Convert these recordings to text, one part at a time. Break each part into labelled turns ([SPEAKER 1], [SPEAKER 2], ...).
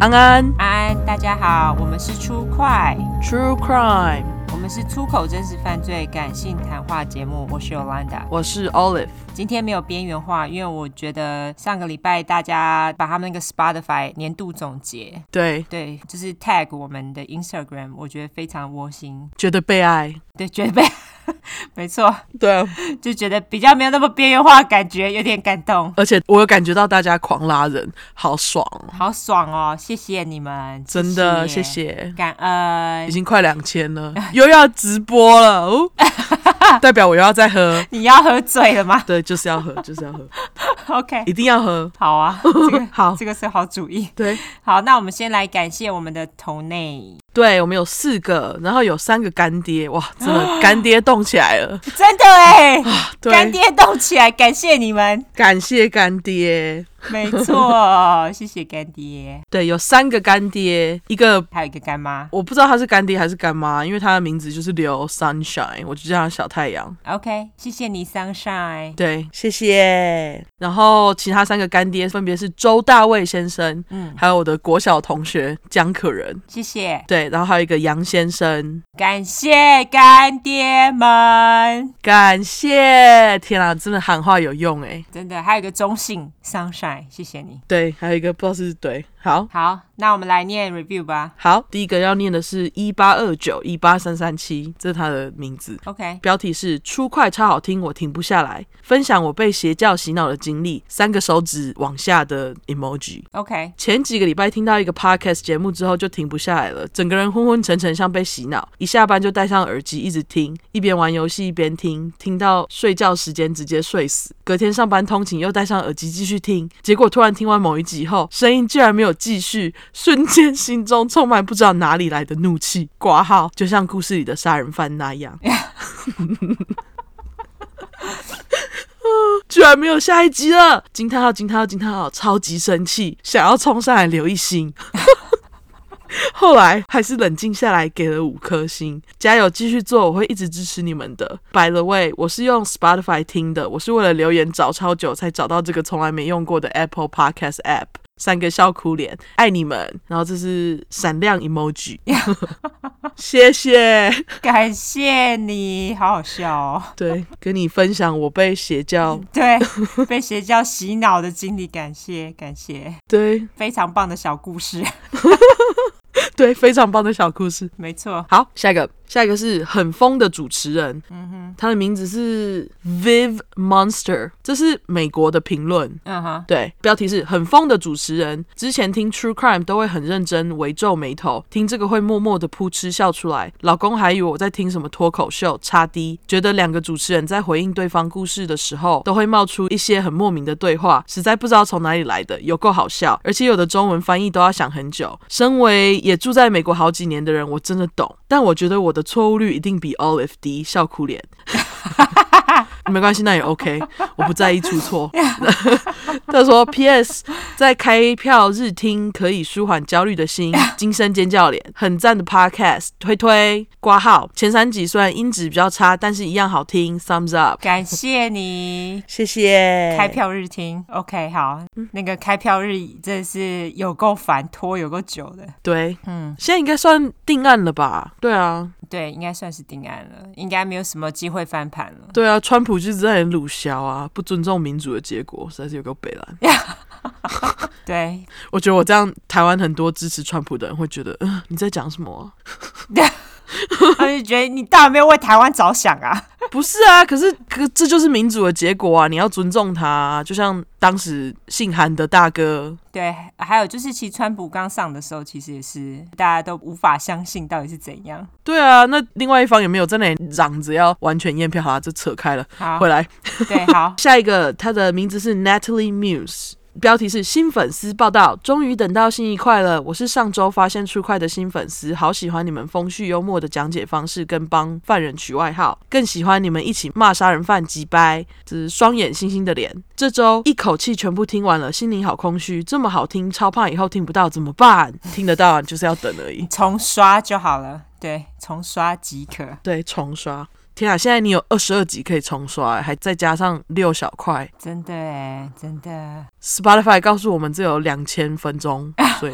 [SPEAKER 1] 安安
[SPEAKER 2] 安安，大家好，我们是出快，
[SPEAKER 1] True Crime，
[SPEAKER 2] 我们是出口真实犯罪感性谈话节目，我是 Yolanda。
[SPEAKER 1] 我是 Olive。
[SPEAKER 2] 今天没有边缘化，因为我觉得上个礼拜大家把他们那个 Spotify 年度总结，
[SPEAKER 1] 对，
[SPEAKER 2] 对，就是 tag 我们的 Instagram，我觉得非常窝心，
[SPEAKER 1] 觉得被爱。
[SPEAKER 2] 对，觉得被 没错，
[SPEAKER 1] 对啊，
[SPEAKER 2] 就觉得比较没有那么边缘化，感觉有点感动，
[SPEAKER 1] 而且我有感觉到大家狂拉人，好爽哦，
[SPEAKER 2] 好爽哦！谢谢你们，
[SPEAKER 1] 真的，谢
[SPEAKER 2] 谢，
[SPEAKER 1] 谢。
[SPEAKER 2] 感恩
[SPEAKER 1] 已。经快两千了， 又要直播了 哦，代表我又要再喝。
[SPEAKER 2] 你要喝醉了吗
[SPEAKER 1] 对，就是要喝，就是要喝，
[SPEAKER 2] ？OK，
[SPEAKER 1] 一定要喝。
[SPEAKER 2] 好啊，这个
[SPEAKER 1] 好
[SPEAKER 2] 这个是好主意。
[SPEAKER 1] 对，
[SPEAKER 2] 好，那我们先来感谢我们的头内，
[SPEAKER 1] 对我们有四个，然后有三个干爹，哇，真的干爹动起来了。
[SPEAKER 2] 真的 哎，
[SPEAKER 1] 对，
[SPEAKER 2] 干爹动起来，感谢你 们，
[SPEAKER 1] 感谢干爹。
[SPEAKER 2] 没错，谢谢干爹，
[SPEAKER 1] 对，有三个干爹，一个
[SPEAKER 2] 还有一个干妈
[SPEAKER 1] 我不知道他是干爹还是干妈，因为他的名字就是刘 Sunshine，我就叫他小太阳。
[SPEAKER 2] ，OK，谢谢你，Sunshine，
[SPEAKER 1] 对，谢谢。然后其他三个干爹分别是周大卫先生，
[SPEAKER 2] 嗯，
[SPEAKER 1] 还有我的国小同学江可人，
[SPEAKER 2] 谢谢，
[SPEAKER 1] 对，然后还有一个杨先生。
[SPEAKER 2] 感谢干爹们，
[SPEAKER 1] 感谢，天啊，真的喊话有用哎。
[SPEAKER 2] 真的，还有一个中性 Sunshine，谢谢你。
[SPEAKER 1] 对，还有一个不知道是对，好。
[SPEAKER 2] 好，那我们来念 review 吧
[SPEAKER 1] 好，第一个要念的是一八二九一八三三七，这是他的名字。
[SPEAKER 2] ，OK，
[SPEAKER 1] 标题是“出快超好听，我停不下来”，分享我被邪教洗脑的经历，三个手指往下的 emoji。
[SPEAKER 2] OK，
[SPEAKER 1] 前几个礼拜听到一个 podcast 节目之后就停不下来了，整个人昏昏沉沉，像被洗脑。一下班就戴上耳机一直听，一边玩游戏一边听，听到睡觉时间直接睡死。隔天上班通勤又戴上耳机继续听，结果突然听完某一集后，声音居然没有继续，瞬间心中充满不知道哪里来的怒气，挂号， 就像故事里的杀人犯那样。居然没有下一集了！惊叹号惊叹号惊叹号，超级生气，想要冲上来留一星。 后来还是冷静下来，给了五颗星。加油，继续做，我会一直支持你们的。By the way，我是用 Spotify 听的，我是为了留言找超久才找到这个从来没用过的 Apple Podcast App。三个笑哭脸，爱你们。然后这是闪亮 emoji，谢谢。
[SPEAKER 2] 感谢你，好好笑哦。
[SPEAKER 1] 对，跟你分享我被邪教，
[SPEAKER 2] 对， 被邪教洗脑的经历，感谢感谢，
[SPEAKER 1] 对
[SPEAKER 2] 非常棒的小故事，
[SPEAKER 1] 对，非常棒的小故事。
[SPEAKER 2] 没错。
[SPEAKER 1] 好，下一个，下一个是很疯的主持人，他的名字是 Viv Monster，这是美国的评论。
[SPEAKER 2] 嗯哼，
[SPEAKER 1] 对，标题是很疯的主持人。之前听 True Crime 都会很认真，微皱眉头；听这个会默默的扑哧笑出来。老公还以为我在听什么脱口秀，差低。觉得两个主持人在回应对方故事的时候，都会冒出一些很莫名的对话，实在不知道从哪里来的，有够好笑。而且有的中文翻译都要想很久。身为也住在美国好几年的人，我真的懂，但我觉得我的错误率一定比 Olive 低，笑哭脸。没关系，那也 OK，我不在意出 错。 他说：“P.S. 在开票日听可以舒缓焦虑的心，今生尖叫脸，很赞的 Podcast，推推挂号。前三集虽然音质比较差，但是一样好听，Thumbs up，
[SPEAKER 2] 感谢 你。
[SPEAKER 1] 谢谢
[SPEAKER 2] 开票日听，OK，好，那个开票日真的是有够烦，拖有够久的，
[SPEAKER 1] 对，
[SPEAKER 2] 嗯，
[SPEAKER 1] 现在应该算定案了吧？对啊，
[SPEAKER 2] 对，应该算是定案了，应该没有什么机会翻盘了。
[SPEAKER 1] 对啊，川普就是在鲁枭啊，不尊重民主的结果，实在是有个北兰。
[SPEAKER 2] 对，
[SPEAKER 1] 我觉得我这样，台湾很多支持川普的人会觉得，呃、你在讲什么啊、
[SPEAKER 2] 他就觉啊得你当然没有为台湾着想啊，
[SPEAKER 1] 不是啊，可是可这就是民主的结果啊！你要尊重他啊、就像当时姓韩的大哥，
[SPEAKER 2] 对，还有就是其实川普刚上的时候，其实也是大家都无法相信到底是怎样。
[SPEAKER 1] 对啊，那另外一方也没有在那里嚷着要完全验票，好、啊，这扯开了，
[SPEAKER 2] 好
[SPEAKER 1] 回，来
[SPEAKER 2] 对， 好，
[SPEAKER 1] 下一个，他的名字是 Natalie Muse。标题是新粉丝报道，终于等到新一快了。我是上周发现出快的新粉丝，好喜欢你们风趣幽默的讲解方式跟帮犯人取外号，更喜欢你们一起骂杀人犯几掰，这是双眼星星的脸。这周一口气全部听完了，心灵好空虚。这么好听，超怕以后听不到怎么办？ 听得到啊就是要等而已
[SPEAKER 2] 你。重刷就好了，对，重刷即可。
[SPEAKER 1] 对，重刷。天啊，现在你有二十二集可以重刷欸，还再加上六小块。
[SPEAKER 2] 真的哎，真的，
[SPEAKER 1] Spotify 告诉我们这有两千分钟，所以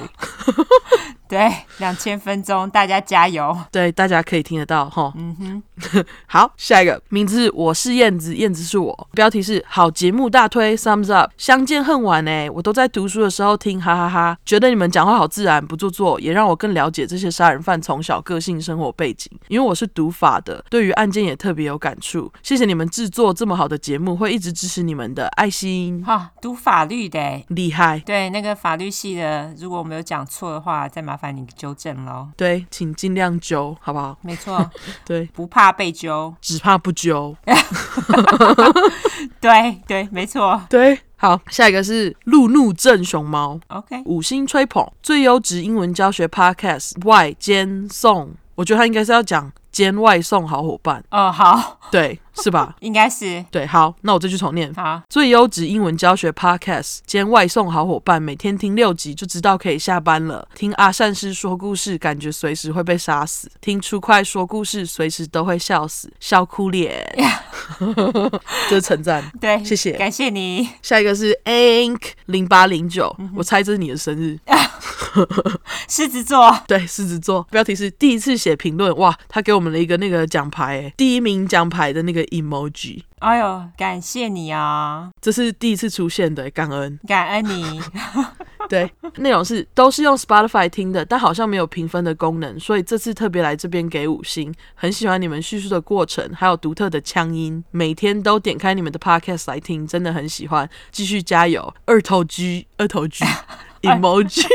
[SPEAKER 2] 对，两千分钟，大家加油！
[SPEAKER 1] 对大家可以听得到哈。
[SPEAKER 2] 嗯哼，
[SPEAKER 1] 好，下一个名字是我是燕子，燕子是我。标题是好节目大推，Thumbs up。相见恨晚哎、我都在读书的时候听，哈哈哈觉得你们讲话好自然，不做作，也让我更了解这些杀人犯从小个性、生活背景。因为我是读法的，对于案件也特别有感触。谢谢你们制作这么好的节目，会一直支持你们的，爱心。
[SPEAKER 2] 哈、读法律的欸
[SPEAKER 1] 厉害，
[SPEAKER 2] 对，那个法律系的，如果我没有讲错的话，再麻烦你纠正喽。
[SPEAKER 1] 对，请尽量揪，好不好？
[SPEAKER 2] 没 错，
[SPEAKER 1] 对，
[SPEAKER 2] 不怕被揪。
[SPEAKER 1] 只怕不揪。
[SPEAKER 2] 对对，没错。
[SPEAKER 1] 对，好，下一个是路怒症熊猫。
[SPEAKER 2] OK，
[SPEAKER 1] 五星吹捧最优质英文教学 Podcast 外兼送，我觉得他应该是要讲兼外送好伙伴，
[SPEAKER 2] 哦，好，？
[SPEAKER 1] 对，是吧
[SPEAKER 2] 应该是
[SPEAKER 1] 对，好，那我这句重念。
[SPEAKER 2] 好。
[SPEAKER 1] 最优质英文教学 Podcast 兼外送好伙伴，每天听六集就知道可以下班了。听阿善师说故事，感觉随时会被杀死；听出快说故事，随时都会笑死，笑哭脸。 这是称赞。
[SPEAKER 2] 对，
[SPEAKER 1] 谢谢
[SPEAKER 2] 感谢你。
[SPEAKER 1] 下一个是 Ank 零八零九，我猜这是你的生日。
[SPEAKER 2] 狮子座，
[SPEAKER 1] 对，狮子座标题是第一次写评论，哇，他给我们了一个那个奖牌，诶，第一名奖牌的那个 emoji，
[SPEAKER 2] 哎呦，感谢你啊，
[SPEAKER 1] 这是第一次出现的，感恩。
[SPEAKER 2] 感恩你。
[SPEAKER 1] 对，内容是都是用 Spotify 听的，但好像没有评分的功能，所以这次特别来这边给五星。很喜欢你们叙述的过程，还有独特的腔音，每天都点开你们的 Podcast 来听，真的很喜欢，继续加油！二头 G，二头 G 。emoji，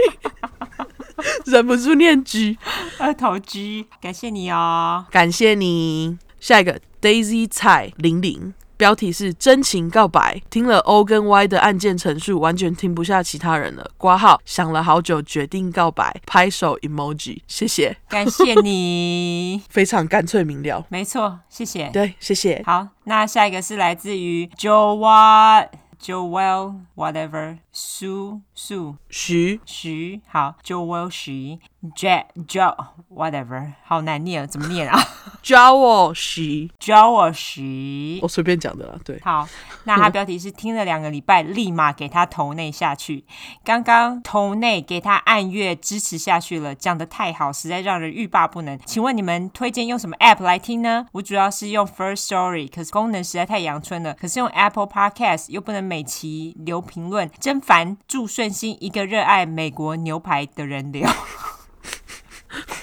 [SPEAKER 1] 忍不住念 G。
[SPEAKER 2] 二头肌，感谢你哦。
[SPEAKER 1] 感谢你。下一个 Daisy 蔡玲玲，标题是真情告白。听了 O 跟 Y 的案件陈述，完全听不下其他人了。挂号想了好久，决定告白，拍手 emoji，谢谢，
[SPEAKER 2] 感谢你，
[SPEAKER 1] 非常干脆明了。
[SPEAKER 2] 没错，谢谢。
[SPEAKER 1] 对，谢谢。
[SPEAKER 2] 好，那下一个是来自于 Joa Joel whatever 苏苏
[SPEAKER 1] 徐
[SPEAKER 2] 徐，好 Joel 徐 J Jo whatever，好难念，怎么念啊
[SPEAKER 1] 教我哦徐，
[SPEAKER 2] ？Joel 徐
[SPEAKER 1] 我。哦随便讲的啦。对，
[SPEAKER 2] 好，那他标题是听了两个礼拜，立马给他投内下去。刚刚投内给他按月支持下去了，讲的太好，实在让人欲罢不能。请问你们推荐用什么 app 来听呢？我主要是用 First Story，可是功能实在太阳春了。可是用 Apple Podcast 又不能每期留评论，真烦。祝顺心一个热爱美国牛排的人留。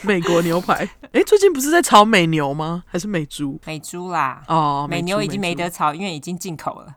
[SPEAKER 1] 美国牛排。诶，最近不是在炒美牛吗？还是美猪？
[SPEAKER 2] 美猪啦。
[SPEAKER 1] 哦，
[SPEAKER 2] 美
[SPEAKER 1] 猪
[SPEAKER 2] 牛已经没
[SPEAKER 1] 猪
[SPEAKER 2] 得炒，因为已经进口了。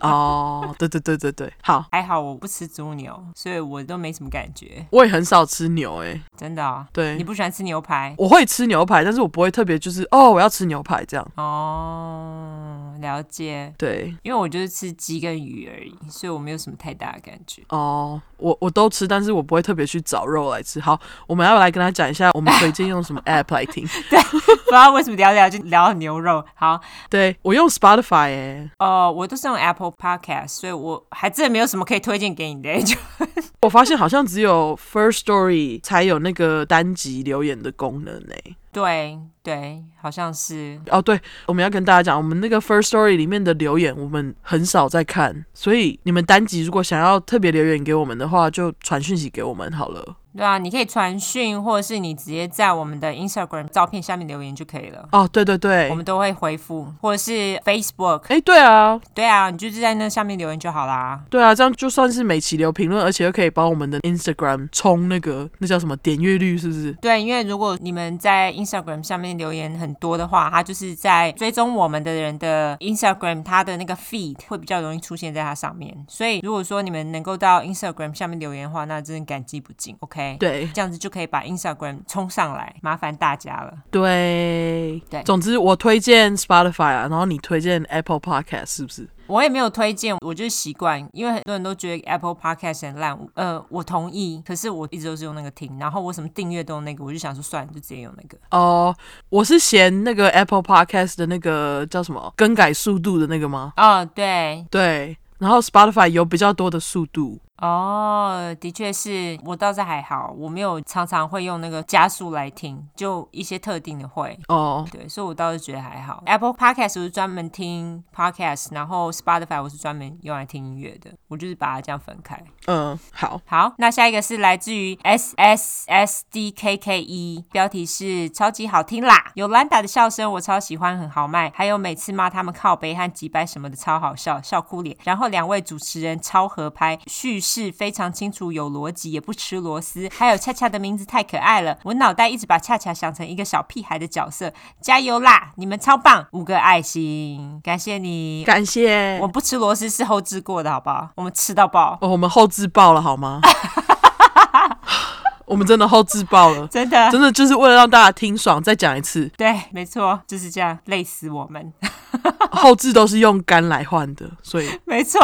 [SPEAKER 1] 哦。对对对对对，好，
[SPEAKER 2] 还好我不吃猪牛，所以我都没什么感觉。
[SPEAKER 1] 我也很少吃牛诶。
[SPEAKER 2] 真的哦，
[SPEAKER 1] 对
[SPEAKER 2] 你不喜欢吃牛排
[SPEAKER 1] 我会吃牛排，但是我不会特别就是哦，我要吃牛排这样。
[SPEAKER 2] 哦，了解。
[SPEAKER 1] 对，
[SPEAKER 2] 因为我就是吃鸡跟鱼而已，所以我没有什么太大的感觉。
[SPEAKER 1] 哦，我我都吃，但是我不会特别去找肉来吃。好，我们要来跟他讲一下，我们推荐 用什么 app 来听。
[SPEAKER 2] 不知道为什么聊聊就聊到牛肉。好，
[SPEAKER 1] 对我用 Spotify 哎、
[SPEAKER 2] 哦，我都是用 Apple Podcast，所以我还真的没有什么可以推荐给你的。就
[SPEAKER 1] 我发现好像只有 First Story 才有那个单集留言的功能哎、
[SPEAKER 2] 对对，好像是
[SPEAKER 1] 哦，对，我们要跟大家讲，我们那个 First Story 里面的留言，我们很少在看，所以你们单集如果想要特别留言给我们的话，就传讯息给我们好了。
[SPEAKER 2] 对啊，你可以传讯，或者是你直接在我们的 Instagram 照片下面留言就可以了。
[SPEAKER 1] 哦，对对对
[SPEAKER 2] 我，们都会回复，或者是 Facebook，
[SPEAKER 1] 哎，对啊，
[SPEAKER 2] 对啊，你就是在那下面留言就好啦。
[SPEAKER 1] 对啊，这样就算是每期留评论，而且又可以帮我们的 Instagram 冲那个那叫什么点阅率，是不是？
[SPEAKER 2] 对，因为如果你们在 Instagram 下面留言很多的话，他就是在追踪我们的人的 Instagram，他的那个 feed 会比较容易出现在它上面。所以如果说你们能够到 Instagram 下面留言的话，那真的感激不尽。OK，，
[SPEAKER 1] 对
[SPEAKER 2] 这样子就可以把 Instagram 冲上来，麻烦大家了。
[SPEAKER 1] 对
[SPEAKER 2] 对
[SPEAKER 1] 总之我推荐 Spotify 啊，然后你推荐 Apple Podcast 是不是？
[SPEAKER 2] 我也没有推荐，我就是习惯，因为很多人都觉得 Apple Podcast 很烂，呃，我同意，可是我一直都是用那个听，然后我什么订阅都用那个，我就想说算了，就直接用那个。
[SPEAKER 1] 哦、我是嫌那个 Apple Podcast 的那个叫什么更改速度的那个吗？
[SPEAKER 2] 哦，对，
[SPEAKER 1] 对，然后 Spotify 有比较多的速度，
[SPEAKER 2] 哦，的确是我倒是还好，我没有常常会用那个加速来听，就一些特定的会。
[SPEAKER 1] 哦，
[SPEAKER 2] 对，所以我倒是觉得还好。Apple Podcast 我是专门听 Podcast，然后 Spotify 我是专门用来听音乐的，我就是把它这样分开。
[SPEAKER 1] 嗯，好，
[SPEAKER 2] 好，那下一个是来自于 S S S D K K E，标题是超级好听啦，有兰达的笑声我超喜欢，很豪迈，还有每次骂他们靠背和几百什么的超好笑，笑哭脸。然后两位主持人超合拍，叙事非常清楚，有逻辑，也不吃螺丝。还有恰恰的名字太可爱了，我脑袋一直把恰恰想成一个小屁孩的角色，加油啦，你们超棒，五个爱心，感谢你。
[SPEAKER 1] 感谢
[SPEAKER 2] 我
[SPEAKER 1] 我、
[SPEAKER 2] 不吃螺丝是后置过的，好不好？我们吃到爆，
[SPEAKER 1] 哦，我们后置爆了好 吗？我们真的后置爆了，
[SPEAKER 2] 真 的。
[SPEAKER 1] 真的就是为了让大家听爽，再讲一次，
[SPEAKER 2] 对，没错，就是这样，累死我们。
[SPEAKER 1] 后置都是用肝来换的，所以
[SPEAKER 2] 没错，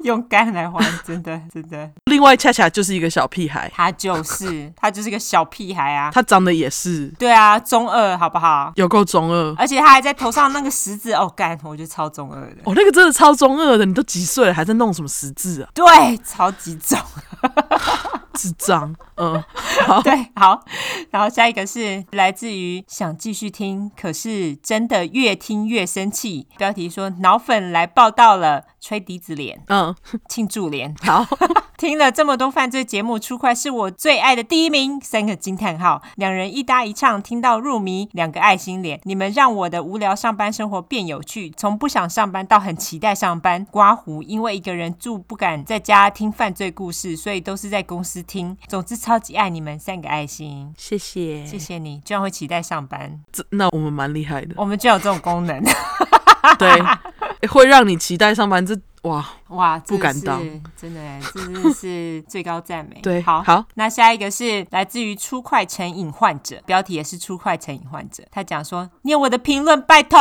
[SPEAKER 2] 用肝来还，真的，真的，
[SPEAKER 1] 另外恰恰就是一个小屁孩，
[SPEAKER 2] 他就是他就是个小屁孩啊。
[SPEAKER 1] 他长得也是
[SPEAKER 2] 对啊，中二好不好？
[SPEAKER 1] 有够中二。
[SPEAKER 2] 而且他还在头上那个十字，哦，干，我觉得超中二的。
[SPEAKER 1] 哦，那个真的超中二的，你都几岁了，还在弄什么识字啊？
[SPEAKER 2] 对，超级中。
[SPEAKER 1] 智障！ 嗯，
[SPEAKER 2] 对，好，然后下一个是来自于想继续听，可是真的越听越生气。标题说脑粉来报道了，吹笛子脸，
[SPEAKER 1] 嗯，
[SPEAKER 2] 庆祝脸。
[SPEAKER 1] 好，
[SPEAKER 2] 听了这么多犯罪节目，出快是我最爱的第一名，三个惊叹号！两人一搭一唱，听到入迷，两个爱心脸。你们让我的无聊上班生活变有趣，从不想上班到很期待上班。刮胡，因为一个人住不敢在家听犯罪故事，所以都是在公司听。总之超级爱你们，三个爱心。
[SPEAKER 1] 谢谢
[SPEAKER 2] 谢谢你，居然会期待上班，
[SPEAKER 1] 这那我们蛮厉害的，
[SPEAKER 2] 我们居然有这种功能，
[SPEAKER 1] 对， 诶会让你期待上班。这哇，
[SPEAKER 2] 哇，这
[SPEAKER 1] 不敢
[SPEAKER 2] 是
[SPEAKER 1] 当，
[SPEAKER 2] 真的耶，这真的是最高赞美。
[SPEAKER 1] 对
[SPEAKER 2] 好，
[SPEAKER 1] 好，
[SPEAKER 2] 那下一个是来自于出快成瘾患者，标题也是出快成瘾患者，他讲说念我的评论，拜托，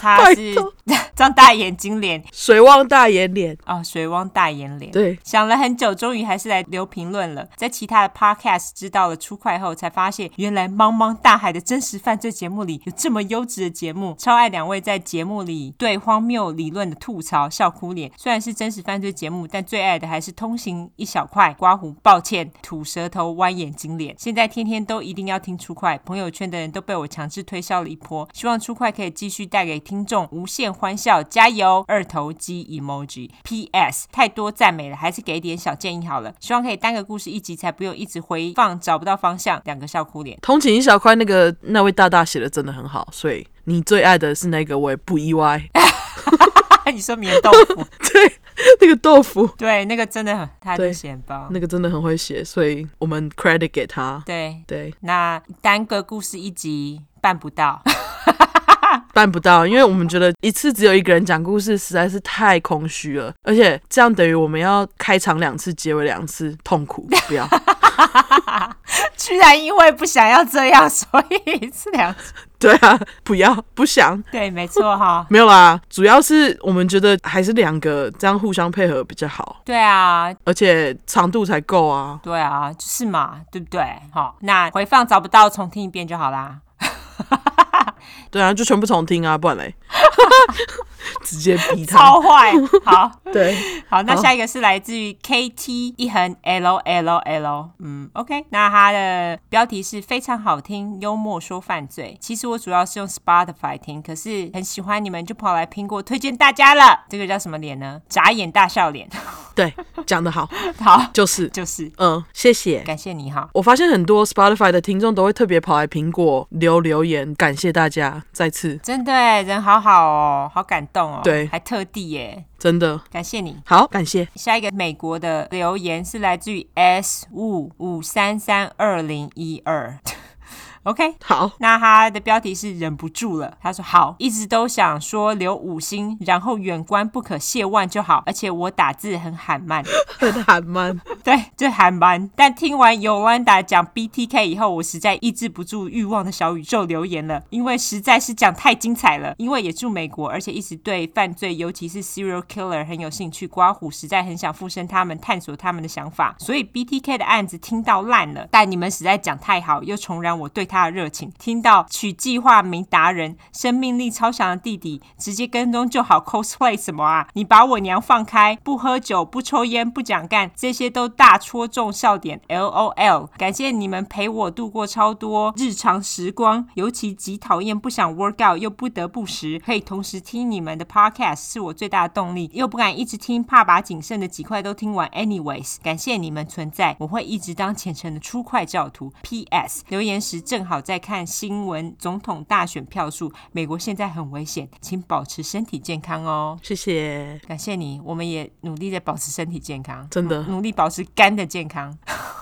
[SPEAKER 2] 他
[SPEAKER 1] 拜
[SPEAKER 2] 是
[SPEAKER 1] 托
[SPEAKER 2] 张大眼睛脸
[SPEAKER 1] 水汪大眼脸，
[SPEAKER 2] 哦，水汪大眼脸。
[SPEAKER 1] 对，
[SPEAKER 2] 想了很久，终于还是来留评论了。在其他的 podcast 知道了出快后，才发现原来茫茫大海的真实犯罪节目里有这么优质的节目，超爱两位在节目里对荒谬理论的吐槽，笑哭脸。虽然是真实犯罪节目，但最爱的还是通行一小块刮胡，抱歉，吐舌头，弯眼睛脸。现在天天都一定要听出快，朋友圈的人都被我强制推销了一波。希望出快可以继续带给听众无限欢笑，加油！二头肌 emoji。P.S. 太多赞美了，还是给点小建议好了。希望可以单个故事一集，才不用一直回放找不到方向。两个笑哭脸。
[SPEAKER 1] 通勤一小块那个那位大大写的真的很好，所以你最爱的是那个，我也不意外。
[SPEAKER 2] 你说棉豆腐？
[SPEAKER 1] 对，那个豆腐，
[SPEAKER 2] 对，那个真的很，他
[SPEAKER 1] 对
[SPEAKER 2] 的钱包。
[SPEAKER 1] 那个真的很会写，所以我们 credit 给他。
[SPEAKER 2] 对，
[SPEAKER 1] 对，
[SPEAKER 2] 那单个故事一集办不到。
[SPEAKER 1] 办不到，因为我们觉得一次只有一个人讲故事实在是太空虚了，而且这样等于我们要开场两次，结尾两次，痛苦。不要，
[SPEAKER 2] 居然因为不想要这样，所以是两
[SPEAKER 1] 对啊，不要，不想，
[SPEAKER 2] 对，没错哈。
[SPEAKER 1] 没有啦。主要是我们觉得还是两个这样互相配合比较好，
[SPEAKER 2] 对啊，
[SPEAKER 1] 而且长度才够啊。
[SPEAKER 2] 对啊，就是嘛，对不对？好，那回放找不到，重听一遍就好啦。
[SPEAKER 1] 对啊，就全部重听啊，不然嘞，直接逼他。
[SPEAKER 2] 超坏，好
[SPEAKER 1] 对，
[SPEAKER 2] 好，那
[SPEAKER 1] 好
[SPEAKER 2] 下一个是来自于 K T 一横 L L L，嗯，OK，那它的标题是非常好听，幽默说犯罪。其实我主要是用 Spotify 听，可是很喜欢你们，就跑来苹果推荐大家了。这个叫什么脸呢？眨眼大笑脸。
[SPEAKER 1] 对，讲得好，
[SPEAKER 2] 好，
[SPEAKER 1] 就是，
[SPEAKER 2] 就是
[SPEAKER 1] 嗯，谢谢。
[SPEAKER 2] 感谢你哈。
[SPEAKER 1] 我发现很多 Spotify 的听众都会特别跑来苹果留留言，感谢大家，再次
[SPEAKER 2] 真的耶，人好好哦，好感动哦。
[SPEAKER 1] 对
[SPEAKER 2] 还特地耶，
[SPEAKER 1] 真的
[SPEAKER 2] 感谢你。
[SPEAKER 1] 好，感谢
[SPEAKER 2] 下一个美国的留言是来自于 S 五五三三二零一二 ，OK。
[SPEAKER 1] 好，
[SPEAKER 2] 那他的标题是忍不住了，他说好，一直都想说留五星，然后远观不可亵玩就好，而且我打字很缓慢，
[SPEAKER 1] 很韩漫，
[SPEAKER 2] 对，这还蛮。但听完尤兰达讲 BTK 以后，我实在抑制不住欲望的小宇宙留言了，因为实在是讲太精彩了。因为也住美国，而且一直对犯罪，尤其是 serial killer 很有兴趣，刮胡实在很想附身他们，探索他们的想法。所以 BTK 的案子听到烂了，但你们实在讲太好，又重燃我对他。他的热情。听到取计划名达人、生命力超强的弟弟，直接跟踪就好 cosplay 什么啊？你把我娘放开！不喝酒、不抽烟、不讲干，这些都大戳中笑点。L O L，感谢你们陪我度过超多日常时光，尤其极讨厌不想 work out 又不得不时，可以同时听你们的 podcast 是我最大的动力，又不敢一直听，怕把仅剩的几块都听完。Anyways，感谢你们存在，我会一直当虔诚的出快教徒。P.S. 留言时正好在看新闻，总统大选票数，美国现在很危险，请保持身体健康哦。
[SPEAKER 1] 谢谢。
[SPEAKER 2] 感谢你，我们也努力在保持身体健康，嗯
[SPEAKER 1] 真的
[SPEAKER 2] 努力保持肝的健康。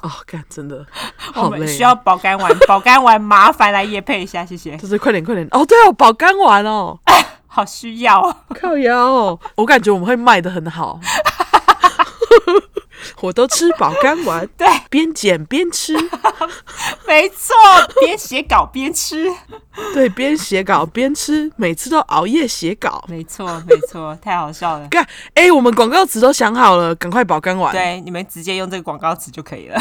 [SPEAKER 1] 哦，干，真的
[SPEAKER 2] 我
[SPEAKER 1] 好累
[SPEAKER 2] 们
[SPEAKER 1] 哦，
[SPEAKER 2] 需要保肝 丸，保肝丸麻烦来夜配一下，谢谢，
[SPEAKER 1] 就是快点快点哦，对哦，保肝丸哦，
[SPEAKER 2] 好需要哦。
[SPEAKER 1] 靠腰哦，我感觉我们会卖的很好。我都吃保肝丸，
[SPEAKER 2] 对，
[SPEAKER 1] 边剪边吃，
[SPEAKER 2] 没错，边写稿边吃，
[SPEAKER 1] 对，边写稿边吃，每次都熬夜写稿。
[SPEAKER 2] 没错没错，太好笑了。
[SPEAKER 1] 干，哎、我们广告词都想好了，赶快保肝丸，
[SPEAKER 2] 对，你们直接用这个广告词就可以 了。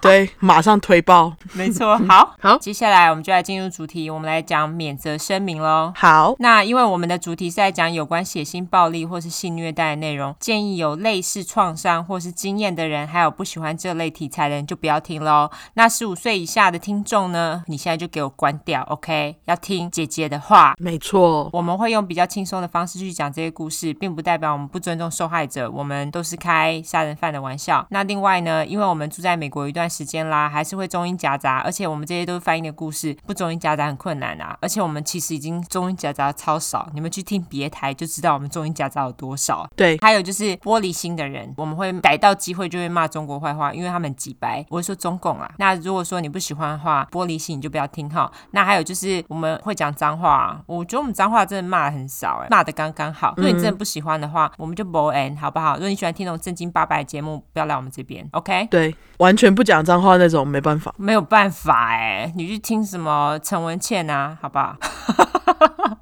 [SPEAKER 1] 对，马上推爆。
[SPEAKER 2] 没错，好
[SPEAKER 1] 好
[SPEAKER 2] 接下来我们就来进入主题，我们来讲免责声明喽。
[SPEAKER 1] 好，
[SPEAKER 2] 那因为我们的主题是在讲有关血腥暴力或是性虐待的内容，建议有类似创伤或是经验的人，还有不喜欢这类题材的人就不要听喽。那十五岁以下的听众呢，你现在就给我关掉，OK？要听姐姐的话。
[SPEAKER 1] 没错，
[SPEAKER 2] 我们会用比较轻松的方式去讲这些故事，并不代表我们不尊重受害者，我们都是开杀人犯的玩笑。那另外呢，因为我们住在美国一段时间啦，还是会中英夹杂，而且我们这些都是翻译的故事，不中英夹杂很困难啊。而且我们其实已经中英夹杂超少，你们去听别台就知道我们中英夹杂有多少。
[SPEAKER 1] 对，
[SPEAKER 2] 还有就是玻璃心的人，我们会逮到机会就会骂中国坏话，因为他们很几白。我是说中共啊。那如果说你不喜欢的话，玻璃心你就不要听哈。那还有就是我们会讲脏话、啊，我觉得我们脏话真的骂的很少、哎，骂的刚刚好。如果你真的不喜欢的话，我们就不 end 好不好？如果你喜欢听那种正经八百的节目，不要来我们这边，OK？
[SPEAKER 1] 对，完全不讲脏话那种，没办法。
[SPEAKER 2] 没有办法哎、你去听什么陈文茜啊，好不好？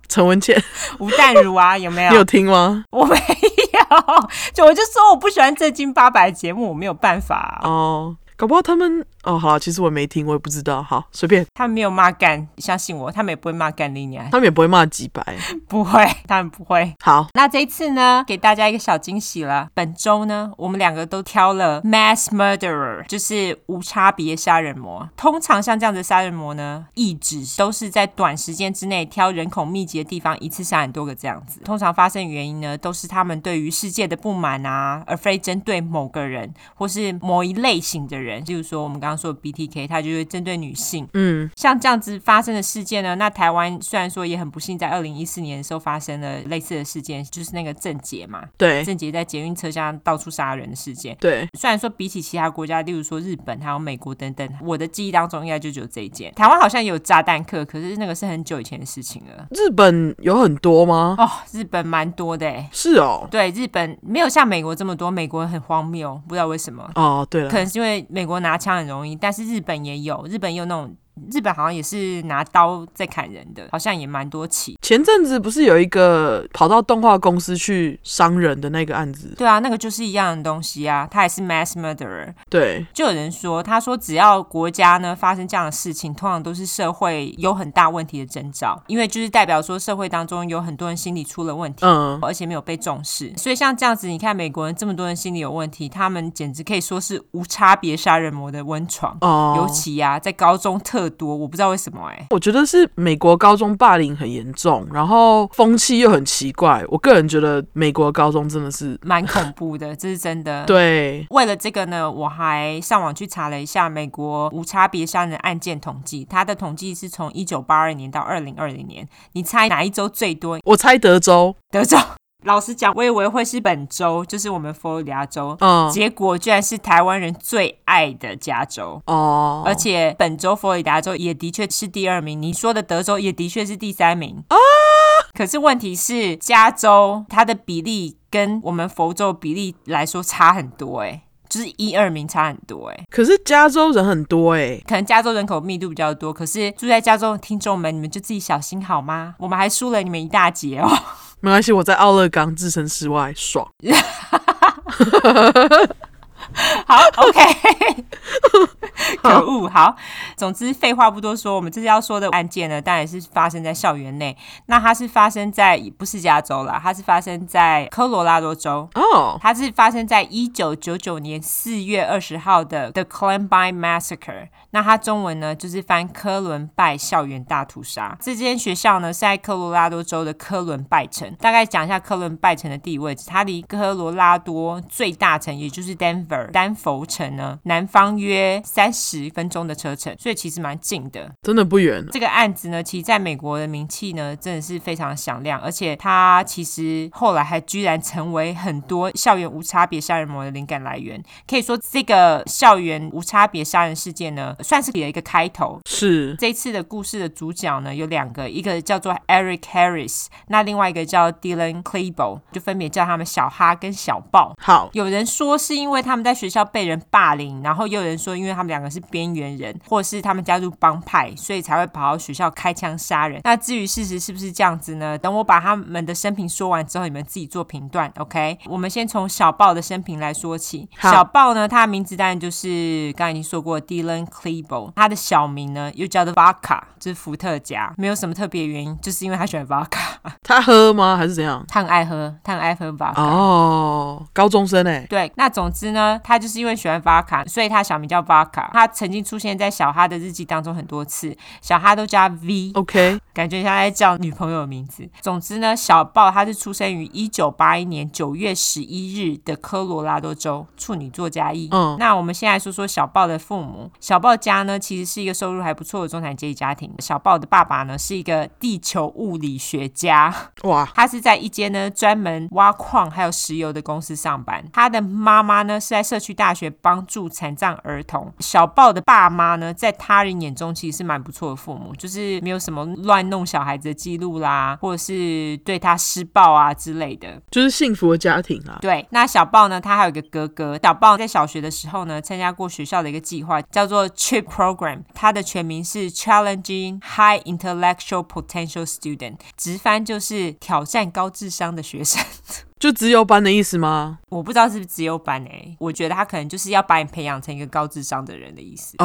[SPEAKER 1] 陈文茜，
[SPEAKER 2] 吴淡如啊，有没有
[SPEAKER 1] 你？有听吗？
[SPEAKER 2] 我没有，就我就说我不喜欢正经八百的节目，我没有办法啊、
[SPEAKER 1] 哦，搞不好他们哦，好啦，其实我没听，我也不知道。好，随便，
[SPEAKER 2] 他们没有骂干，相信我，他们也不会骂干你娘，
[SPEAKER 1] 他们也不会骂几白。
[SPEAKER 2] 不会，他们不会。
[SPEAKER 1] 好，
[SPEAKER 2] 那这一次呢，给大家一个小惊喜了。本周呢，我们两个都挑了 mass murderer，就是无差别杀人魔。通常像这样的杀人魔呢，意志都是在短时间之内挑人口密集的地方一次杀很多个这样子。通常发生原因呢，都是他们对于世界的不满啊，而非针对某个人或是某一类型的人。例如说，我们刚刚说的 BTK，它就会针对女性。
[SPEAKER 1] 嗯，
[SPEAKER 2] 像这样子发生的事件呢，那台湾虽然说也很不幸，在二零一四年的时候发生了类似的事件，就是那个郑捷嘛，
[SPEAKER 1] 对
[SPEAKER 2] 郑捷在捷运车厢到处杀人的事件。
[SPEAKER 1] 对，
[SPEAKER 2] 虽然说比起其他国家，例如说日本还有美国等等，我的记忆当中应该就只有这一件。台湾好像也有炸弹客，可是那个是很久以前的事情了。
[SPEAKER 1] 日本有很多吗？
[SPEAKER 2] 哦，日本蛮多的诶。
[SPEAKER 1] 是哦，
[SPEAKER 2] 对，日本没有像美国这么多，美国很荒谬，不知道为什么。
[SPEAKER 1] 哦，对了
[SPEAKER 2] 可，能是因为美国拿枪很容易，但是日本也有，日本也有那种，日本好像也是拿刀在砍人的，好像也蛮多起。
[SPEAKER 1] 前阵子不是有一个跑到动画公司去伤人的那个案子？
[SPEAKER 2] 对啊，那个就是一样的东西啊，他也是 mass murderer。
[SPEAKER 1] 对，
[SPEAKER 2] 就有人说，他说只要国家呢发生这样的事情，通常都是社会有很大问题的征兆，因为就是代表说社会当中有很多人心理出了问题。
[SPEAKER 1] 嗯，
[SPEAKER 2] 而且没有被重视，所以像这样子，你看美国人这么多人心理有问题，他们简直可以说是无差别杀人魔的温床。尤
[SPEAKER 1] 哦，
[SPEAKER 2] 其呀、在高中特多，我不知道为什么哎、
[SPEAKER 1] 我觉得是美国高中霸凌很严重，然后风气又很奇怪。我个人觉得美国高中真的是
[SPEAKER 2] 蛮恐怖 的，这是真的。。
[SPEAKER 1] 对，
[SPEAKER 2] 为了这个呢，我还上网去查了一下美国无差别杀人案件统计，它的统计是从一九八二年到二零二零年。你猜哪一州最多？
[SPEAKER 1] 我猜德州，
[SPEAKER 2] 德州。 老实讲，我以为会是本州，就是我们佛罗里达州，
[SPEAKER 1] 嗯，
[SPEAKER 2] 结果居然是台湾人最爱的加州。
[SPEAKER 1] 哦，
[SPEAKER 2] 而且本州佛罗里达州也的确是第二名，你说的德州也的确是第三名啊。可是问题是，加州它的比例跟我们佛州比例来说差很多、欸，就是一二名差很多、欸，
[SPEAKER 1] 可是加州人很多哎、
[SPEAKER 2] 可能加州人口密度比较多，可是住在加州的听众们，你们就自己小心好吗？我们还输了你们一大截哦。
[SPEAKER 1] 没关系，我在奥勒冈置身事外，爽。
[SPEAKER 2] 好，OK，可恶，好。总之，废话不多说，我们这次要说的案件呢，当然是发生在校园内。那它是发生在不是加州啦，它是发生在科罗拉多州。
[SPEAKER 1] 哦，
[SPEAKER 2] 它是发生在一九九九年四月二十号的 The Columbine Massacre。那它中文呢，就是翻科伦拜校园大屠杀。这间学校呢是在科罗拉多州的科伦拜城。大概讲一下科伦拜城的地理位置，它离科罗拉多最大城，也就是 Denver 丹佛城呢，南方约三十分钟的车程，所以其实蛮近的。
[SPEAKER 1] 真的不远。
[SPEAKER 2] 这个案子呢，其实在美国的名气呢，真的是非常响亮，而且它其实后来还居然成为很多校园无差别杀人魔的灵感来源。可以说，这个校园无差别杀人事件呢，算是给了一个开头。
[SPEAKER 1] 是
[SPEAKER 2] 这一次的故事的主角呢有两个，一个叫做 Eric Harris，那另外一个叫 Dylan Klebo，就分别叫他们小哈跟小豹。
[SPEAKER 1] 好，
[SPEAKER 2] 有人说是因为他们在学校被人霸凌，然后又有人说因为他们两个是边缘人，或者是他们加入帮派，所以才会跑到学校开枪杀人。那至于事实是不是这样子呢？等我把他们的生平说完之后，你们自己做评断。OK，我们先从小豹的生平来说起。
[SPEAKER 1] 好
[SPEAKER 2] 小豹呢，他的名字当然就是刚才已经说过 Dylan Klebo，他的小名呢又叫做 Vodka，就是伏特加，没有什么特别原因，就是因为他喜欢 Vodka，
[SPEAKER 1] 他喝吗？还是怎样？
[SPEAKER 2] 他很爱喝，他很爱喝 Vodka。
[SPEAKER 1] 哦，高中生哎、
[SPEAKER 2] 对，那总之呢，他就是因为喜欢 Vodka，所以他小名叫 Vodka。他曾经出现在小哈的日记当中很多次，小哈都叫他 V，、
[SPEAKER 1] o k
[SPEAKER 2] 感觉像在叫女朋友的名字。总之呢，小豹他是出生于一九八一年九月十一日的科罗拉多州，处女座加一。
[SPEAKER 1] 嗯
[SPEAKER 2] 那我们先来说说小豹的父母。小豹家呢，其实是一个收入还不错的中产阶级家庭。小豹的爸爸呢，是一个地球物理学家。
[SPEAKER 1] 哇，
[SPEAKER 2] 他是在一间呢专门挖矿还有石油的公司上班。他的妈妈呢是在社区大学帮助残障儿童。小豹的爸妈呢，在他人眼中其实是蛮不错的父母，就是没有什么乱弄小孩子的记录啦，或者是对他施暴啊之类的。
[SPEAKER 1] 就是幸福的家庭啊。
[SPEAKER 2] 对，那小豹呢，他还有一个哥哥。小豹在小学的时候呢，参加过学校的一个计划，叫做 CHIP Program，它的全名是 Challenging High Intellectual Potential Student，直翻就是挑战高智商的学生。
[SPEAKER 1] 就自由班的意思吗？
[SPEAKER 2] 我不知道是不是自由班诶、我觉得他可能就是要把你培养成一个高智商的人的意思。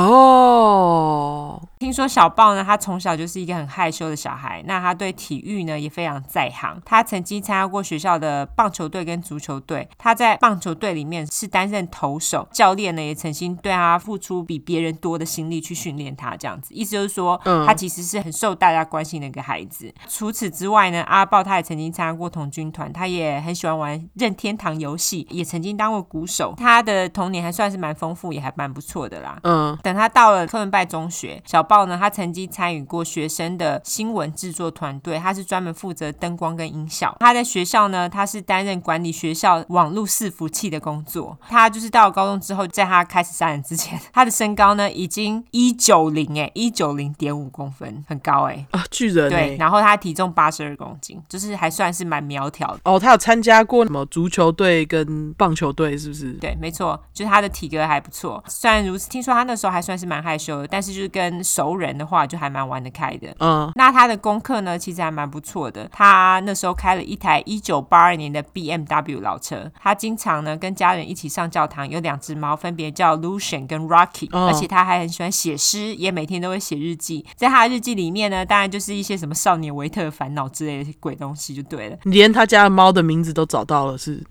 [SPEAKER 1] 哦，
[SPEAKER 2] 听说小豹呢，他从小就是一个很害羞的小孩，那他对体育呢也非常在行。他曾经参加过学校的棒球队跟足球队，他在棒球队里面是担任投手，教练呢也曾经对他付出比别人多的心力去训练他，这样子，意思就是说，
[SPEAKER 1] 嗯
[SPEAKER 2] 他其实是很受大家关心的一个孩子。除此之外呢，阿豹他也曾经参加过童军团，他也很喜欢玩任天堂游戏，也曾经当过鼓手。他的童年还算是蛮丰富，也还蛮不错的啦。
[SPEAKER 1] 嗯，
[SPEAKER 2] 等他到了科伦拜中学，小豹呢，他曾经参与过学生的新闻制作团队，他是专门负责灯光跟音效。他在学校呢，他是担任管理学校网络伺服器的工作。他就是到了高中之后，在他开始杀人之前，他的身高呢已经一九零哎，一九零点五公分，很高哎、
[SPEAKER 1] 啊，巨人
[SPEAKER 2] 对，
[SPEAKER 1] 哎、
[SPEAKER 2] 然后他体重八十二公斤，就是还算是蛮苗条的。
[SPEAKER 1] 哦，他有参加过什么足球队跟棒球队，是不是？
[SPEAKER 2] 对，没错，就是他的体格还不错。虽然如此，听说他那时候还算是蛮害羞的，但是就是跟熟人的话，就还蛮玩得开的。
[SPEAKER 1] 嗯，
[SPEAKER 2] 那他的功课呢，其实还蛮不错的。他那时候开了一台一九八二年的 BMW 老车，他经常呢跟家人一起上教堂，有两只猫，分别叫 Lucian 跟 Rocky，、
[SPEAKER 1] 哦
[SPEAKER 2] 而且他还很喜欢写诗，也每天都会写日记。在他的日记里面呢，当然就是一些什么少年维特的烦恼之类的鬼东西就对了。
[SPEAKER 1] 你连他家的猫的名字都找到了，是？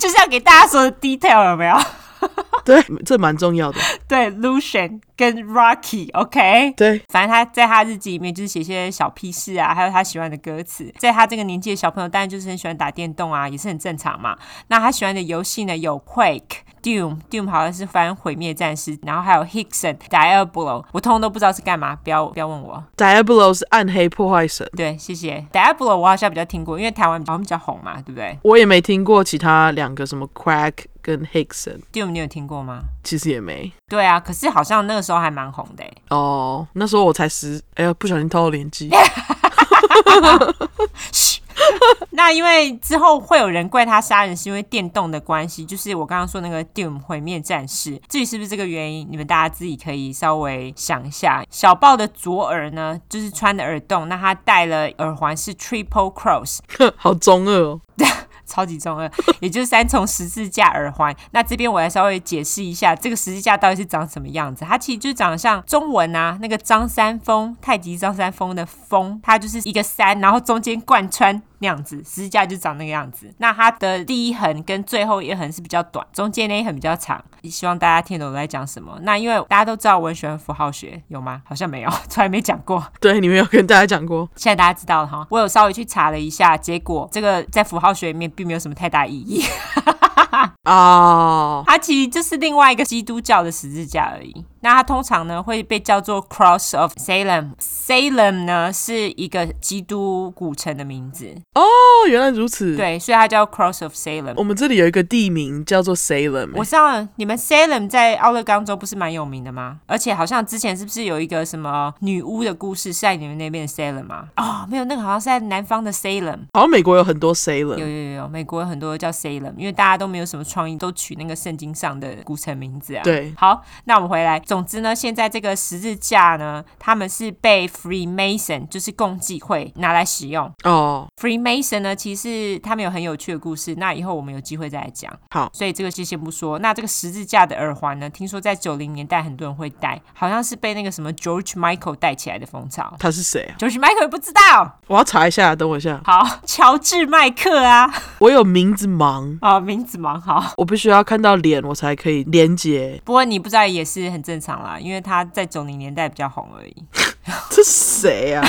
[SPEAKER 2] 就是要给大家说的 detail 有没有？
[SPEAKER 1] 对，这蛮重要的。
[SPEAKER 2] 对，Lucian 跟 Rocky，OK、
[SPEAKER 1] 对，
[SPEAKER 2] 反正他在他日记里面就是写一些小屁事啊，还有他喜欢的歌词。在他这个年纪的小朋友，当然就是很喜欢打电动啊，也是很正常嘛。那他喜欢的游戏呢，有 Quake。Doom Doom 好像是翻毁灭战士，然后还有 Hickson Diablo，我通通都不知道是干嘛，不要不要问我。
[SPEAKER 1] Diablo 是暗黑破坏神，
[SPEAKER 2] 对，谢谢 Diablo 我好像比较听过，因为台湾好像比较红嘛，对不对
[SPEAKER 1] 我也没听过其他两个什么 Crack 跟 Hickson，
[SPEAKER 2] ？Doom 你有听过吗？
[SPEAKER 1] 其实也没。
[SPEAKER 2] 对啊，可是好像那个时候还蛮红的欸，
[SPEAKER 1] 哦，那时候我才十，哎呀，不小心透露年纪。
[SPEAKER 2] 那因为之后会有人怪他杀人是因为电动的关系，就是我刚刚说那个 Doom 毁灭战士，至于是不是这个原因，你们大家自己可以稍微想一下。小豹的左耳呢，就是穿的耳洞，那他戴了耳环是 Triple Cross，
[SPEAKER 1] 好中二哦。
[SPEAKER 2] 超级中二， 也就是三重十字架耳环。那这边我来稍微解释一下，这个十字架到底是长什么样子？它其实就长得像中文啊，那个张三丰，太极张三丰的丰，它就是一个三，然后中间贯穿。那样子，十字架就长那个样子。那它的第一横跟最后一横是比较短，中间那一横比较长。希望大家听懂我在讲什么。那因为大家都知道我很喜欢符号学，有吗？好像没有， 从来没讲过。
[SPEAKER 1] 对，你们有跟大家讲过，
[SPEAKER 2] 现在大家知道了哈。我有稍微去查了一下，结果这个在符号学里面并没有什么太大意义，
[SPEAKER 1] 哦，
[SPEAKER 2] 它其实就是另外一个基督教的十字架而已。那它通常呢会被叫做 Cross of Salem。Salem 呢是一个基督古城的名字，
[SPEAKER 1] 哦，原来如此。，
[SPEAKER 2] 对，所以它叫 Cross of Salem。
[SPEAKER 1] 我们这里有一个地名叫做 Salem，
[SPEAKER 2] 我知道你们 Salem 在奥勒冈州不是蛮有名的吗？而且好像之前是不是有一个什么女巫的故事是在你们那边的 Salem 吗？哦，没有，那个好像是在南方的 Salem。
[SPEAKER 1] 好像美国有很多
[SPEAKER 2] 有
[SPEAKER 1] Salem。
[SPEAKER 2] 有有有，美国有很多叫 Salem，因为大家都没有什么创意，都取那个圣经上的古城名字啊。
[SPEAKER 1] 对，
[SPEAKER 2] 好，那我们回来。总之呢，现在这个十字架呢，他们是被 Freemason，就是共济会拿来使用。
[SPEAKER 1] 哦，
[SPEAKER 2] Freemason 呢，其实他们有很有趣的故事，那以后我们有机会再来讲。
[SPEAKER 1] 好
[SPEAKER 2] 所以这个就先不说。那这个十字架的耳环呢，听说在九零年代很多人会戴，好像是被那个什么 George Michael 带起来的风潮。
[SPEAKER 1] 他是谁啊？
[SPEAKER 2] George Michael 也不知道，
[SPEAKER 1] 我要查一下，等我一下。
[SPEAKER 2] 好，乔治麦克啊，
[SPEAKER 1] 我有名字盲，
[SPEAKER 2] 哦，名字蛮好。
[SPEAKER 1] 我必须要看到脸，我才可以连接。
[SPEAKER 2] 不过你不知道也是很正常啦，因为他在九零年代比较红而已。
[SPEAKER 1] 这谁啊？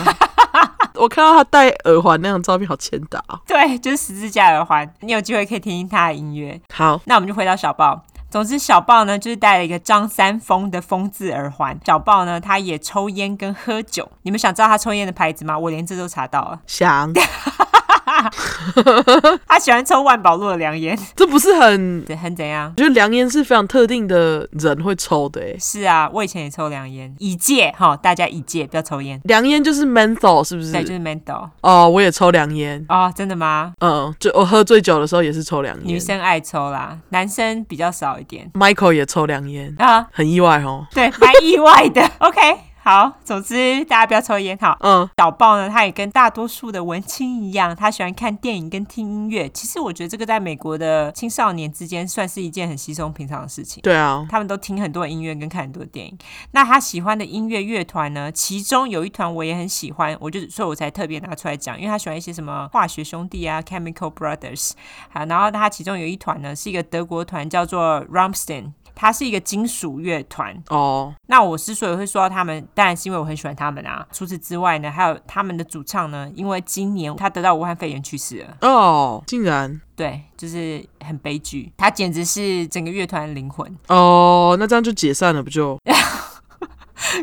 [SPEAKER 1] 我看到他戴耳环那张照片，好欠打哦、
[SPEAKER 2] 对，就是十字架耳环，你有机会可以听听他的音乐。
[SPEAKER 1] 好，
[SPEAKER 2] 那我们就回到小豹。总之，小豹呢就是戴了一个张三丰的“丰”字耳环。小豹呢，他也抽烟跟喝酒。你们想知道他抽烟的牌子吗？我连这都查到了。
[SPEAKER 1] 想，
[SPEAKER 2] 他喜欢抽万宝路的凉烟，
[SPEAKER 1] 这不是很？
[SPEAKER 2] 对很怎样？
[SPEAKER 1] 我觉得良烟是非常特定的人会抽的、欸，
[SPEAKER 2] 是啊，我以前也抽凉烟，以戒哈，大家以戒，不要抽烟。
[SPEAKER 1] 良烟就是 menthol 是不是？
[SPEAKER 2] 对，就是 mental
[SPEAKER 1] 哦，我也抽良烟，
[SPEAKER 2] 哦，真的吗？
[SPEAKER 1] 嗯，就我喝醉酒的时候也是抽良
[SPEAKER 2] 女
[SPEAKER 1] 烟
[SPEAKER 2] 生爱抽啦，男生比较少一点
[SPEAKER 1] ，Michael 也抽良烟，
[SPEAKER 2] 啊，
[SPEAKER 1] 很意外哦。
[SPEAKER 2] 对，蛮意外的。OK，好，总之大家不要抽烟好。
[SPEAKER 1] 嗯，
[SPEAKER 2] 小豹呢，他也跟大多数的文青一样，他喜欢看电影跟听音乐。其实我觉得这个在美国的青少年之间算是一件很稀松平常的事情。
[SPEAKER 1] 对啊，
[SPEAKER 2] 他们都听很多音乐跟看很多电影。那他喜欢的音乐乐团呢？其中有一团我也很喜欢，我就所以我才特别拿出来讲，因为他喜欢一些什么化学兄弟啊，Chemical Brothers 好，然后他其中有一团呢是一个德国团，叫做 Rammstein，它是一个金属乐团。
[SPEAKER 1] 哦，
[SPEAKER 2] 那我之所以会说到他们，当然是因为我很喜欢他们啊。除此之外呢，还有他们的主唱呢，因为今年他得到武汉肺炎去世了，
[SPEAKER 1] 哦，竟然，
[SPEAKER 2] 对，就是很悲剧。他简直是整个乐团的灵魂，
[SPEAKER 1] 哦，那这样就解散了不就？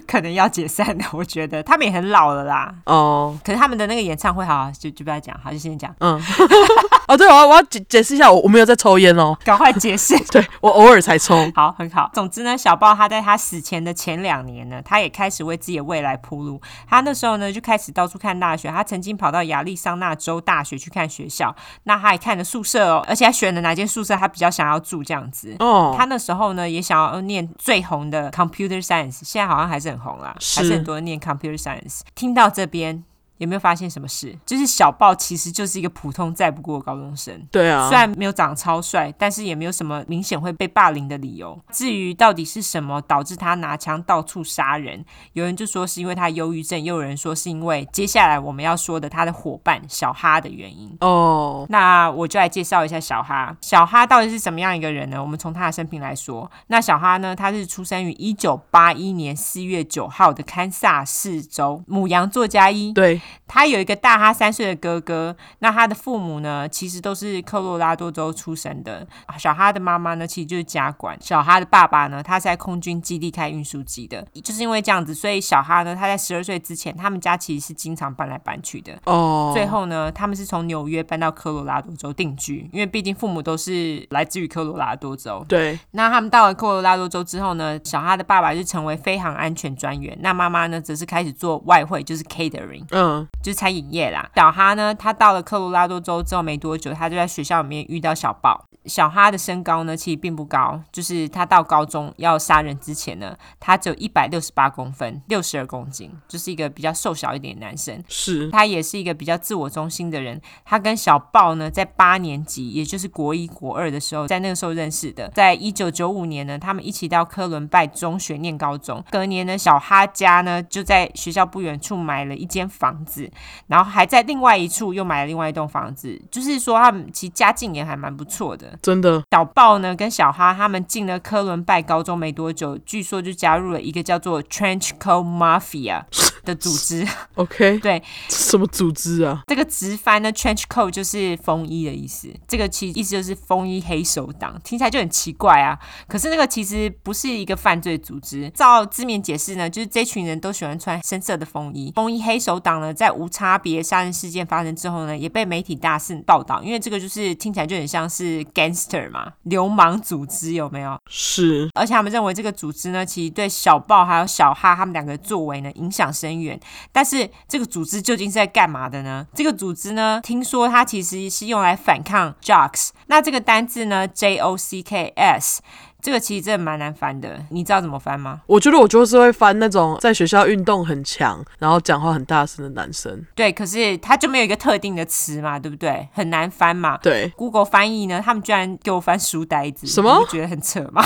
[SPEAKER 2] 可能要解散了。 我觉得他们也很老了啦。
[SPEAKER 1] 哦，
[SPEAKER 2] 可是他们的那个演唱会，好，就就不要讲，好，就先讲，
[SPEAKER 1] 嗯， 哦，对，我要我要解解释一下，我我没有在抽烟哦，
[SPEAKER 2] 赶快解释。
[SPEAKER 1] 对我偶尔才抽，
[SPEAKER 2] 好，很好。总之呢，小豹他在他死前的前两年呢，他也开始为自己的未来铺路。他那时候呢，就开始到处看大学。他曾经跑到亚利桑那州大学去看学校，那他还看了宿舍哦，而且还选了哪间宿舍他比较想要住这样子。
[SPEAKER 1] 哦
[SPEAKER 2] 他，那时候呢，也想要念最红的 computer science，现在好像还是很红啦，
[SPEAKER 1] 是
[SPEAKER 2] 还是很多人念 computer science。听到这边。有没有发现什么事？就是小豹其实就是一个普通再不过的高中生，
[SPEAKER 1] 对啊
[SPEAKER 2] 虽，然没有长得超帅，但是也没有什么明显会被霸凌的理由。至于到底是什么导致他拿枪到处杀人，有人就说是因为他忧郁症，也有人说是因为接下来我们要说的他的伙伴小哈的原因。
[SPEAKER 1] 哦，
[SPEAKER 2] 那我就来介绍一下小哈。小哈到底是怎么样一个人呢？我们从他的生平来说，那小哈呢，他是出生于一九八一年四月九号的堪萨斯州，母羊座加一。
[SPEAKER 1] 对，
[SPEAKER 2] 他有一个大他三岁的哥哥，那他的父母呢，其实都是科罗拉多州出生的。小哈的妈妈呢，其实就是家管；小哈的爸爸呢，他是在空军基地开运输机的。就是因为这样子，所以小哈呢，他在十二岁之前，他们家其实是经常搬来搬去的。
[SPEAKER 1] 哦，
[SPEAKER 2] 最后呢，他们是从纽约搬到科罗拉多州定居，因为毕竟父母都是来自于科罗拉多州。
[SPEAKER 1] 对，
[SPEAKER 2] 那他们到了科罗拉多州之后呢，小哈的爸爸就成为飞航安全专员，那妈妈呢，则是开始做外汇，就是 catering。
[SPEAKER 1] 嗯，
[SPEAKER 2] 就是餐饮业啦。小哈呢，他到了科罗拉多州之后没多久，他就在学校里面遇到小豹。小哈的身高呢，其实并不高，就是他到高中要杀人之前呢，他只有一百六十八公分，六十二公斤，就是一个比较瘦小一点的男生。
[SPEAKER 1] 是
[SPEAKER 2] 他也是一个比较自我中心的人。他跟小豹呢，在八年级，也就是国一、国二的时候，在那个时候认识的。在一九九五年呢，他们一起到科伦拜中学念高中。隔年呢，小哈家呢就在学校不远处买了一间房子，然后还在另外一处又买了另外一栋房子。就是说，他们其实家境也还蛮不错的。
[SPEAKER 1] 真的
[SPEAKER 2] 小豹呢跟小哈他们进了科伦拜高中没多久，据说就加入了一个叫做 Trenchcoat Mafia 的组织。
[SPEAKER 1] OK。
[SPEAKER 2] 对，
[SPEAKER 1] 什么组织啊？
[SPEAKER 2] 这个直翻呢，trench coat 就是风衣的意思。这个其意思就是风衣黑手党，听起来就很奇怪啊。可是那个其实不是一个犯罪组织。照字面解释呢，就是这群人都喜欢穿深色的风衣。风衣黑手党呢，在无差别杀人事件发生之后呢，也被媒体大肆报道，因为这个就是听起来就很像是 gangster 嘛，流氓组织有没有？
[SPEAKER 1] 是
[SPEAKER 2] 而且他们认为这个组织呢，其实对小豹还有小哈他们两个的作为呢影响深远。但是这个组织究竟是在干嘛的呢？这个组织呢，听说它其实是用来反抗 Jocks。那这个单字呢，J O C K S。这个其实真的蛮难翻的，你知道怎么翻吗？
[SPEAKER 1] 我觉得我就是会翻那种在学校运动很强，然后讲话很大声的男生。
[SPEAKER 2] 对，可是它就没有一个特定的词嘛，对不对？很难翻嘛。
[SPEAKER 1] 对
[SPEAKER 2] Google 翻译呢，他们居然给我翻书呆子，
[SPEAKER 1] 什么
[SPEAKER 2] 你不觉得很扯吗？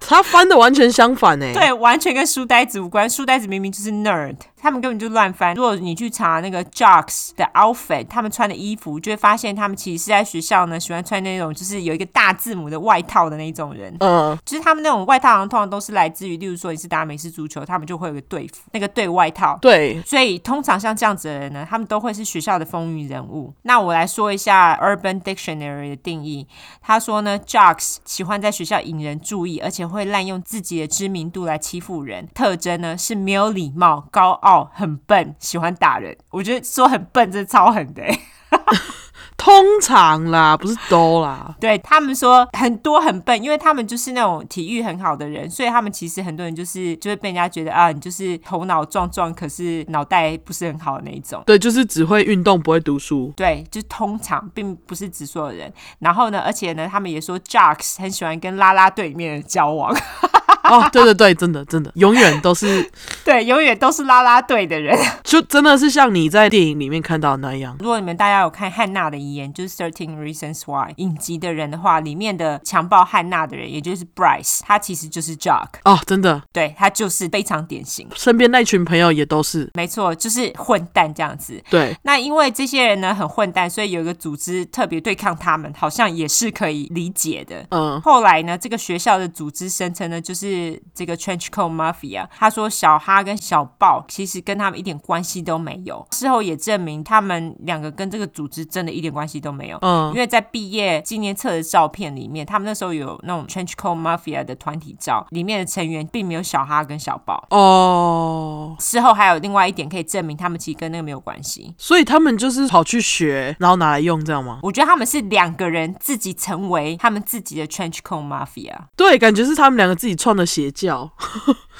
[SPEAKER 1] 他翻的完全相反哎、
[SPEAKER 2] 对，完全跟书呆子无关。书呆子明明就是 nerd，他们根本就乱翻。如果你去查那个 jocks 的 outfit，他们穿的衣服，就会发现他们其实是在学校呢喜欢穿那种就是有一个大字母的外套的那一种人。
[SPEAKER 1] 嗯，
[SPEAKER 2] 就是他们那种外套，好像通常都是来自于，例如说你是打美式足球，他们就会有个队服，那个队外套。
[SPEAKER 1] 对，
[SPEAKER 2] 所以通常像这样子的人呢，他们都会是学校的风云人物。那我来说一下 Urban Dictionary 的定义，他说呢，Jocks 喜欢在学校引人注意，而且会滥用自己的知名度来欺负人。特征呢是没有礼貌、高傲、很笨，喜欢打人。我觉得说很笨，真的超狠的、欸。
[SPEAKER 1] 通常啦，不是都啦。
[SPEAKER 2] 对他们说很多很笨，因为他们就是那种体育很好的人，所以他们其实很多人就是就会被人家觉得啊，你就是头脑壮壮，可是脑袋不是很好的那一种。
[SPEAKER 1] 对，就是只会运动不会读书。
[SPEAKER 2] 对，就通常并不是指所有人。然后呢，而且呢，他们也说 Jocks 很喜欢跟啦啦队里面的交往，
[SPEAKER 1] 哦，对对对，真的真的，永远都是，
[SPEAKER 2] 对，永远都是啦啦队的人。
[SPEAKER 1] 就真的是像你在电影里面看到的那样。
[SPEAKER 2] 如果你们大家有看汉娜的遗言，就是《Thirteen Reasons Why》影集的人的话，里面的强暴汉娜的人，也就是 Bryce，他其实就是 Jock，
[SPEAKER 1] 哦，真的，
[SPEAKER 2] 对他就是非常典型。
[SPEAKER 1] 身边那群朋友也都是。
[SPEAKER 2] 没错，就是混蛋这样子。
[SPEAKER 1] 对，
[SPEAKER 2] 那因为这些人呢很混蛋，所以有一个组织特别对抗他们，好像也是可以理解的。
[SPEAKER 1] 嗯，
[SPEAKER 2] 后来呢，这个学校的组织声称呢，就是这个 Trenchcoat Mafia。他说小哈跟小豹其实跟他们一点关系都没有。事后也证明他们两个跟这个组织真的一点关系都没有。
[SPEAKER 1] 嗯
[SPEAKER 2] 因为在毕业纪念册的照片里面，他们那时候有那种 Trenchcoat Mafia 的团体照，里面的成员并没有小哈跟小豹。
[SPEAKER 1] 哦，
[SPEAKER 2] 事后还有另外一点可以证明，他们其实跟那个没有关系。
[SPEAKER 1] 所以他们就是跑去学，然后拿来用，这样吗？
[SPEAKER 2] 我觉得他们是两个人自己成为他们自己的 Trenchcoat Mafia。
[SPEAKER 1] 对，感觉是他们两个自己创的邪教。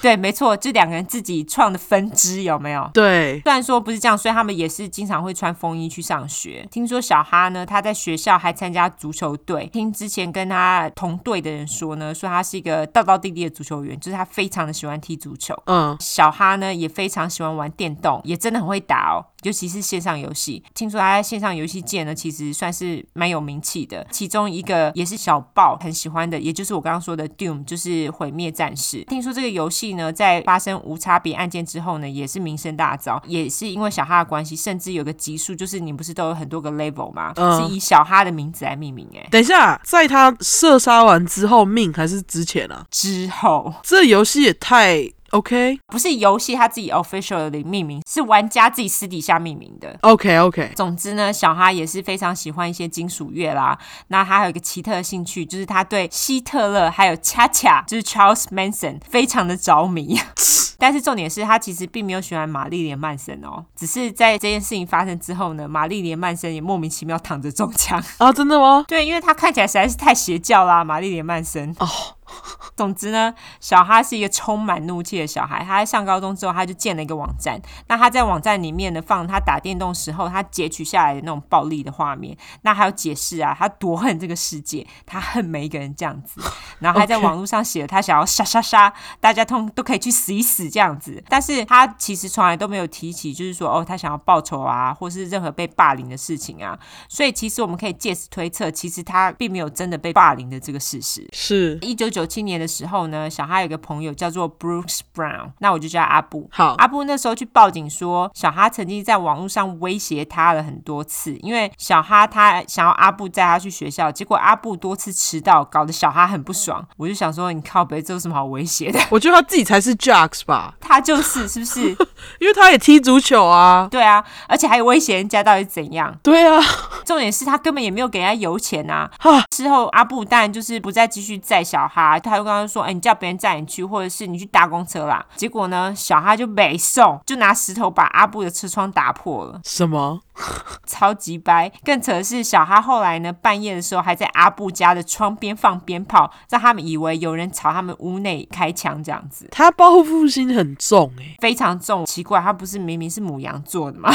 [SPEAKER 2] 对，没错，就两个人自己创的分支有没有？
[SPEAKER 1] 对，
[SPEAKER 2] 虽然说不是这样，所以他们也是经常会穿风衣去上学。听说小哈呢，他在学校还参加足球队。听之前跟他同队的人说呢，说他是一个道道地地的足球员，就是他非常的喜欢踢足球。
[SPEAKER 1] 嗯，
[SPEAKER 2] 小哈呢也非常喜欢玩电动，也真的很会打哦，尤其是线上游戏。听说他在线上游戏界呢，其实算是蛮有名气的。其中一个也是小豹很喜欢的，也就是我刚刚说的 Doom，就是毁灭战士。听说这个游戏呢，在发生无差别案件之后呢，也是名声大噪，也是因为小哈的关系，甚至有个级数，就是你不是都有很多个 level 吗？
[SPEAKER 1] 嗯
[SPEAKER 2] 是以小哈的名字来命名哎、
[SPEAKER 1] 等一下，在他射杀完之后命还是之前啊？
[SPEAKER 2] 之后
[SPEAKER 1] 这游戏也太 OK
[SPEAKER 2] 不是游戏他自己 official 的命名，是玩家自己私底下命名的。
[SPEAKER 1] OK OK，
[SPEAKER 2] 总之呢，小哈也是非常喜欢一些金属乐啦。那他还有一个奇特的兴趣，就是他对希特勒还有恰恰，就是 Charles Manson 非常的着迷。 但是重点是他其实并没有喜欢玛丽莲曼森哦，只是在这件事情发生之后呢，玛丽莲曼森也莫名其妙躺着中枪。
[SPEAKER 1] 啊，真的吗？
[SPEAKER 2] 对，因为他看起来实在是太邪教啦，玛丽莲曼森。
[SPEAKER 1] 哦，
[SPEAKER 2] 总之呢，小哈是一个充满怒气的小孩。他在上高中之后，他就建了一个网站。那他在网站里面呢，放他打电动时候他截取下来的那种暴力的画面。那还有解释啊，他多恨这个世界，他恨每一个人这样子。然后他在
[SPEAKER 1] OK
[SPEAKER 2] 网络上写了他想要杀杀杀，大家通都可以去死一死这样子。但是他其实从来都没有提起，就是说哦，他想要报仇啊，或是任何被霸凌的事情啊。所以其实我们可以借此推测，其实他并没有真的被霸凌的这个事实。
[SPEAKER 1] 是
[SPEAKER 2] 一九九七年的时候呢，小哈有个朋友叫做 Brooks Brown，那我就叫他阿布。
[SPEAKER 1] 好
[SPEAKER 2] 阿布那时候去报警说，小哈曾经在网络上威胁他了很多次，因为小哈他想要阿布载他去学校，结果阿布多次迟到，搞得小哈很不爽。我就想说，你靠北，这有什么好威胁的？
[SPEAKER 1] 我觉得他自己才是 Jacks 吧，
[SPEAKER 2] 他就是是不是？
[SPEAKER 1] 因为他也踢足球啊。
[SPEAKER 2] 对啊，而且还威胁人家到底怎样？
[SPEAKER 1] 对啊，
[SPEAKER 2] 重点是他根本也没有给人家油钱啊。之后阿布当然就是不再继续载小哈，他就跟他说：“哎、你叫别人载你去，或者是你去搭公车啦。”结果呢，小哈就没送，就拿石头把阿布的车窗打破了，
[SPEAKER 1] 什么？
[SPEAKER 2] 超级掰。更扯的是，小哈后来呢，半夜的时候还在阿布家的窗边放鞭炮，让他们以为有人朝他们屋内开枪，这样子
[SPEAKER 1] 他报复心很重 哎、
[SPEAKER 2] 非常重。奇怪，他不是明明是母羊座的吗？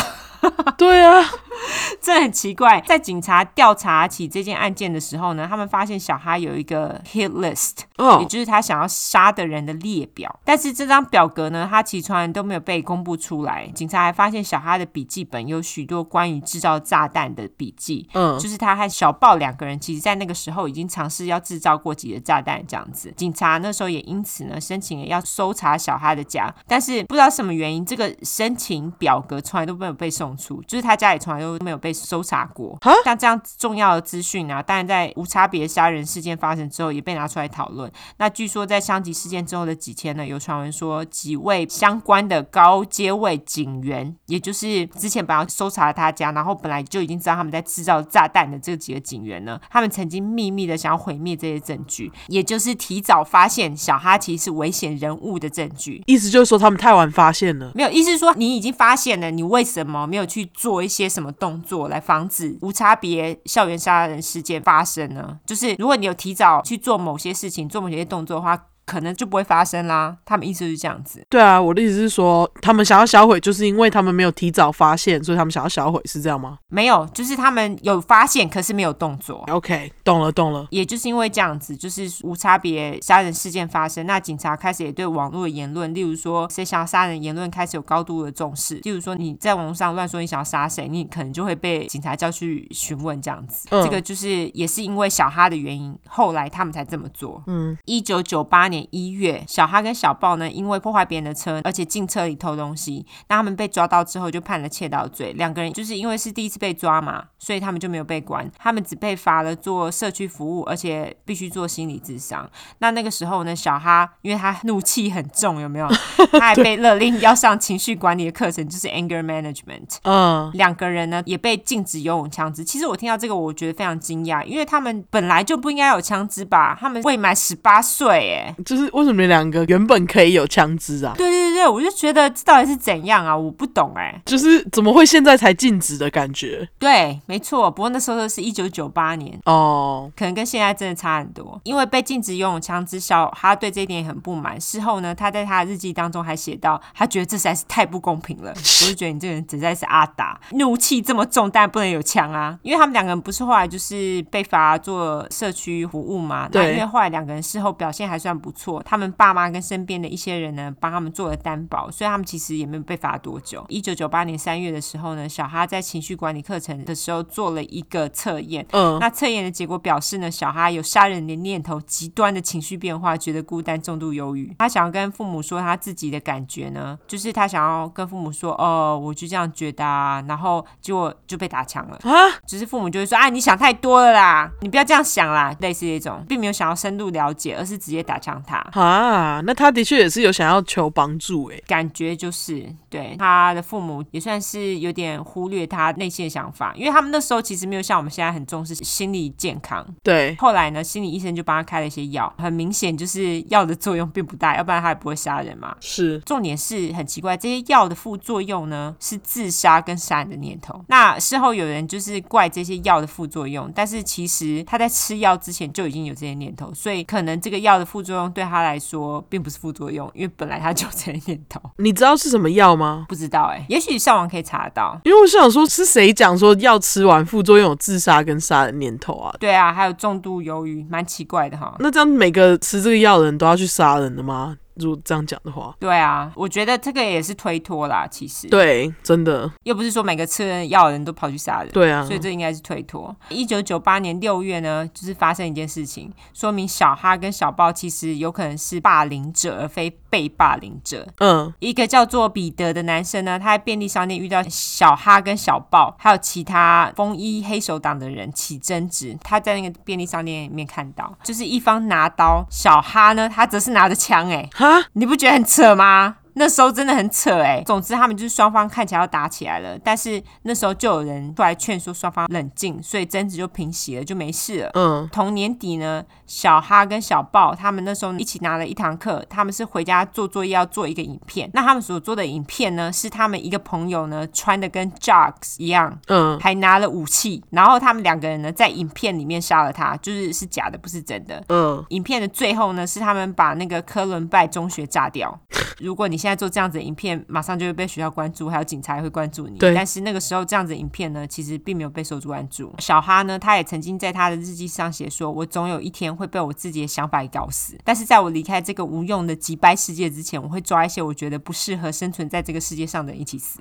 [SPEAKER 1] 对啊，
[SPEAKER 2] 这很奇怪。在警察调查起这件案件的时候呢，他们发现小哈有一个 hit list，、也
[SPEAKER 1] 哦，
[SPEAKER 2] 就是他想要杀的人的列表。但是这张表格呢，他其实从来都没有被公布出来。警察还发现小哈的笔记本有许多关于制造炸弹的笔记。
[SPEAKER 1] 嗯
[SPEAKER 2] 就是他和小豹两个人，其实在那个时候已经尝试要制造过几个炸弹这样子。警察那时候也因此呢申请了要搜查小哈的家，但是不知道什么原因，这个申请表格从来都没有被送出，就是他家里从来都没有被搜查过
[SPEAKER 1] 哈。
[SPEAKER 2] 像这样重要的资讯啊，当然在无差别杀人事件发生之后也被拿出来讨论。那据说在枪击事件之后的几天呢，有传闻说几位相关的高阶位警员，也就是之前本来搜查了他家，然后本来就已经知道他们在制造炸弹的这几个警员呢，他们曾经秘密的想要毁灭这些证据，也就是提早发现小哈其实是危险人物的证据。
[SPEAKER 1] 意思就是说他们太晚发现了。
[SPEAKER 2] 没有，意思是说你已经发现了，你为什么没有去做一些什么动作来防止无差别校园杀人事件发生呢？就是如果你有提早去做某些事情、做某些动作的话，可能就不会发生啦。他们意思就是这样子。
[SPEAKER 1] 对啊，我的意思是说，他们想要销毁，就是因为他们没有提早发现，所以他们想要销毁，是这样吗
[SPEAKER 2] 没有，就是他们有发现，可是没有动作。
[SPEAKER 1] ？OK，懂了，懂了。
[SPEAKER 2] 也就是因为这样子，就是无差别杀人事件发生，那警察开始也对网络的言论，例如说谁想要杀人言论，开始有高度的重视。例如说你在网络上乱说你想要杀谁，你可能就会被警察叫去询问这样子。
[SPEAKER 1] 嗯
[SPEAKER 2] 这个就是也是因为小哈的原因，后来他们才这么做。嗯，一九九八年一月，小哈跟小豹呢，因为破坏别人的车，而且进车里偷东西，那他们被抓到之后就判了窃盗罪，两个人就是因为是第一次被抓嘛，所以他们就没有被关，他们只被罚了做社区服务，而且必须做心理智商。那那个时候呢，小哈因为他怒气很重，有没有？他还被勒令要上情绪管理的课程，就是 anger management。
[SPEAKER 1] 嗯，
[SPEAKER 2] 两个人呢也被禁止游泳枪支。其实我听到这个，我觉得非常惊讶，因为他们本来就不应该有枪支吧？他们未满十八岁，哎，
[SPEAKER 1] 就是为什么你两个原本可以有枪支啊？
[SPEAKER 2] 对对对，我就觉得这到底是怎样啊？我不懂哎、
[SPEAKER 1] 就是怎么会现在才禁止的感觉？
[SPEAKER 2] 对，没错，不过那时候是一九九八年。
[SPEAKER 1] 哦，
[SPEAKER 2] 可能跟现在真的差很多，因为被禁止游泳枪支，小哈对这一点也很不满。事后呢，他在他的日记当中还写到，他觉得这实在是太不公平了。我就觉得你这个人实在是阿达，怒气这么重，但不能有枪啊！因为他们两个人不是后来就是被罚做社区服务嘛？那
[SPEAKER 1] 对
[SPEAKER 2] 因为后来两个人事后表现还算不错，他们爸妈跟身边的一些人呢，帮他们做了担保，所以他们其实也没有被罚多久。一九九八年三月的时候呢，小哈在情绪管理课程的时候做了一个测验，
[SPEAKER 1] 嗯，
[SPEAKER 2] 那测验的结果表示呢，小哈有杀人的念头，极端的情绪变化，觉得孤单，重度忧郁。他想要跟父母说他自己的感觉呢，就是他想要跟父母说，哦，我就这样觉得啊，然后结果就被打枪了。
[SPEAKER 1] 啊，
[SPEAKER 2] 只是父母就会说，啊，你想太多了啦，你不要这样想啦，类似这种，并没有想要深入了解，而是直接打枪他。
[SPEAKER 1] 啊，那他的确也是有想要求帮助欸诶、
[SPEAKER 2] 感觉就是对他的父母也算是有点忽略他内心的想法，因为他们那时候其实没有像我们现在很重视心理健康。
[SPEAKER 1] 对，
[SPEAKER 2] 后来呢，心理医生就帮他开了一些药，很明显就是药的作用并不大，要不然他也不会杀人嘛。
[SPEAKER 1] 是
[SPEAKER 2] 重点是很奇怪，这些药的副作用呢是自杀跟杀人的念头。那事后有人就是怪这些药的副作用，但是其实他在吃药之前就已经有这些念头，所以可能这个药的副作用对他来说并不是副作用，因为本来他就有这些念头。
[SPEAKER 1] 你知道是什么药吗？
[SPEAKER 2] 不知道哎、也许上网可以查得到。
[SPEAKER 1] 因为我想说，是谁讲说药吃完副作用有自杀跟杀人念头啊？
[SPEAKER 2] 对啊，还有重度忧郁，蛮奇怪的哈。
[SPEAKER 1] 那这样每个吃这个药的人都要去杀人的吗？如果这样讲的话，
[SPEAKER 2] 对啊，我觉得这个也是推脱啦，其实，
[SPEAKER 1] 对，真的，
[SPEAKER 2] 又不是说每个吃了药的人都跑去杀人。
[SPEAKER 1] 对啊
[SPEAKER 2] 所，以这应该是推脱。一九九八年六月呢，就是发生一件事情，说明小哈跟小豹其实有可能是霸凌者，而非被霸凌者。
[SPEAKER 1] 嗯，
[SPEAKER 2] 一个叫做彼得的男生呢，他在便利商店遇到小哈跟小豹，还有其他风衣黑手党的人起争执。他在那个便利商店里面看到，就是一方拿刀，小哈呢，他则是拿着枪、欸，
[SPEAKER 1] 哈，
[SPEAKER 2] 你不觉得很扯吗？那时候真的很扯哎、总之，他们就是双方看起来要打起来了，但是那时候就有人出来劝说双方冷静，所以争执就平息了，就没事了。
[SPEAKER 1] 嗯，
[SPEAKER 2] 同年底呢，小哈跟小豹他们那时候一起拿了一堂课，他们是回家做作业要做一个影片。那他们所做的影片呢，是他们一个朋友呢穿的跟 Jocks 一样，
[SPEAKER 1] 嗯，
[SPEAKER 2] 还拿了武器，然后他们两个人呢在影片里面杀了他，就是是假的，不是真的。
[SPEAKER 1] 嗯，
[SPEAKER 2] 影片的最后呢，是他们把那个科伦拜中学炸掉。 如果你现在做这样子的影片，马上就会被学校关注，还有警察也会关注你。
[SPEAKER 1] 对
[SPEAKER 2] 但是那个时候这样子的影片呢，其实并没有备受关注。小哈呢，他也曾经在他的日记上写说：“我总有一天会被我自己的想法给搞死，但是在我离开这个无用的几百世界之前，我会抓一些我觉得不适合生存在这个世界上的人一起死。”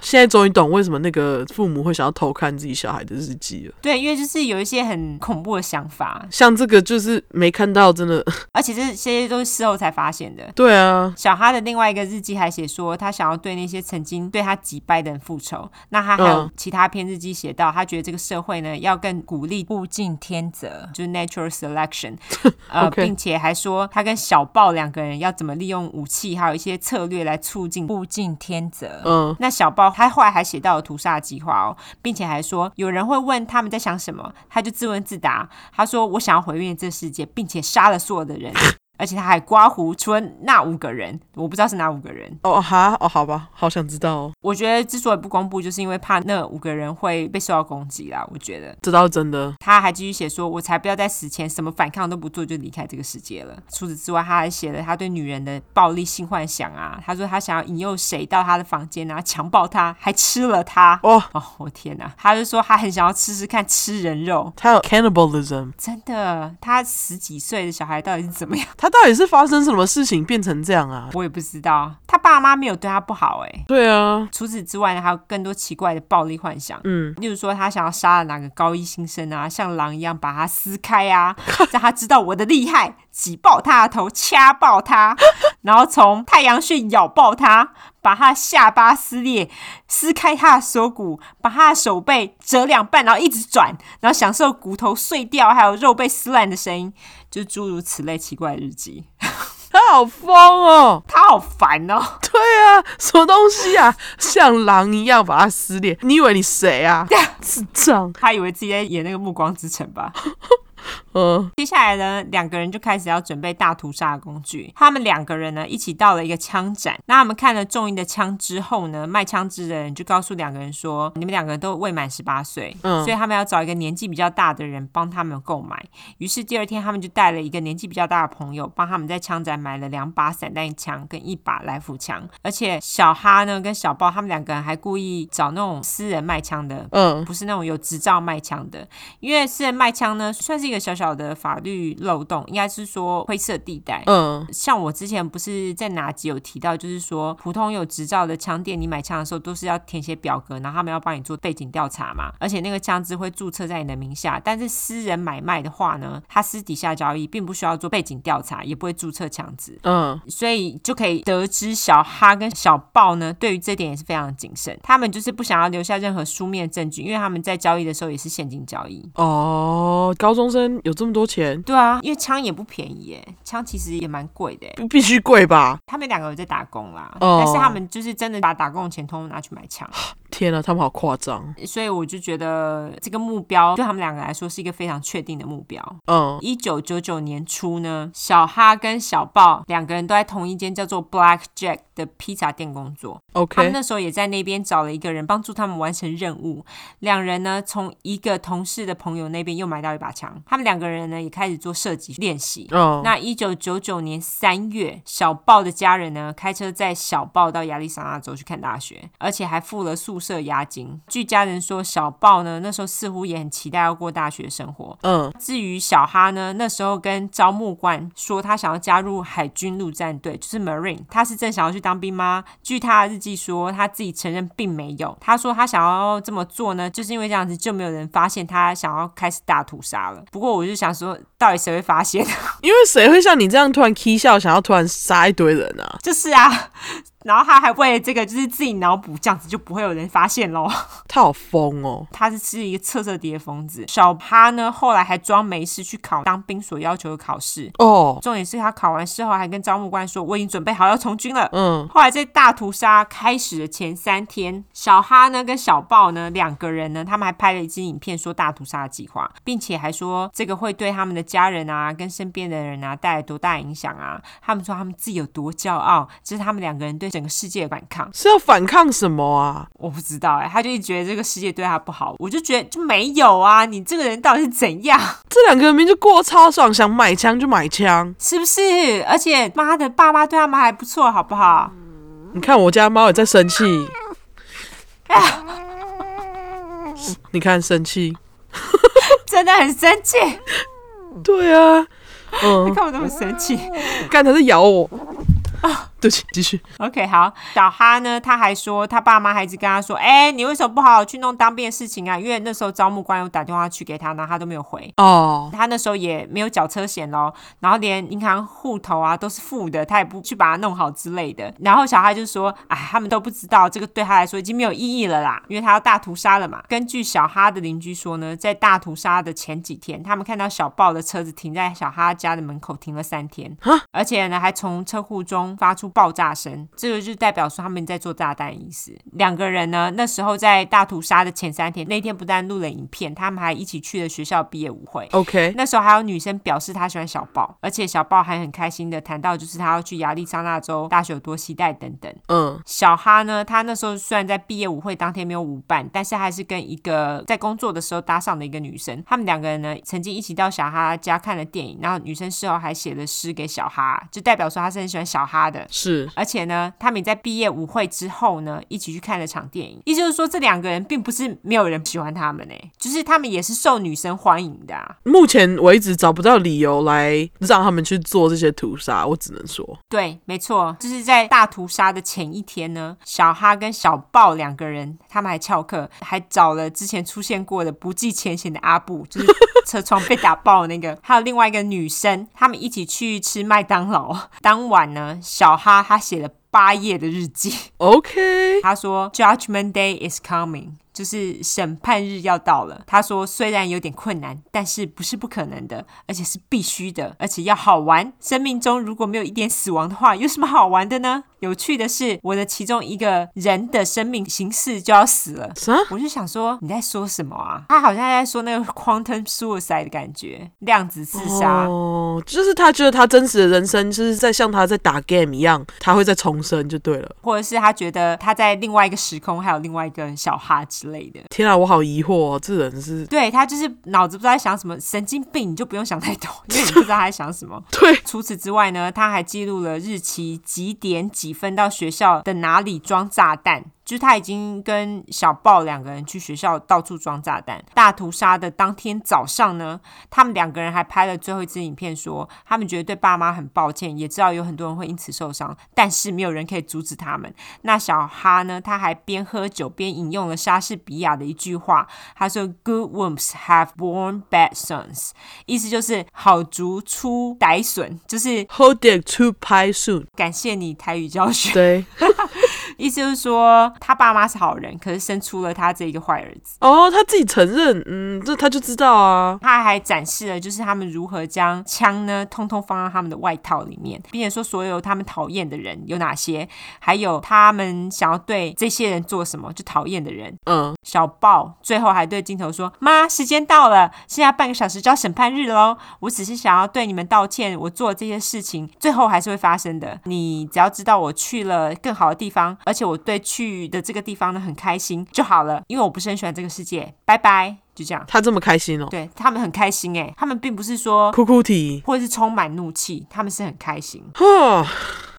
[SPEAKER 1] 现在终于懂为什么那个父母会想要偷看自己小孩的日记了。
[SPEAKER 2] 对，因为就是有一些很恐怖的想法，
[SPEAKER 1] 像这个就是没看到，真的，
[SPEAKER 2] 而且这些都是事后才发现的。
[SPEAKER 1] 对啊，
[SPEAKER 2] 小哈的另外一个日记还写说，他想要对那些曾经对他击败的人复仇。那他还有
[SPEAKER 1] 嗯
[SPEAKER 2] 其他篇日记写到，他觉得这个社会呢要更鼓励物竞天择，就是 natural selection，呃
[SPEAKER 1] OK
[SPEAKER 2] 并且还说他跟小豹两个人要怎么利用武器，还有一些策略来促进物竞天择。
[SPEAKER 1] 嗯，
[SPEAKER 2] 那小豹他后来还写到了屠杀计划哦，并且还说有人会问他们在想什么，他就自问自答，他说我想要毁灭这世界，并且杀了所有的人， 而且他还刮胡，除了那五个人，我不知道是哪五个人。
[SPEAKER 1] 哦哈，哦好吧，好想知道哦，
[SPEAKER 2] 我觉得之所以不公布，就是因为怕那五个人会被受到攻击啦。我觉得
[SPEAKER 1] 这倒是真的，
[SPEAKER 2] 他还继续写说，我才不要在死前什么反抗都不做就离开这个世界了。除此之外，他还写了他对女人的暴力性幻想啊，他说他想要引诱谁到他的房间啊，强暴他，还吃了他。
[SPEAKER 1] 哦，
[SPEAKER 2] 哦，我天哪！他就说他很想要吃吃看吃人肉，
[SPEAKER 1] 他有 cannibalism，
[SPEAKER 2] 真的，他十几岁的小孩到底是怎么样，
[SPEAKER 1] 他到底是发生什么事情变成这样啊？
[SPEAKER 2] 我也不知道。他爸妈没有对他不好哎、
[SPEAKER 1] 对啊，
[SPEAKER 2] 除此之外呢，还有更多奇怪的暴力幻想，
[SPEAKER 1] 嗯，
[SPEAKER 2] 例如说他想要杀了哪个高一新生啊，像狼一样把他撕开啊，让他知道我的厉害，挤爆他的头，掐爆他，然后从太阳穴咬爆他，把他的下巴撕裂，撕开他的锁骨，把他的手背折两半，然后一直转，然后享受骨头碎掉还有肉被撕烂的声音，就诸如此类奇怪的日记。
[SPEAKER 1] 他好疯哦，
[SPEAKER 2] 他好烦哦。
[SPEAKER 1] 对啊，什么东西啊？像狼一样把它撕裂，你以为你谁 啊？智障，
[SPEAKER 2] 他以为自己在演那个《暮光之城》吧？
[SPEAKER 1] 嗯，
[SPEAKER 2] 接下来呢，两个人就开始要准备大屠杀的工具。他们两个人呢，一起到了一个枪展。那他们看了中音的枪之后呢，卖枪支的人就告诉两个人说：“你们两个人都未满十八岁，
[SPEAKER 1] 嗯
[SPEAKER 2] 所以他们要找一个年纪比较大的人帮他们购买。”于是第二天，他们就带了一个年纪比较大的朋友，帮他们在枪展买了两把散弹枪跟一把来福枪。而且小哈呢跟小豹他们两个人还故意找那种私人卖枪的
[SPEAKER 1] 嗯，
[SPEAKER 2] 不是那种有执照卖枪的，因为私人卖枪呢，算是一个小小的法律漏洞，应该是说灰色地带。
[SPEAKER 1] 嗯，
[SPEAKER 2] 像我之前不是在哪集有提到，就是说普通有执照的枪店，你买枪的时候都是要填写表格，然后他们要帮你做背景调查嘛，而且那个枪支会注册在你的名下。但是私人买卖的话呢，他私底下交易并不需要做背景调查，也不会注册枪支。
[SPEAKER 1] 嗯，
[SPEAKER 2] 所以就可以得知小哈跟小豹呢，对于这点也是非常谨慎。他们就是不想要留下任何书面证据，因为他们在交易的时候也是现金交易。
[SPEAKER 1] 哦，高中生有这么多钱，
[SPEAKER 2] 对啊，因为枪也不便宜耶，枪其实也蛮贵的耶。
[SPEAKER 1] 必必须贵吧？
[SPEAKER 2] 他们两个有在打工啦
[SPEAKER 1] 哦
[SPEAKER 2] 但是他们就是真的把打工的钱通通拿去买枪，
[SPEAKER 1] 天啊，他们好夸张。
[SPEAKER 2] 所以我就觉得这个目标对他们两个来说是一个非常确定的目标。
[SPEAKER 1] 嗯，
[SPEAKER 2] 一九九九年初呢，小哈跟小豹两个人都在同一间叫做 Black Jack 的披萨店工作。他们
[SPEAKER 1] OK，
[SPEAKER 2] 啊那时候也在那边找了一个人帮助他们完成任务。两人呢，从一个同事的朋友那边又买到一把枪。他们两个人呢，也开始做射击练习。
[SPEAKER 1] 嗯，
[SPEAKER 2] 那一九九九年三月，小豹的家人呢开车载小豹到亚利桑那州去看大学，而且还付了宿舍押金。据家人说，小豹呢那时候似乎也很期待要过大学生活，
[SPEAKER 1] 嗯，
[SPEAKER 2] 至于小哈呢，那时候跟招募官说他想要加入海军陆战队，就是 Marine。他是正想要去当兵吗？据他的日记说，他自己承认并没有。他说他想要这么做呢，就是因为这样子就没有人发现他想要开始大屠杀了。不过我就想说，到底谁会发现？
[SPEAKER 1] 因为谁会像你这样突然 k 笑，想要突然杀一堆人啊？
[SPEAKER 2] 就是啊。然后他还为了这个，就是自己脑补，这样子就不会有人发现喽。
[SPEAKER 1] 他好疯哦。
[SPEAKER 2] 他是是一个彻彻底底的疯子。小哈呢，后来还装没事去考当兵所要求的考试，
[SPEAKER 1] 哦，
[SPEAKER 2] 重点是他考完试后还跟招募官说：“我已经准备好要从军了。”
[SPEAKER 1] 嗯，
[SPEAKER 2] 后来在大屠杀开始的前三天，小哈呢跟小豹呢两个人呢，他们还拍了一支影片说大屠杀的计划，并且还说这个会对他们的家人啊跟身边的人啊带来多大影响啊。他们说他们自己有多骄傲，这是他们两个人对整个世界的反抗。
[SPEAKER 1] 是要反抗什么啊？
[SPEAKER 2] 我不知道哎、他就一直觉得这个世界对他不好，我就觉得就没有啊，你这个人到底是怎样？
[SPEAKER 1] 这两个人明明就过超爽，想买枪就买枪。
[SPEAKER 2] 是不是？而且妈的，爸妈对他们还不错，好不好？
[SPEAKER 1] 你看我家猫也在生 气，你看生气，
[SPEAKER 2] 真的很生气，
[SPEAKER 1] 对啊，
[SPEAKER 2] 你
[SPEAKER 1] 嗯，
[SPEAKER 2] 看我那么生气。
[SPEAKER 1] 看它在咬我啊，对不起，继续。
[SPEAKER 2] OK，好，小哈呢，他还说他爸妈还一直跟他说，哎、你为什么不好好去弄当兵的事情啊？因为那时候招募官有打电话去给他，然后他都没有回。
[SPEAKER 1] 哦，
[SPEAKER 2] 他那时候也没有缴车险咯，然后连银行户头啊都是负的，他也不去把它弄好之类的。然后小哈就说：“哎，他们都不知道这个对他来说已经没有意义了啦，因为他要大屠杀了嘛。”根据小哈的邻居说呢，在大屠杀的前几天，他们看到小豹的车子停在小哈家的门口停了三天，而且呢还从车库中发出爆炸声，这个就代表说他们在做炸弹的意思。两个人呢那时候在大屠杀的前三天，那天不但录了影片，他们还一起去了学校毕业舞会。
[SPEAKER 1] OK，
[SPEAKER 2] 那时候还有女生表示她喜欢小豹，而且小豹还很开心的谈到就是她要去亚利桑那州大学有多期待等等。
[SPEAKER 1] 嗯，
[SPEAKER 2] 小哈呢，他那时候虽然在毕业舞会当天没有舞伴，但是还是跟一个在工作的时候搭上的一个女生。他们两个人呢，曾经一起到小哈家看了电影，然后女生事后还写了诗给小哈，就代表说她是很喜欢小哈的。
[SPEAKER 1] 是
[SPEAKER 2] 而且呢，他们也在毕业舞会之后呢，一起去看了场电影。意思就是说，这两个人并不是没有人喜欢他们呢、欸就是他们也是受女生欢迎的、啊。
[SPEAKER 1] 目前为止找不到理由来让他们去做这些屠杀，我只能说，
[SPEAKER 2] 对，没错，就是在大屠杀的前一天呢，小哈跟小豹两个人，他们还翘课，还找了之前出现过的不计前嫌的阿布，就是车窗被打爆的那个， 还有另外一个女生，他们一起去吃麦当劳。当晚呢，小哈他写了八页的日记，
[SPEAKER 1] OK，
[SPEAKER 2] 他说 “Judgment Day is coming”，就是审判日要到了。他说虽然有点困难，但是不是不可能的，而且是必须的，而且要好玩。生命中如果没有一点死亡的话，有什么好玩的呢？有趣的是，我的其中一个人的生命形式就要死了。
[SPEAKER 1] 啥？
[SPEAKER 2] 我就想说你在说什么啊？他好像在说那个 quantum suicide 的感觉，量子自杀。
[SPEAKER 1] 哦，就是他觉得他真实的人生就是在像他在打 game 一样，他会再重生就对了。
[SPEAKER 2] 或者是他觉得他在另外一个时空，还有另外一个小哈之类的。
[SPEAKER 1] 天啊，我好疑惑哦，这人是
[SPEAKER 2] 对他就是脑子不知道在想什么，神经病，你就不用想太多，因为你不知道他在想什么。
[SPEAKER 1] 对
[SPEAKER 2] 除此之外呢，他还记录了日期、几点几分到学校的哪里装炸弹，就是他已经跟小豹两个人去学校到处装炸弹。大屠杀的当天早上呢，他们两个人还拍了最后一支影片说，他们觉得对爸妈很抱歉，也知道有很多人会因此受伤，但是没有人可以阻止他们。那小哈呢，他还边喝酒边引用了莎士比亚的一句话，他说：“Good worms have born bad sons。”意思就是好竹出歹笋，就是
[SPEAKER 1] ，Hold it to pie soon。
[SPEAKER 2] 感谢你台语教学。
[SPEAKER 1] 对，
[SPEAKER 2] 意思就是说他爸妈是好人，可是生出了他这一个坏儿子。
[SPEAKER 1] 哦，他自己承认，嗯，这他就知道啊。
[SPEAKER 2] 他还展示了就是他们如何将枪呢，通通放到他们的外套里面，并且说所有他们讨厌的人有哪些，还有他们想要对这些人做什么，就讨厌的人。
[SPEAKER 1] 嗯，
[SPEAKER 2] 小豹最后还对镜头说：“妈，时间到了，剩下半个小时就要审判日喽。我只是想要对你们道歉，我做这些事情最后还是会发生的。你只要知道我去了更好的地方，而且我对去的这个地方呢很开心就好了，因为我不是很喜欢这个世界。拜拜，就这样。
[SPEAKER 1] 他这么开心哦，
[SPEAKER 2] 对他们很开心欸诶，他们并不是说
[SPEAKER 1] 哭哭啼。
[SPEAKER 2] 或者是充满怒气，他们是很开心。
[SPEAKER 1] 哈，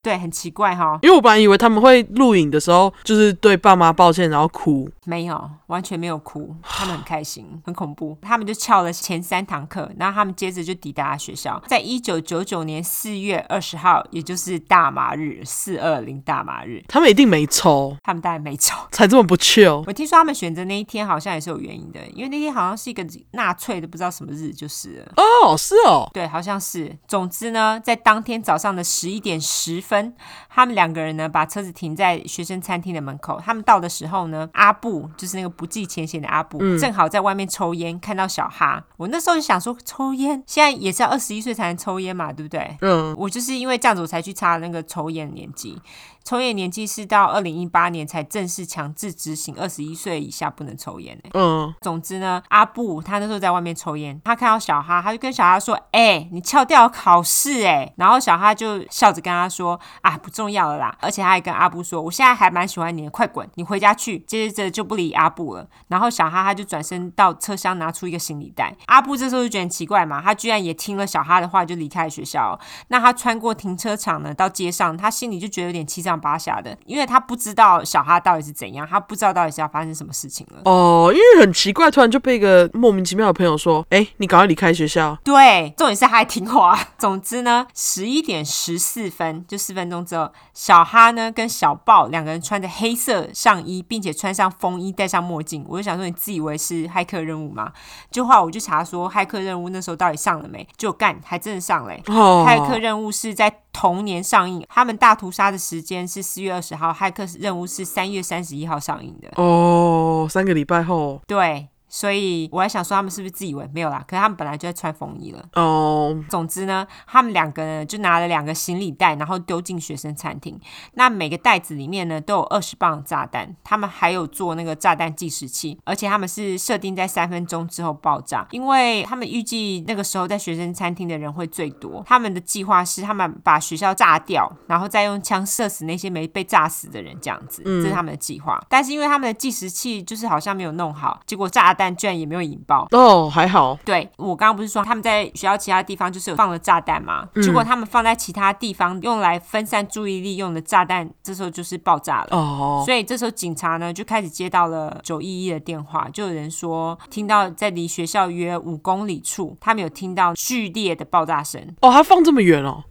[SPEAKER 2] 对，很奇怪哈、
[SPEAKER 1] 因为我本来以为他们会录影的时候就是对爸妈抱歉，然后哭。
[SPEAKER 2] 没有，完全没有哭，他们很开心，很恐怖。他们就翘了前三堂课，然后他们接着就抵达学校。在一九九九年四月二十号，也就是大麻日，四二零大麻日，
[SPEAKER 1] 他们一定没抽，
[SPEAKER 2] 他们当然没走。
[SPEAKER 1] 才这么不 chill。
[SPEAKER 2] 我听说他们选择那一天好像也是有原因的，因为那天好像是一个纳粹的不知道什么日，就是了。
[SPEAKER 1] 哦，是哦，
[SPEAKER 2] 对，好像是。总之呢，在当天早上的十一点十分，他们两个人呢把车子停在学生餐厅的门口。他们到的时候呢，阿布就是那个不计前嫌的阿布，正好在外面抽烟，看到小哈。我那时候就想说，抽烟现在也是要二十一岁才能抽烟嘛，对不对？
[SPEAKER 1] 嗯，
[SPEAKER 2] 我就是因为这样子，我才去查那个抽烟年纪。抽烟年纪是到二零一八年才正式强制执行，二十一岁以下不能抽烟、欸
[SPEAKER 1] 嗯，
[SPEAKER 2] 总之呢，阿布他那时候在外面抽烟，他看到小哈，他就跟小哈说：“哎、你翘掉了考试哎、然后小哈就笑着跟他说：“啊，不重要了啦。”而且他还跟阿布说：“我现在还蛮喜欢你的，快滚，你回家去。”接着就不理阿布了。然后小哈他就转身到车厢拿出一个行李袋。阿布这时候就觉得很奇怪嘛，他居然也听了小哈的话就离开了学校哦、那他穿过停车场呢，到街上，他心里就觉得有点七上八下的，因为他不知道小哈到底是怎样，他不知道到底是要发生什么事情了。
[SPEAKER 1] 哦，因为很奇怪，突然就被一个莫名其妙的朋友说：“哎、你赶快离开学校。
[SPEAKER 2] 对，重点是他还听话。 总之呢，十一点十四分，就四分钟之后，小哈呢跟小豹两个人穿着黑色上衣，并且穿上风衣，戴上墨镜。我就想说，你自以为是骇客任务吗？就后来我就查说，骇客任务那时候到底上了没？就干，还真的上嘞、”
[SPEAKER 1] 哦，
[SPEAKER 2] 骇客任务是在同年上映，他们大屠杀的时间是四月二十号，骇客任务是三月三十一号上映的。
[SPEAKER 1] 哦，三个礼拜后，
[SPEAKER 2] 对，所以我还想说他们是不是自以为没有啦？可是他们本来就在穿风衣了。
[SPEAKER 1] 哦，
[SPEAKER 2] 总之呢，他们两个呢就拿了两个行李袋，然后丢进学生餐厅。那每个袋子里面呢都有二十磅炸弹，他们还有做那个炸弹计时器，而且他们是设定在三分钟之后爆炸，因为他们预计那个时候在学生餐厅的人会最多。他们的计划是他们把学校炸掉，然后再用枪射死那些没被炸死的人，这样子，这是他们的计划。但是因为他们的计时器就是好像没有弄好，结果炸弹居然也没有引爆，
[SPEAKER 1] 哦，还好，
[SPEAKER 2] 对我刚刚不是说他们在学校其他地方就是有放了炸弹嘛？结果他们放在其他地方用来分散注意力用的炸弹，这时候就是爆炸了。
[SPEAKER 1] 哦，
[SPEAKER 2] 所以这时候警察呢就开始接到了九一一的电话，就有人说听到在离学校约五公里处，他们有听到剧烈的爆炸声。
[SPEAKER 1] 哦，他放这么远哦，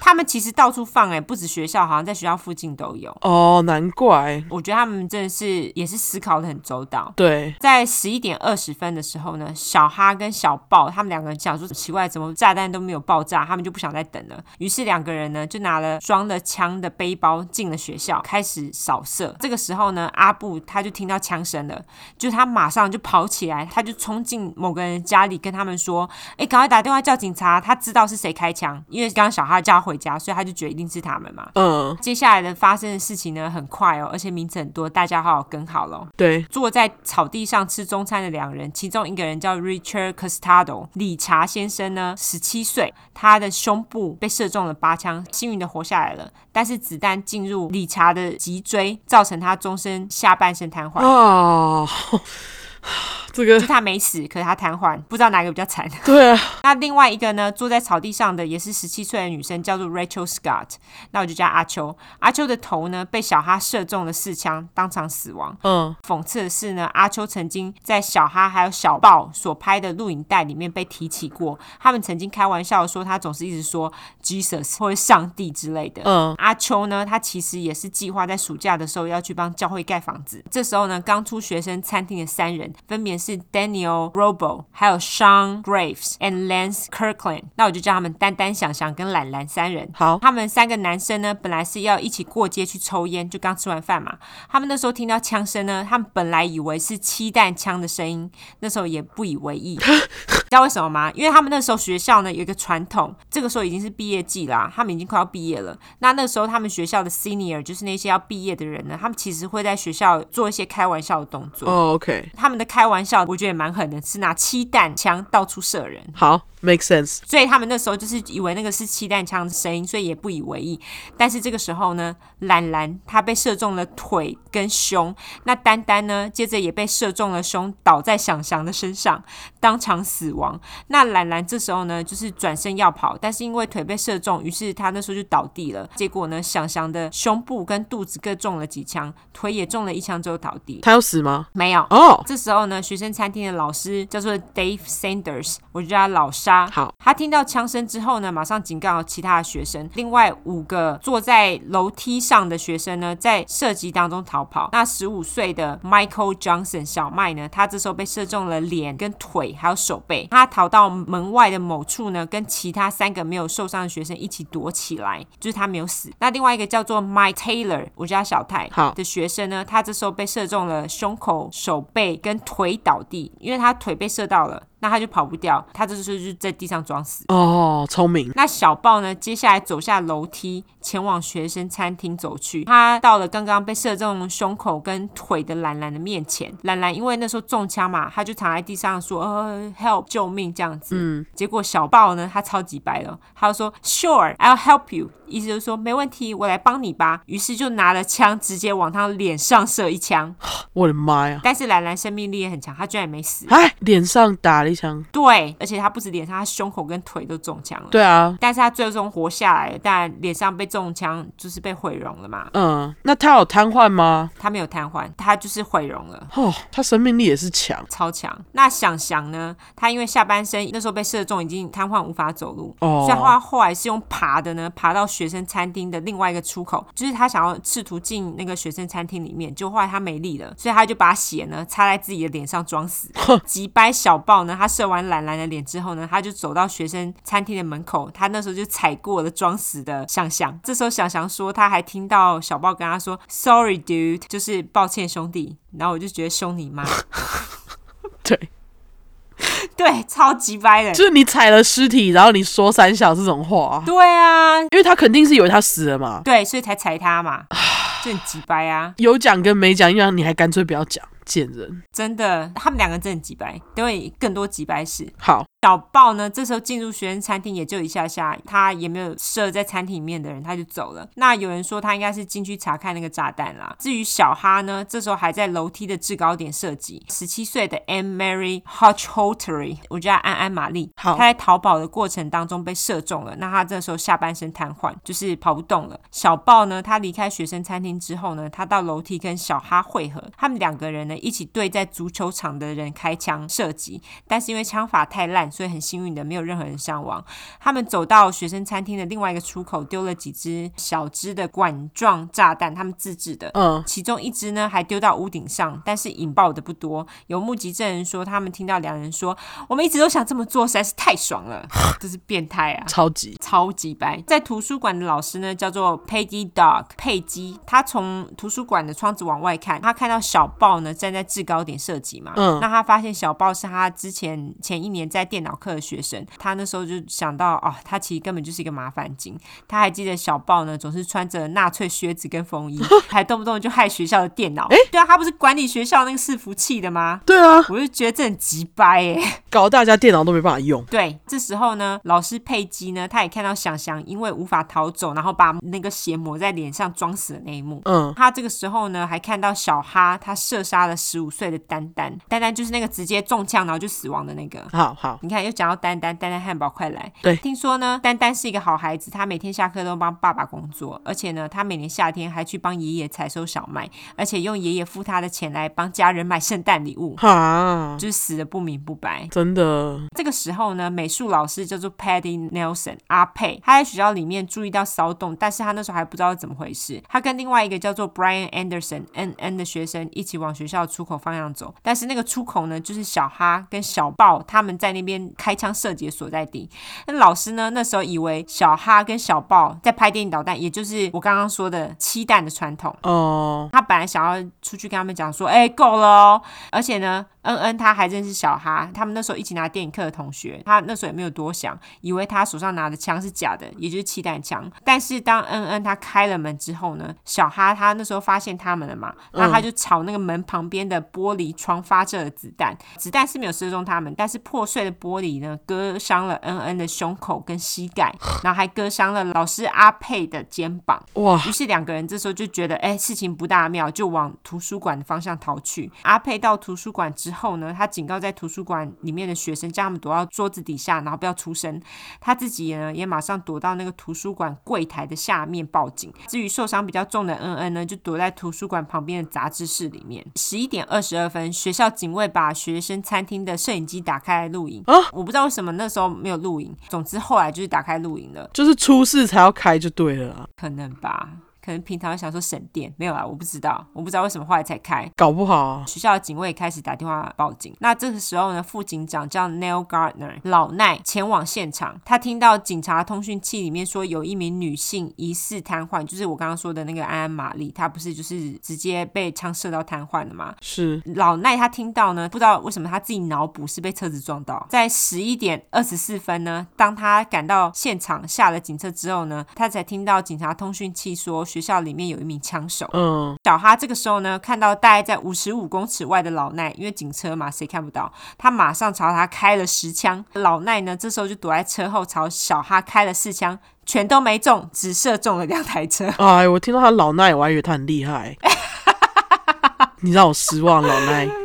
[SPEAKER 2] 他们其实到处放、欸，不止学校，好像在学校附近都有。
[SPEAKER 1] 哦，难怪，
[SPEAKER 2] 我觉得他们真的是也是思考的很周到。
[SPEAKER 1] 对，
[SPEAKER 2] 在十一点二十分的时候呢，小哈跟小豹他们两个人想说奇怪，怎么炸弹都没有爆炸，他们就不想再等了。于是两个人呢就拿了装了枪的背包进了学校，开始扫射。这个时候呢，阿布他就听到枪声了，就他马上就跑起来，他就冲进某个人家里跟他们说：“哎，赶快打电话叫警察！”他知道是谁开枪，因为刚刚小哈叫他回家，所以他就觉得一定是他们嘛。
[SPEAKER 1] 嗯，
[SPEAKER 2] 接下来的发生的事情呢很快哦，而且名字很多，大家好好跟好喽。
[SPEAKER 1] 对，
[SPEAKER 2] 坐在草地上吃中餐的两人，其中一个人叫 Richard Costado，理查先生呢，十七岁，他的胸部被射中了八枪，幸运的活下来了，但是子弹进入理查的脊椎，造成他终身下半身瘫痪。
[SPEAKER 1] 哦， 这个
[SPEAKER 2] 就，他没死，可是他瘫痪，不知道哪个比较惨。
[SPEAKER 1] 对啊，
[SPEAKER 2] 那另外一个呢，坐在草地上的也是十七岁的女生，叫做 Rachel Scott，那我就叫阿秋。阿秋的头呢被小哈射中了四枪，当场死亡。
[SPEAKER 1] 嗯，
[SPEAKER 2] 讽刺的是呢，阿秋曾经在小哈还有小豹所拍的录影带里面被提起过。他们曾经开玩笑说，他总是一直说 Jesus 或者上帝之类的。
[SPEAKER 1] 嗯，
[SPEAKER 2] 阿秋呢，他其实也是计划在暑假的时候要去帮教会盖房子。这时候呢，刚出学生餐厅的三人分别是 Daniel Robo，还有 Sean Graves and Lance Kirkland。那我就叫他们丹丹、想想跟懒懒三人。
[SPEAKER 1] 好
[SPEAKER 2] 他们三个男生呢，本来是要一起过街去抽烟，就刚吃完饭嘛。他们那时候听到枪声呢，他们本来以为是七弹枪的声音，那时候也不以为意。知道为什么吗？因为他们那时候学校呢有一个传统，这个时候已经是毕业季啦，他们已经快要毕业了。那那时候他们学校的 senior 就是那些要毕业的人呢，他们其实会在学校做一些开玩笑的动作。
[SPEAKER 1] 哦，OK，
[SPEAKER 2] 他们的开玩笑，我觉得也蛮狠的，是拿气弹枪到处射人。
[SPEAKER 1] 好，make sense。
[SPEAKER 2] 所以他们那时候就是以为那个是气弹枪的声音，所以也不以为意。但是这个时候呢，兰兰她被射中了腿跟胸，那丹丹呢，接着也被射中了胸，倒在想翔的身上，当场死亡。那兰兰这时候呢，就是转身要跑，但是因为腿被射中，于是她那时候就倒地了。结果呢，想翔的胸部跟肚子各中了几枪，腿也中了一枪之后倒地。
[SPEAKER 1] 他要死吗？
[SPEAKER 2] 没有，
[SPEAKER 1] 哦，
[SPEAKER 2] 这时候呢，学生餐厅的老师叫做 Dave Sanders，我就叫他老沙。
[SPEAKER 1] 好，
[SPEAKER 2] 他听到枪声之后呢，马上警告其他的学生。另外五个坐在楼梯上的学生呢，在射击当中逃跑。那十五岁的 Michael Johnson 小麦呢，他这时候被射中了脸、跟腿还有手背。他逃到门外的某处呢，跟其他三个没有受伤的学生一起躲起来，就是他没有死。那另外一个叫做 Mike Taylor，我叫他小泰。
[SPEAKER 1] 好
[SPEAKER 2] 的学生呢，他这时候被射中了胸口、手背跟腿倒地，因为他腿被射到了，那他就跑不掉，他这时候就在地上装死。
[SPEAKER 1] 哦，聪明。
[SPEAKER 2] 那小豹呢？接下来走下楼梯，前往学生餐厅走去。他到了刚刚被射中胸口跟腿的兰兰的面前。兰兰因为那时候中枪嘛，他就躺在地上说：“呃，help，救命！”这样子。嗯。结果小豹呢，他超级白了，他就说：“Sure，I'll help you。”意思就是说没问题，我来帮你吧。于是就拿了枪，直接往他脸上射一枪。
[SPEAKER 1] 我的妈呀！
[SPEAKER 2] 但是兰兰生命力也很强，她居然也没死。
[SPEAKER 1] 哎，脸上打了一枪。
[SPEAKER 2] 对，而且她不止脸上，她胸口跟腿都中枪了。
[SPEAKER 1] 对啊，
[SPEAKER 2] 但是他最终活下来了，但脸上被中枪，就是被毁容了嘛。
[SPEAKER 1] 嗯，那他有瘫痪吗？
[SPEAKER 2] 他没有瘫痪，他就是毁容了。
[SPEAKER 1] 哦，他生命力也是强。
[SPEAKER 2] 超强！那想翔呢？他因为下半身那时候被射中，已经瘫痪无法走路，
[SPEAKER 1] 哦
[SPEAKER 2] 所以他后来是用爬的呢，爬到学生餐厅的另外一个出口，就是他想要试图进那个学生餐厅里面，就后来他没力了，所以他就把血呢擦在自己的脸上装死。急掰小豹呢，他射完兰兰的脸之后呢，他就走到学生餐厅的门口，他那时候就踩过了装死的想翔。这时候想翔说，他还听到小豹跟他说 “Sorry, dude”，就是抱歉兄弟。然后我就觉得凶你妈。
[SPEAKER 1] 对，
[SPEAKER 2] 对，超级掰的。
[SPEAKER 1] 就是你踩了尸体，然后你说三小这种话、啊，
[SPEAKER 2] 对啊，
[SPEAKER 1] 因为他肯定是以为他死了嘛。
[SPEAKER 2] 对，所以才踩他嘛， 就很鸡掰啊！
[SPEAKER 1] 有讲跟没讲一样，你还干脆不要讲，贱人。
[SPEAKER 2] 真的，他们两个真的很鸡掰，等会更多鸡掰事。
[SPEAKER 1] 好，
[SPEAKER 2] 小豹呢，这时候进入学生餐厅也就一下下，他也没有射在餐厅里面的人，他就走了。那有人说他应该是进去查看那个炸弹啦。至于小哈呢，这时候还在楼梯的制高点射击。十七岁的 M Mary Hodghotery，我叫她安安玛丽，
[SPEAKER 1] 好
[SPEAKER 2] 她在逃跑的过程当中被射中了。那她这时候下半身瘫痪，就是跑不动了。小豹呢，他离开学生餐厅之后呢，他到楼梯跟小哈汇合，他们两个人呢一起对在足球场的人开枪射击，但是因为枪法太烂，所以很幸运的没有任何人伤亡。他们走到学生餐厅的另外一个出口，丢了几只小只的管状炸弹，他们自制的。
[SPEAKER 1] 嗯，
[SPEAKER 2] 其中一只呢还丢到屋顶上，但是引爆的不多。有目击证人说，他们听到两人说：“我们一直都想这么做，实在是太爽了，这是变态啊！”
[SPEAKER 1] 超级
[SPEAKER 2] 超级白。在图书馆的老师呢，叫做 Peggy Dog 佩姬，他从图书馆的窗子往外看，他看到小豹呢站在制高点射击嘛，
[SPEAKER 1] 嗯
[SPEAKER 2] 那他发现小豹是他之前前一年在电脑课的学生，他那时候就想到哦，他其实根本就是一个麻烦精。他还记得小豹呢总是穿着纳粹靴子跟风衣，还动不动就害学校的电脑。哎、对啊，他不是管理学校那个伺服器的吗？
[SPEAKER 1] 对啊，
[SPEAKER 2] 我就觉得这很急掰欸耶、
[SPEAKER 1] 搞得大家电脑都没办法用。
[SPEAKER 2] 对，这时候呢，老师佩姬呢，他也看到想想因为无法逃走，然后把那个血抹在脸上装死的那一幕。
[SPEAKER 1] 嗯，
[SPEAKER 2] 他这个时候呢，还看到小哈他射杀了十五岁的丹丹，丹丹就是那个直接中枪然后就死亡的那个。
[SPEAKER 1] 好好，
[SPEAKER 2] 你看，又讲到丹丹，丹丹汉堡快来！
[SPEAKER 1] 对
[SPEAKER 2] 听说呢，丹丹是一个好孩子，他每天下课都帮爸爸工作，而且呢，他每年夏天还去帮爷爷采收小麦，而且用爷爷付他的钱来帮家人买圣诞礼物，
[SPEAKER 1] 哈，
[SPEAKER 2] 就是死的不明不白。
[SPEAKER 1] 真的
[SPEAKER 2] 这个时候呢，美术老师叫做 Patty Nelson 阿佩，他在学校里面注意到骚动，但是他那时候还不知道怎么回事。他跟另外一个叫做 Brian Anderson N N 的学生一起往学校出口方向走，但是那个出口呢，就是小哈跟小豹他们在那边开枪射击的所在地。那老师呢，那时候以为小哈跟小豹在拍电影导弹，也就是我刚刚说的七弹的传统。
[SPEAKER 1] 哦，
[SPEAKER 2] 他本来想要出去跟他们讲说，哎、够了哦。而且呢，恩恩他还认识小哈，他们那时候一起拿电影课的同学，他那时候也没有多想，以为他手上拿的枪是假的，也就是气弹枪。但是当恩恩他开了门之后呢，小哈他那时候发现他们了嘛，那他就朝那个门旁边的玻璃窗发射了子弹，子弹是没有射中他们，但是破碎的玻璃呢，割伤了恩恩的胸口跟膝盖，然后还割伤了老师阿佩的肩膀。
[SPEAKER 1] 哇，
[SPEAKER 2] 于是两个人这时候就觉得，哎、事情不大妙，就往图书馆的方向逃去。阿佩到图书馆之后呢，他警告在图书馆里面的学生，叫他们躲到桌子底下，然后不要出声。他自己呢，也马上躲到那个图书馆柜台的下面报警。至于受伤比较重的恩恩呢，就躲在图书馆旁边的杂志室里面。十一点二十二分，学校警卫把学生餐厅的摄影机打开来录影。我不知道为什么那时候没有录影，总之后来就是打开录影了。
[SPEAKER 1] 就是出事才要开就对了啦，
[SPEAKER 2] 可能吧，可能平常想说省电，没有啦，我不知道，我不知道为什么后来才开。
[SPEAKER 1] 搞不好啊、
[SPEAKER 2] 学校的警卫开始打电话报警。那这个时候呢，副警长叫 Neil Gardner 老奈前往现场。他听到警察通讯器里面说有一名女性疑似瘫痪，就是我刚刚说的那个安安玛丽，她不是就是直接被枪射到瘫痪的吗？
[SPEAKER 1] 是
[SPEAKER 2] 老奈他听到呢，不知道为什么他自己脑补是被车子撞到。在十一点二十四分呢，当他赶到现场下了警车之后呢，他才听到警察通讯器说学校里面有一名枪手。
[SPEAKER 1] 嗯，
[SPEAKER 2] 小哈这个时候呢，看到大概在五十五公尺外的老奈，因为警车嘛，谁看不到？他马上朝他开了十枪。老奈呢，这时候就躲在车后，朝小哈开了四枪，全都没中，只射中了两台车。
[SPEAKER 1] 哎，我听到他老奈，我还以为他很厉害，你让我失望，老奈。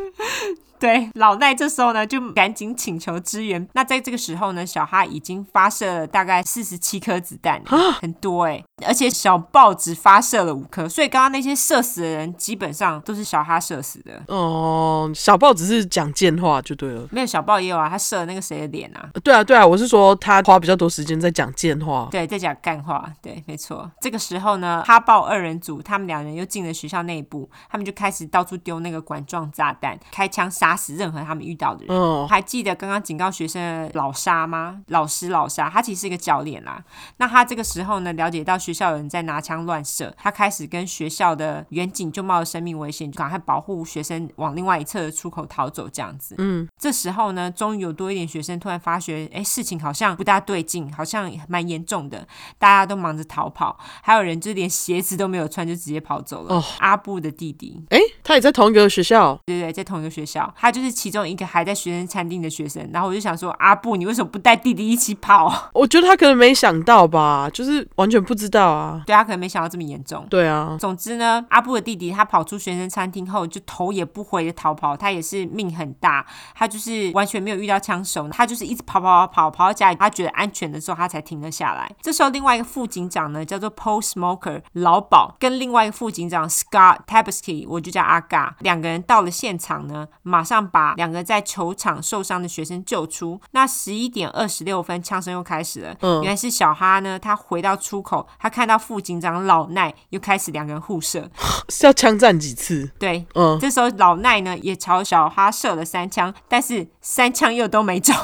[SPEAKER 2] 对，老奈这时候呢就赶紧请求支援。那在这个时候呢，小哈已经发射了大概四十七颗子弹，很多哎、而且小豹只发射了五颗，所以刚刚那些射死的人基本上都是小哈射死的。
[SPEAKER 1] 哦，小豹只是讲贱话就对了。
[SPEAKER 2] 没有小豹也有啊，他射了那个谁的脸啊？
[SPEAKER 1] 呃对啊，对啊，我是说他花比较多时间在讲贱话。
[SPEAKER 2] 对，在讲干话，对，没错。这个时候呢，哈豹二人组他们两人又进了学校内部，他们就开始到处丢那个管状炸弹，开枪杀死任何他们遇到的人。
[SPEAKER 1] 嗯，
[SPEAKER 2] 还记得刚刚警告学生的老沙吗？老师老沙，他其实是一个教练啦。那他这个时候呢，了解到学校有人在拿枪乱射，他开始跟学校的远警就冒着生命危险，赶快保护学生往另外一侧的出口逃走，这样子。嗯，这时候呢，终于有多一点学生突然发觉，哎，事情好像不大对劲，好像蛮严重的，大家都忙着逃跑，还有人就连鞋子都没有穿就直接跑走了。
[SPEAKER 1] 哦
[SPEAKER 2] 阿布的弟弟，
[SPEAKER 1] 诶，哎他也在同一个学校。
[SPEAKER 2] 对对，在同一个学校，他就是其中一个还在学生餐厅的学生。然后我就想说，阿布，你为什么不带弟弟一起跑？
[SPEAKER 1] 我觉得他可能没想到吧，就是完全不知道啊。
[SPEAKER 2] 对他可能没想到这么严重。
[SPEAKER 1] 对啊，
[SPEAKER 2] 总之呢，阿布的弟弟他跑出学生餐厅后，就头也不回的逃跑，他也是命很大，他就是完全没有遇到枪手，他就是一直跑跑跑跑跑到家里，他觉得安全的时候，他才停了下来。这时候另外一个副警长呢，叫做 Paul Smoker 老鸨，跟另外一个副警长 Scott Tabasky，我就叫阿嘎，两个人到了现场呢，马上把两个在球场受伤的学生救出。那十一点二十六分，枪声又开始了，
[SPEAKER 1] 嗯
[SPEAKER 2] 原来是小哈呢，他回到出口，他看到副警长老奈，又开始两个人互射。
[SPEAKER 1] 是要枪战几次？
[SPEAKER 2] 对，
[SPEAKER 1] 嗯，
[SPEAKER 2] 这时候老奈呢也朝小哈射了三枪，但是三枪又都没中。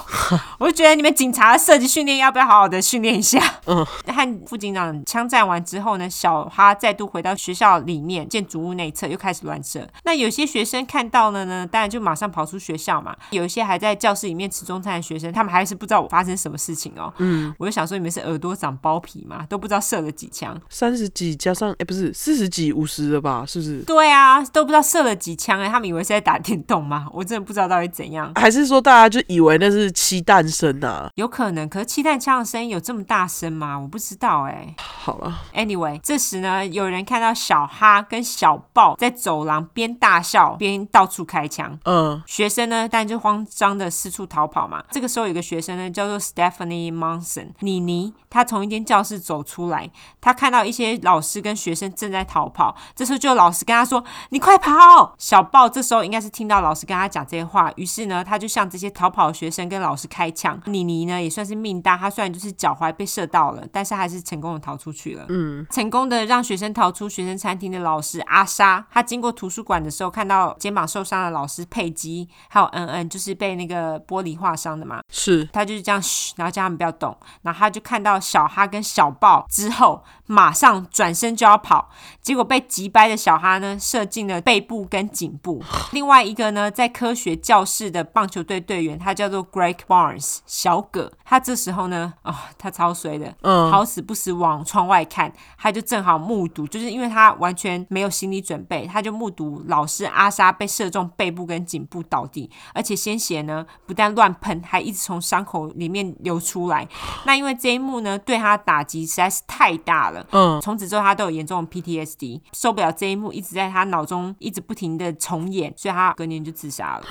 [SPEAKER 2] 我就觉得你们警察的射击训练要不要好好的训练一下？
[SPEAKER 1] 嗯，
[SPEAKER 2] 和副警长枪战完之后呢，小哈再度回到学校里面建筑物内侧，又开始乱射。那有些学生看到了呢，当然就马上跑出学校嘛。有一些还在教室里面吃中餐的学生，他们还是不知道发生什么事情哦。嗯，我就想说你们是耳朵长包皮嘛，都不知道射了几枪。
[SPEAKER 1] 三十几加上诶，不是四十几五十了吧？是不是？
[SPEAKER 2] 对啊，都不知道射了几枪哎、他们以为是在打电动吗？我真的不知道到底怎样。
[SPEAKER 1] 还是说大家就以为那是七诞生啊？
[SPEAKER 2] 有可能，可是气弹枪的声音有这么大声吗？我不知道哎、
[SPEAKER 1] 好了，
[SPEAKER 2] Anyway，这时呢，有人看到小哈跟小豹在走廊边大笑边到处开枪。
[SPEAKER 1] 嗯，
[SPEAKER 2] 学生呢，但就慌张的四处逃跑嘛。这个时候有个学生呢，叫做 Stephanie Monson 妮妮，她从一间教室走出来，她看到一些老师跟学生正在逃跑。这时候就哦有老师跟她说：“你快跑！”小豹这时候应该是听到老师跟她讲这些话，于是呢，他就向这些逃跑的学生跟老师开枪。妮妮呢也算是命大，她虽然就是脚踝被射到了，但是还是成功的逃出去了。嗯，成功的让学生逃出学生餐厅的老师阿莎，她经过图书馆的时候看到肩膀受伤的老师佩姬，还有恩恩，就是被那个玻璃划伤的嘛。
[SPEAKER 1] 是
[SPEAKER 2] 他就是这样嘘，然后叫他们不要动，然后他就看到小哈跟小豹之后，马上转身就要跑，结果被急掰的小哈呢射进了背部跟颈部。另外一个呢，在科学教室的棒球队队员，他叫做 Greg Barnes 小葛，他这时候呢，哦，他超衰的，
[SPEAKER 1] 嗯
[SPEAKER 2] 好死不死往窗外看，他就正好目睹，就是因为他完全没有心理准备，他就目睹老师阿莎被射中背部跟颈部倒地，而且鲜血呢不但乱喷，还一直从伤口里面流出来。那因为这一幕呢对他打击实在是太大了，
[SPEAKER 1] 嗯，
[SPEAKER 2] 从此之后他都有严重的 PTSD，受不了这一幕一直在他脑中一直不停的重演，所以他隔年就自杀了。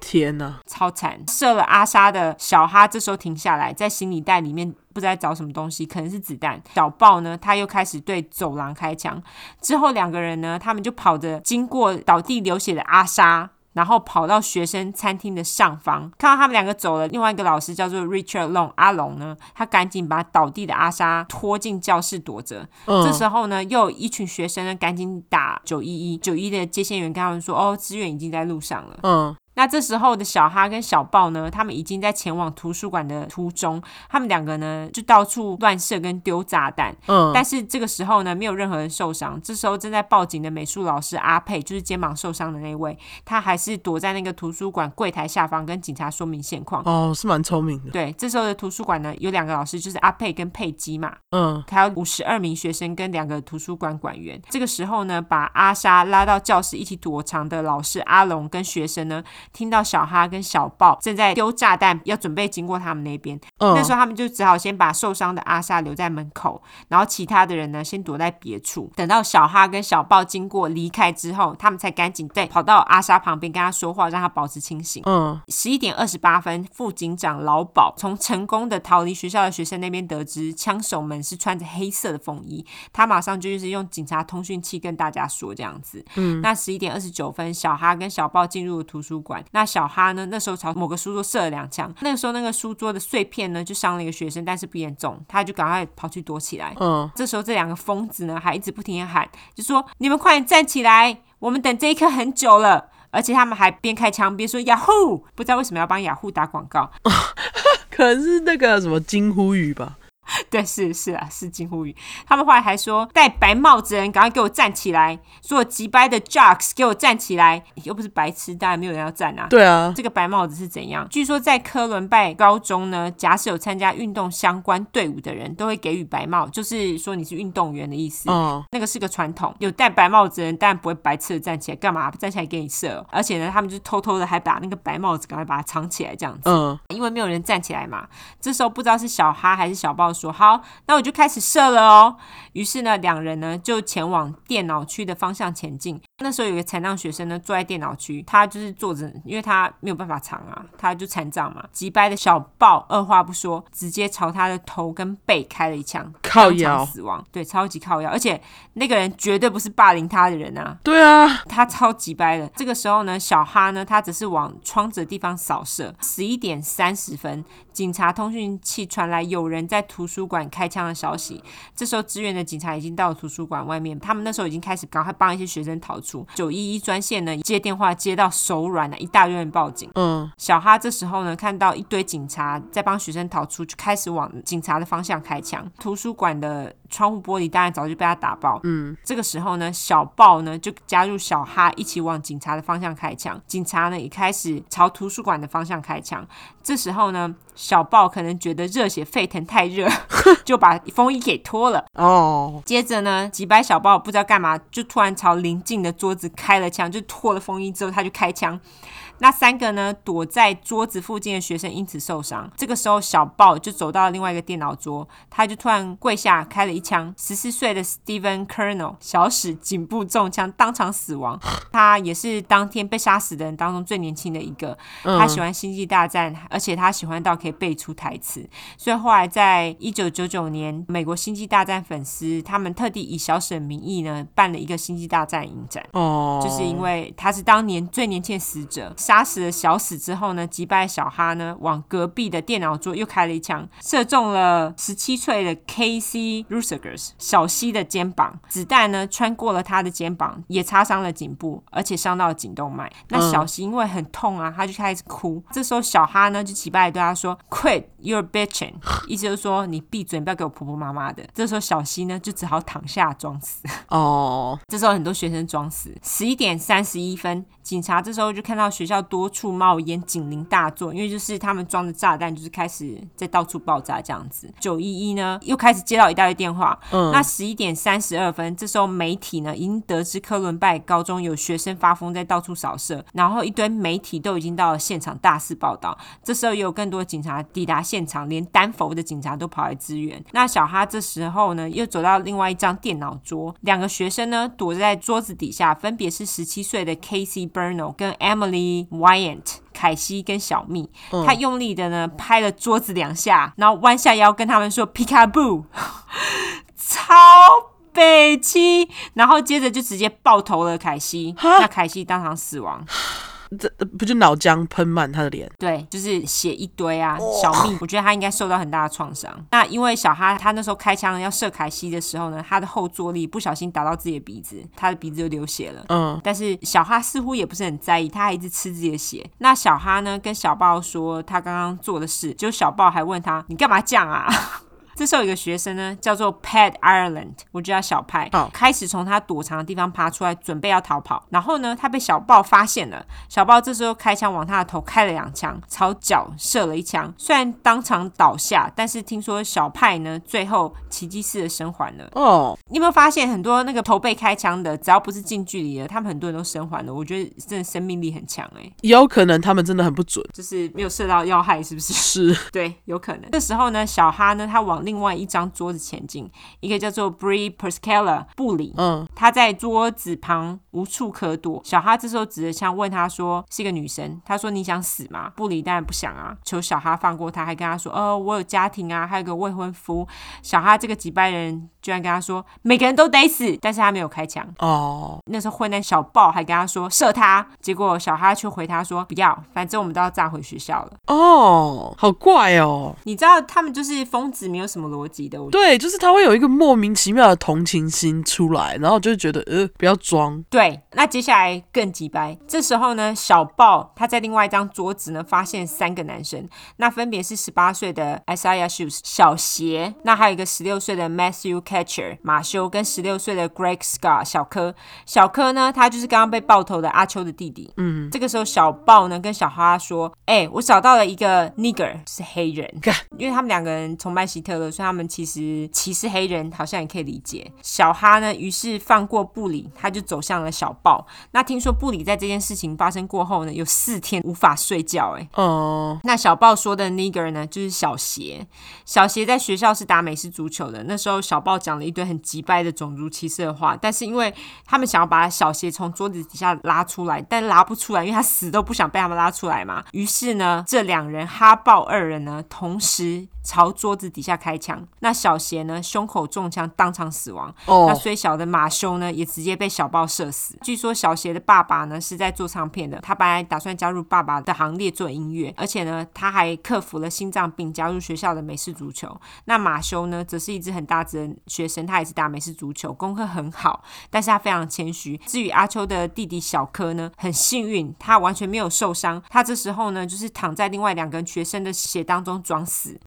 [SPEAKER 1] 天哪，
[SPEAKER 2] 超惨！射了阿莎的小哈这时候停下来，在行李袋里面不知道在找什么东西，可能是子弹。小豹呢，他又开始对走廊开枪。之后两个人呢，他们就跑着经过倒地流血的阿莎。然后跑到学生餐厅的上方，看到他们两个走了，另外一个老师叫做 Richard Long 阿龙呢，他赶紧把倒地的阿莎拖进教室躲着。
[SPEAKER 1] 嗯，
[SPEAKER 2] 这时候呢，又有一群学生呢赶紧打九一一，九一的接线员跟他们说：“哦，支援已经在路上了。”
[SPEAKER 1] 嗯
[SPEAKER 2] 那这时候的小哈跟小豹呢，他们已经在前往图书馆的途中，他们两个呢就到处乱射跟丢炸弹。
[SPEAKER 1] 嗯
[SPEAKER 2] 但是这个时候呢，没有任何人受伤。这时候正在报警的美术老师阿佩，就是肩膀受伤的那位，他还是躲在那个图书馆柜台下方跟警察说明现况。
[SPEAKER 1] 哦，是蛮聪明的，
[SPEAKER 2] 对，这时候的图书馆呢，有两个老师，就是阿佩跟佩姬嘛。
[SPEAKER 1] 嗯
[SPEAKER 2] 还有五十二名学生跟两个图书馆馆员。这个时候呢，把阿莎拉到教室一起躲藏的老师阿龙跟学生呢，听到小哈跟小豹正在丢炸弹，要准备经过他们那边。
[SPEAKER 1] 嗯
[SPEAKER 2] 那时候他们就只好先把受伤的阿莎留在门口，然后其他的人呢先躲在别处。等到小哈跟小豹经过离开之后，他们才赶紧再跑到阿莎旁边跟他说话，让他保持清醒。
[SPEAKER 1] 嗯
[SPEAKER 2] 十一点二十八分，副警长老鸨从成功的逃离学校的学生那边得知，枪手们是穿着黑色的风衣。他马上就是用警察通讯器跟大家说这样子。嗯，那十一点二十九分，小哈跟小豹进入了图书馆。那小哈呢，那时候朝某个书桌射了两枪。那个时候，那个书桌的碎片呢，就伤了一个学生，但是不严重，他就赶快跑去躲起来。
[SPEAKER 1] 嗯，
[SPEAKER 2] 这时候，这两个疯子呢，还一直不停的喊，就说：“你们快点站起来，我们等这一刻很久了。”而且他们还边开枪边说 “Yahoo”，不知道为什么要帮雅虎打广告。
[SPEAKER 1] 可能是那个什么惊呼语吧，
[SPEAKER 2] 对，是是啊，是惊呼语。他们后来还说：“戴白帽子的人，赶快给我站起来！所有急掰的 jocks，给我站起来！又不是白痴，当然没有人要站啊。”
[SPEAKER 1] 对啊，
[SPEAKER 2] 这个白帽子是怎样？据说在科伦拜高中呢，假使有参加运动相关队伍的人，都会给予白帽，就是说你是运动员的意思。
[SPEAKER 1] 嗯
[SPEAKER 2] 那个是个传统，有戴白帽子的人当然不会白痴的站起来，干嘛站起来给你射哦？而且呢，他们就偷偷的还把那个白帽子赶快把它藏起来，这样子，
[SPEAKER 1] 嗯
[SPEAKER 2] 因为没有人站起来嘛。这时候不知道是小哈还是小豹说：“好，那我就开始射了哦。”于是呢，两人呢就前往电脑区的方向前进。那时候有个残障学生呢坐在电脑区，他就是坐着，因为他没有办法藏啊，他就残障嘛。急掰的小豹二话不说，直接朝他的头跟背开了一枪，
[SPEAKER 1] 靠
[SPEAKER 2] 当场
[SPEAKER 1] 腰
[SPEAKER 2] 死亡，对，超级靠腰，而且那个人绝对不是霸凌他的人啊，
[SPEAKER 1] 对啊，
[SPEAKER 2] 他超级掰的。这个时候呢，小哈呢，他只是往窗子的地方扫射。十一点三十分，警察通讯器传来有人在图书馆开枪的消息。这时候支援的警察已经到了图书馆外面，他们那时候已经开始赶快帮一些学生逃出。九一一专线呢接电话接到手软了，一大堆人报警。
[SPEAKER 1] 嗯
[SPEAKER 2] 小哈这时候呢，看到一堆警察在帮学生逃出，就开始往警察的方向开枪。图书馆的窗户玻璃当然早就被他打爆。嗯，这个时候呢，小豹呢就加入小哈一起往警察的方向开枪，警察呢也开始朝图书馆的方向开枪。这时候呢，小豹可能觉得热血沸腾太热，就把风衣给脱了。
[SPEAKER 1] 哦，
[SPEAKER 2] 接着呢，几百小豹不知道干嘛，就突然朝邻近的桌子开了枪，就脱了风衣之后，他就开枪。那三个呢，躲在桌子附近的学生因此受伤。这个时候，小豹就走到另外一个电脑桌，他就突然跪下，开了一一枪，十四岁的 Steven Colonel 小史颈部中枪，当场死亡。他也是当天被杀死的人当中最年轻的一个。他喜欢《星际大战》，而且他喜欢到可以背出台词，所以后来在一九九九年，美国《星际大战》粉丝他们特地以小史的名义呢，办了一个《星际大战》影展。
[SPEAKER 1] 哦，
[SPEAKER 2] 就是因为他是当年最年轻的死者，杀死了小史之后呢，击败小哈呢，往隔壁的电脑桌又开了一枪，射中了十七岁的 K C Rusegers 小西的肩膀，子弹呢穿过了他的肩膀，也擦伤了颈部，而且伤到了颈动脉。那小西因为很痛啊，他就开始哭。这时候小哈呢就击败对他说：“Quit your bitching”，意思就是说你闭嘴，你不要给我婆婆妈妈的。这时候小西呢就只好躺下装死。
[SPEAKER 1] 哦，
[SPEAKER 2] 这时候很多学生装死。十一点三十一分，警察这时候就看到学校多处冒烟，警铃大作，因为就是他们装的炸弹，就是开始在到处爆炸这样子。九一一呢，又开始接到一大堆电话。嗯，那十一点三十二分，这时候媒体呢已经得知科伦拜高中有学生发疯在到处扫射，然后一堆媒体都已经到了现场大肆报道。这时候也有更多警察抵达现场，连丹佛的警察都跑来支援。那小哈这时候呢，又走到另外一张电脑桌，两个学生呢躲在桌子底下，分别是十七岁的 Casey Burnell 跟 Emily Wyatt。凯西跟小蜜，他用力的呢拍了桌子两下，然后弯下腰跟他们说 “peekaboo”，超北七，然后接着就直接爆头了凯西，那凯西当场死亡。
[SPEAKER 1] 这呃不就脑浆喷满他的脸？
[SPEAKER 2] 对，就是血一堆啊，小命，我觉得他应该受到很大的创伤。那因为小哈他那时候开枪要射凯西的时候呢，他的后坐力不小心打到自己的鼻子，他的鼻子就流血了。
[SPEAKER 1] 嗯，
[SPEAKER 2] 但是小哈似乎也不是很在意，他还一直吃自己的血。那小哈呢，跟小豹说他刚刚做的事，结果小豹还问他你干嘛这样啊？ 这时候有个学生呢，叫做 Pat Ireland，我叫他小派
[SPEAKER 1] 好，
[SPEAKER 2] 开始从他躲藏的地方爬出来，准备要逃跑。然后呢，他被小豹发现了，小豹这时候开枪往他的头开了两枪，朝脚射了一枪，虽然当场倒下，但是听说小派呢，最后奇迹似的生还了。
[SPEAKER 1] 哦，
[SPEAKER 2] 你有没有发现很多那个头被开枪的，只要不是近距离的，他们很多人都生还了。我觉得真的生命力很强哎、
[SPEAKER 1] 有可能他们真的很不准，
[SPEAKER 2] 就是没有射到要害，是 不是？
[SPEAKER 1] 是
[SPEAKER 2] 对，有可能。这时候呢，小哈呢，他往另外一张桌子前进，一个叫做 Bree Perscala 布里，
[SPEAKER 1] 嗯，
[SPEAKER 2] 他在桌子旁无处可躲。小哈这时候指着枪问他说：“是一个女生。”他说：“你想死吗？”布里当然不想啊，求小哈放过他，还跟他说：“哦，我有家庭啊，还有个未婚夫。”小哈这个几拜人居然跟他说：“每个人都得死。”但是他没有开枪。
[SPEAKER 1] 哦，
[SPEAKER 2] 那时候混蛋小豹还跟他说射他，结果小哈却回他说不要，反正我们都要炸回学校了。
[SPEAKER 1] 哦，好怪哦。
[SPEAKER 2] 你知道他们就是疯子，没有什么逻辑的。我
[SPEAKER 1] 对，就是他会有一个莫名其妙的同情心出来，然后就会觉得呃，不要装，
[SPEAKER 2] 对，那接下来更鸡掰。这时候呢，小豹他在另外一张桌子呢，发现三个男生，那分别是十八岁的 Isaiah Shoes 小鞋，那还有一个十六岁的 Matthew Catcher 马修，跟十六岁的 Greg Scar 小柯。小柯呢，他就是刚刚被爆头的阿秋的弟弟。嗯，这个时候小豹呢跟小哈说：“哎、我找到了一个 nigger，是黑人。”啊因为他们两个人崇拜希特勒，所以他们其实歧视黑人，好像也可以理解。小哈呢，于是放过布里，他就走向了小豹。那听说布里在这件事情发生过后呢，有四天无法睡觉、哎。
[SPEAKER 1] 嗯，
[SPEAKER 2] 那小豹说的 nigger 呢，就是小邪。小邪在学校是打美式足球的，那时候小豹讲了一堆很急掰的种族歧视的话，但是因为他们想要把小邪从桌子底下拉出来，但拉不出来，因为他死都不想被他们拉出来嘛。于是呢，这两人哈豹二人呢，同时朝桌子底下开枪。那小邪呢，胸口中枪，当场死亡。那
[SPEAKER 1] 哦，
[SPEAKER 2] 虽小的马修呢，也直接被小豹射死。据说小邪的爸爸呢是在做唱片的，他本来打算加入爸爸的行列做音乐，而且呢，他还克服了心脏病，加入学校的美式足球。那马修呢，则是一只很大只的学生，他也是打美式足球，功课很好，但是他非常谦虚。至于阿秋的弟弟小柯呢，很幸运，他完全没有受伤。他这时候呢，就是躺在另外两个学生的血当中装死。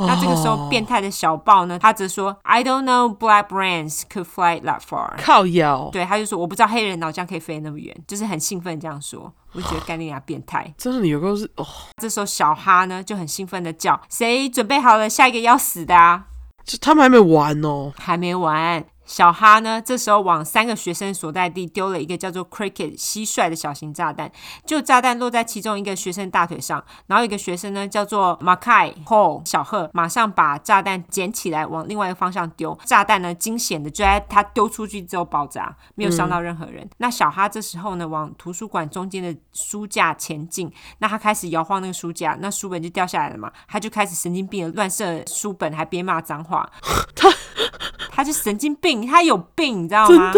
[SPEAKER 2] 那这个时候，变态的小豹呢，他则说：“I don't know black brains could fly that far。”
[SPEAKER 1] 靠腰，
[SPEAKER 2] 对，他就说：“我不知道黑人脑浆可以飞那么远。”就是很兴奋这样说。我就觉得干你俩变态。
[SPEAKER 1] 真的有个是哦，
[SPEAKER 2] 这时候小哈呢就很兴奋的叫：“谁准备好了？下一个要死的啊！”
[SPEAKER 1] 就他们还没完哦，
[SPEAKER 2] 还没完。小哈呢，这时候往三个学生所在地丢了一个叫做 “cricket” 蟋蟀的小型炸弹，就炸弹落在其中一个学生大腿上，然后一个学生呢叫做 Makai Ho 小贺，马上把炸弹捡起来往另外一个方向丢，炸弹呢惊险的就在他丢出去之后爆炸，没有伤到任何人。那小哈这时候呢往图书馆中间的书架前进，那他开始摇晃那个书架，那书本就掉下来了嘛，他就开始神经病的乱射书本，还边骂脏话，他就神经病，他有病，你知道吗？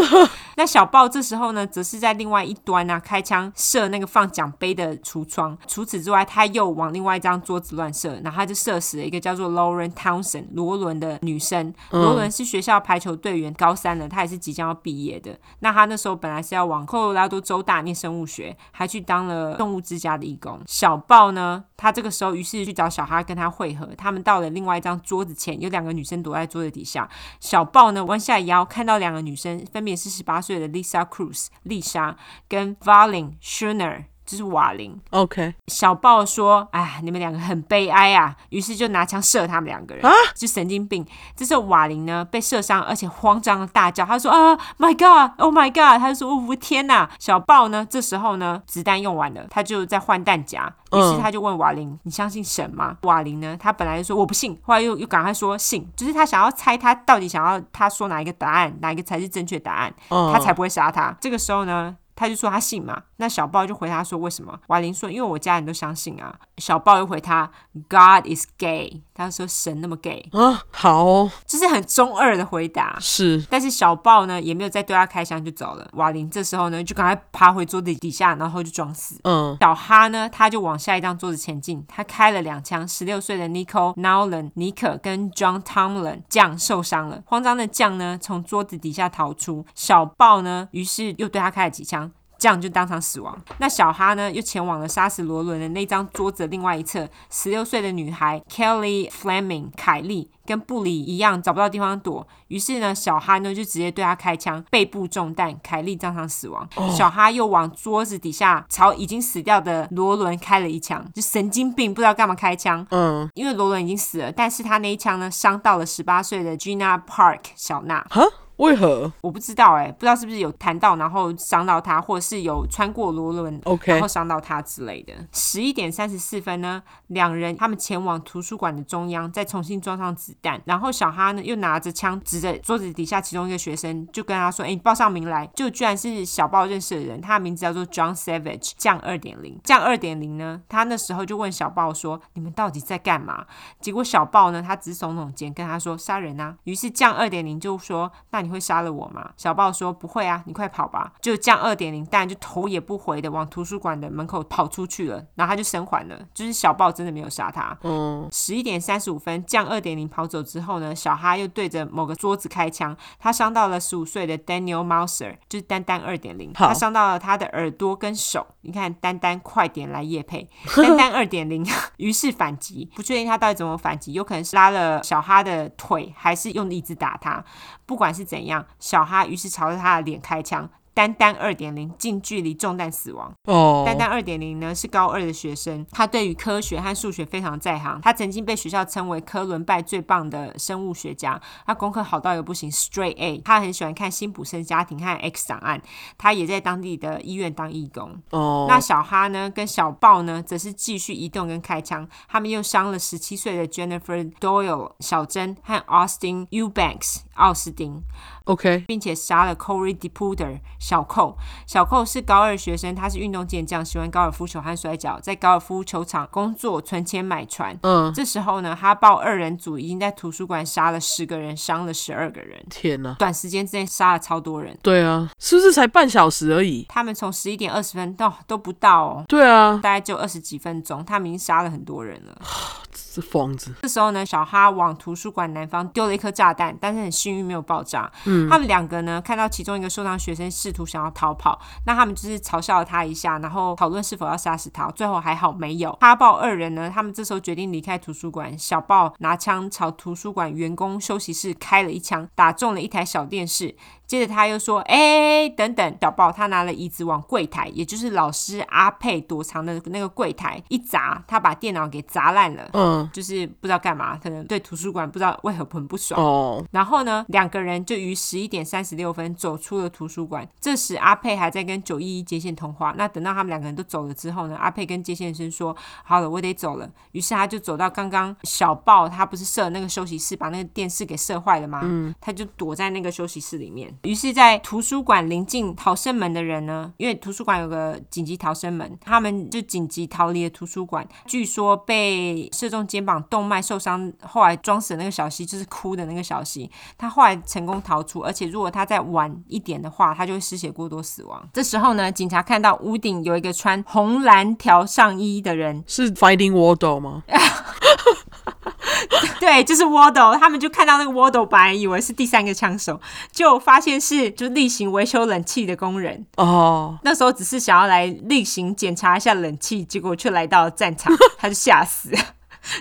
[SPEAKER 2] 那小豹这时候呢，则是在另外一端呢、开枪射那个放奖杯的橱窗。除此之外，他又往另外一张桌子乱射，然后他就射死了一个叫做 Lauren Townsend 罗伦的女生。罗伦是学校排球队员，高三了，她也是即将要毕业的。那她那时候本来是要往科罗拉多州大念生物学，还去当了动物之家的义工。小豹呢，他这个时候于是去找小哈跟他会合，他们到了另外一张桌子前，有两个女生躲在桌子底下。小豹呢弯下腰，看到两个女生，分别是十八岁的 Lisa Cruz 丽莎跟 Valin Schuner。就是瓦林，
[SPEAKER 1] OK，
[SPEAKER 2] 小豹说：“哎，你们两个很悲哀啊！”于是就拿枪射他们两个人，就神经病。这时候瓦林呢被射伤，而且慌张的大叫，他说：“啊，My God，Oh my God！” 他就说：“哦我、天哪！”小豹呢，这时候呢子弹用完了，他就在换弹夹。于是
[SPEAKER 1] 嗯
[SPEAKER 2] 他就问瓦林：“你相信神吗？”瓦林呢，他本来就说我不信，后来又又赶快说信，就是他想要猜他到底想要他说哪一个答案，哪一个才是正确答案。
[SPEAKER 1] 嗯，
[SPEAKER 2] 他才不会杀他。这个时候呢，他就说他信嘛。那小豹就回他说为什么？瓦林说因为我家人都相信啊。小豹又回他 God is gay，他说神那么 gay，
[SPEAKER 1] 啊，好哦、
[SPEAKER 2] 这是很中二的回答。
[SPEAKER 1] 是
[SPEAKER 2] 但是小豹呢也没有再对他开枪就走了。瓦林这时候呢就赶快爬回桌子底下，然后就装死。
[SPEAKER 1] 嗯
[SPEAKER 2] 小哈呢，他就往下一张桌子前进，他开了两枪。十六岁的 Nico Nolan 尼可跟 John Tomlin 酱受伤了，慌张的酱呢从桌子底下逃出，小豹呢于是又对他开了几枪。酱就当场死亡。那小哈呢，又前往了杀死罗伦的那张桌子的另外一侧。十六岁的女孩 Kelly Fleming 凯莉跟布里一样找不到地方躲，于是呢，小哈呢就直接对他开枪，背部中弹，凯莉当场死亡。小哈又往桌子底下朝已经死掉的罗伦开了一枪，就神经病，不知道干嘛开枪。
[SPEAKER 1] 嗯，
[SPEAKER 2] 因为罗伦已经死了，但是他那一枪呢，伤到了十八岁的 Gina Park 小娜。
[SPEAKER 1] 哈，为何
[SPEAKER 2] 我不知道哎、不知道是不是有弹到，然后伤到他，或者是有穿过罗伦然
[SPEAKER 1] ？OK，
[SPEAKER 2] 后伤到他之类的。十一点三十四分呢，两人他们前往图书馆的中央，再重新装上子弹。然后小哈呢又拿着枪指着桌子底下其中一个学生，就跟他说：“哎、你报上名来。”就居然是小豹认识的人，他的名字叫做 John Savage，降二点零。降二点零呢，他那时候就问小豹说：“你们到底在干嘛？”结果小豹呢，他只耸耸肩，跟他说杀人啊。于是降二点零就说：“那你会杀了我吗？”小豹说：“不会啊，你快跑吧。”就降二点零，但就头也不回的往图书馆的门口跑出去了。然后他就生还了，就是小豹真的没有杀他。
[SPEAKER 1] 嗯
[SPEAKER 2] 十一点三十五分，降二点零跑走之后呢，小哈又对着某个桌子开枪，他伤到了十五岁的 Daniel Mouser，就是丹丹二点零，
[SPEAKER 1] 好
[SPEAKER 2] 他伤到了他的耳朵跟手。你看，丹丹快点来夜配，丹丹二点零， 于是反击，不确定他到底怎么反击，有可能是拉了小哈的腿，还是用椅子打他。不管是怎样，小哈于是朝着他的脸开枪。丹丹二点零近距离中弹死亡，
[SPEAKER 1] 哦，
[SPEAKER 2] 丹丹二点零呢是高二的学生，他对于科学和数学非常在行。他曾经被学校称为科伦拜最棒的生物学家，他功课好到一个不行，straight A。他很喜欢看《辛普森家庭》和《X 档案》，他也在当地的医院当义工。
[SPEAKER 1] 哦，
[SPEAKER 2] 那小哈呢，跟小豹呢，则是继续移动跟开枪，他们又伤了十七岁的 Jennifer Doyle 小珍和 Austin Eubanks 奥斯汀。
[SPEAKER 1] OK，
[SPEAKER 2] 并且杀了 Corey Deputer 小寇。小寇是高二学生，他是运动健将，喜欢高尔夫球和摔跤，在高尔夫球场工作，存钱买船。
[SPEAKER 1] 嗯，
[SPEAKER 2] 这时候呢，他报二人组已经在图书馆杀了十个人，伤了十二个人，
[SPEAKER 1] 天哪、
[SPEAKER 2] 短时间之内杀了超多人。
[SPEAKER 1] 对啊，是不是才半小时而已？
[SPEAKER 2] 他们从十一点二十分到、都不到哦，
[SPEAKER 1] 对啊，
[SPEAKER 2] 大概就二十几分钟，他们已经杀了很多人了。
[SPEAKER 1] 这疯子，
[SPEAKER 2] 这时候呢，小哈往图书馆南方丢了一颗炸弹，但是很幸运没有爆炸。他们两个呢看到其中一个受伤学生试图想要逃跑，那他们就是嘲笑了他一下，然后讨论是否要杀死他。最后还好没有。哈豹二人呢，他们这时候决定离开图书馆。小豹拿枪朝图书馆员工休息室开了一枪，打中了一台小电视。接着他又说：“哎、等等！”小宝他拿了椅子往柜台，也就是老师阿佩躲藏的那个柜台一砸，他把电脑给砸烂了，
[SPEAKER 1] 嗯，
[SPEAKER 2] 就是不知道干嘛，可能对图书馆不知道为何很不爽。
[SPEAKER 1] 哦，
[SPEAKER 2] 然后呢，两个人就于十一点三十六分走出了图书馆。这时阿佩还在跟九一一接线通话。那等到他们两个人都走了之后呢，阿佩跟接线生说：“好了，我得走了。”于是他就走到刚刚小豹他不是设那个休息室，把那个电视给设坏了吗？嗯，他就躲在那个休息室里面。于是，在图书馆临近逃生门的人呢，因为图书馆有个紧急逃生门，他们就紧急逃离了图书馆。据说被射中肩膀动脉受伤，后来装死的那个小溪，就是哭的那个小溪，他后来成功逃出，而且如果他再晚一点的话，他就会失血过多死亡。这时候呢，警察看到屋顶有一个穿红蓝条上衣的人，
[SPEAKER 1] 是 Finding Waldo 吗？
[SPEAKER 2] 对，就是 Wardle，他们就看到那个 Wardle，本来以为是第三个枪手，就发现是就例行维修冷气的工人。
[SPEAKER 1] 哦，
[SPEAKER 2] 那时候只是想要来例行检查一下冷气，结果却来到了战场，他就吓死，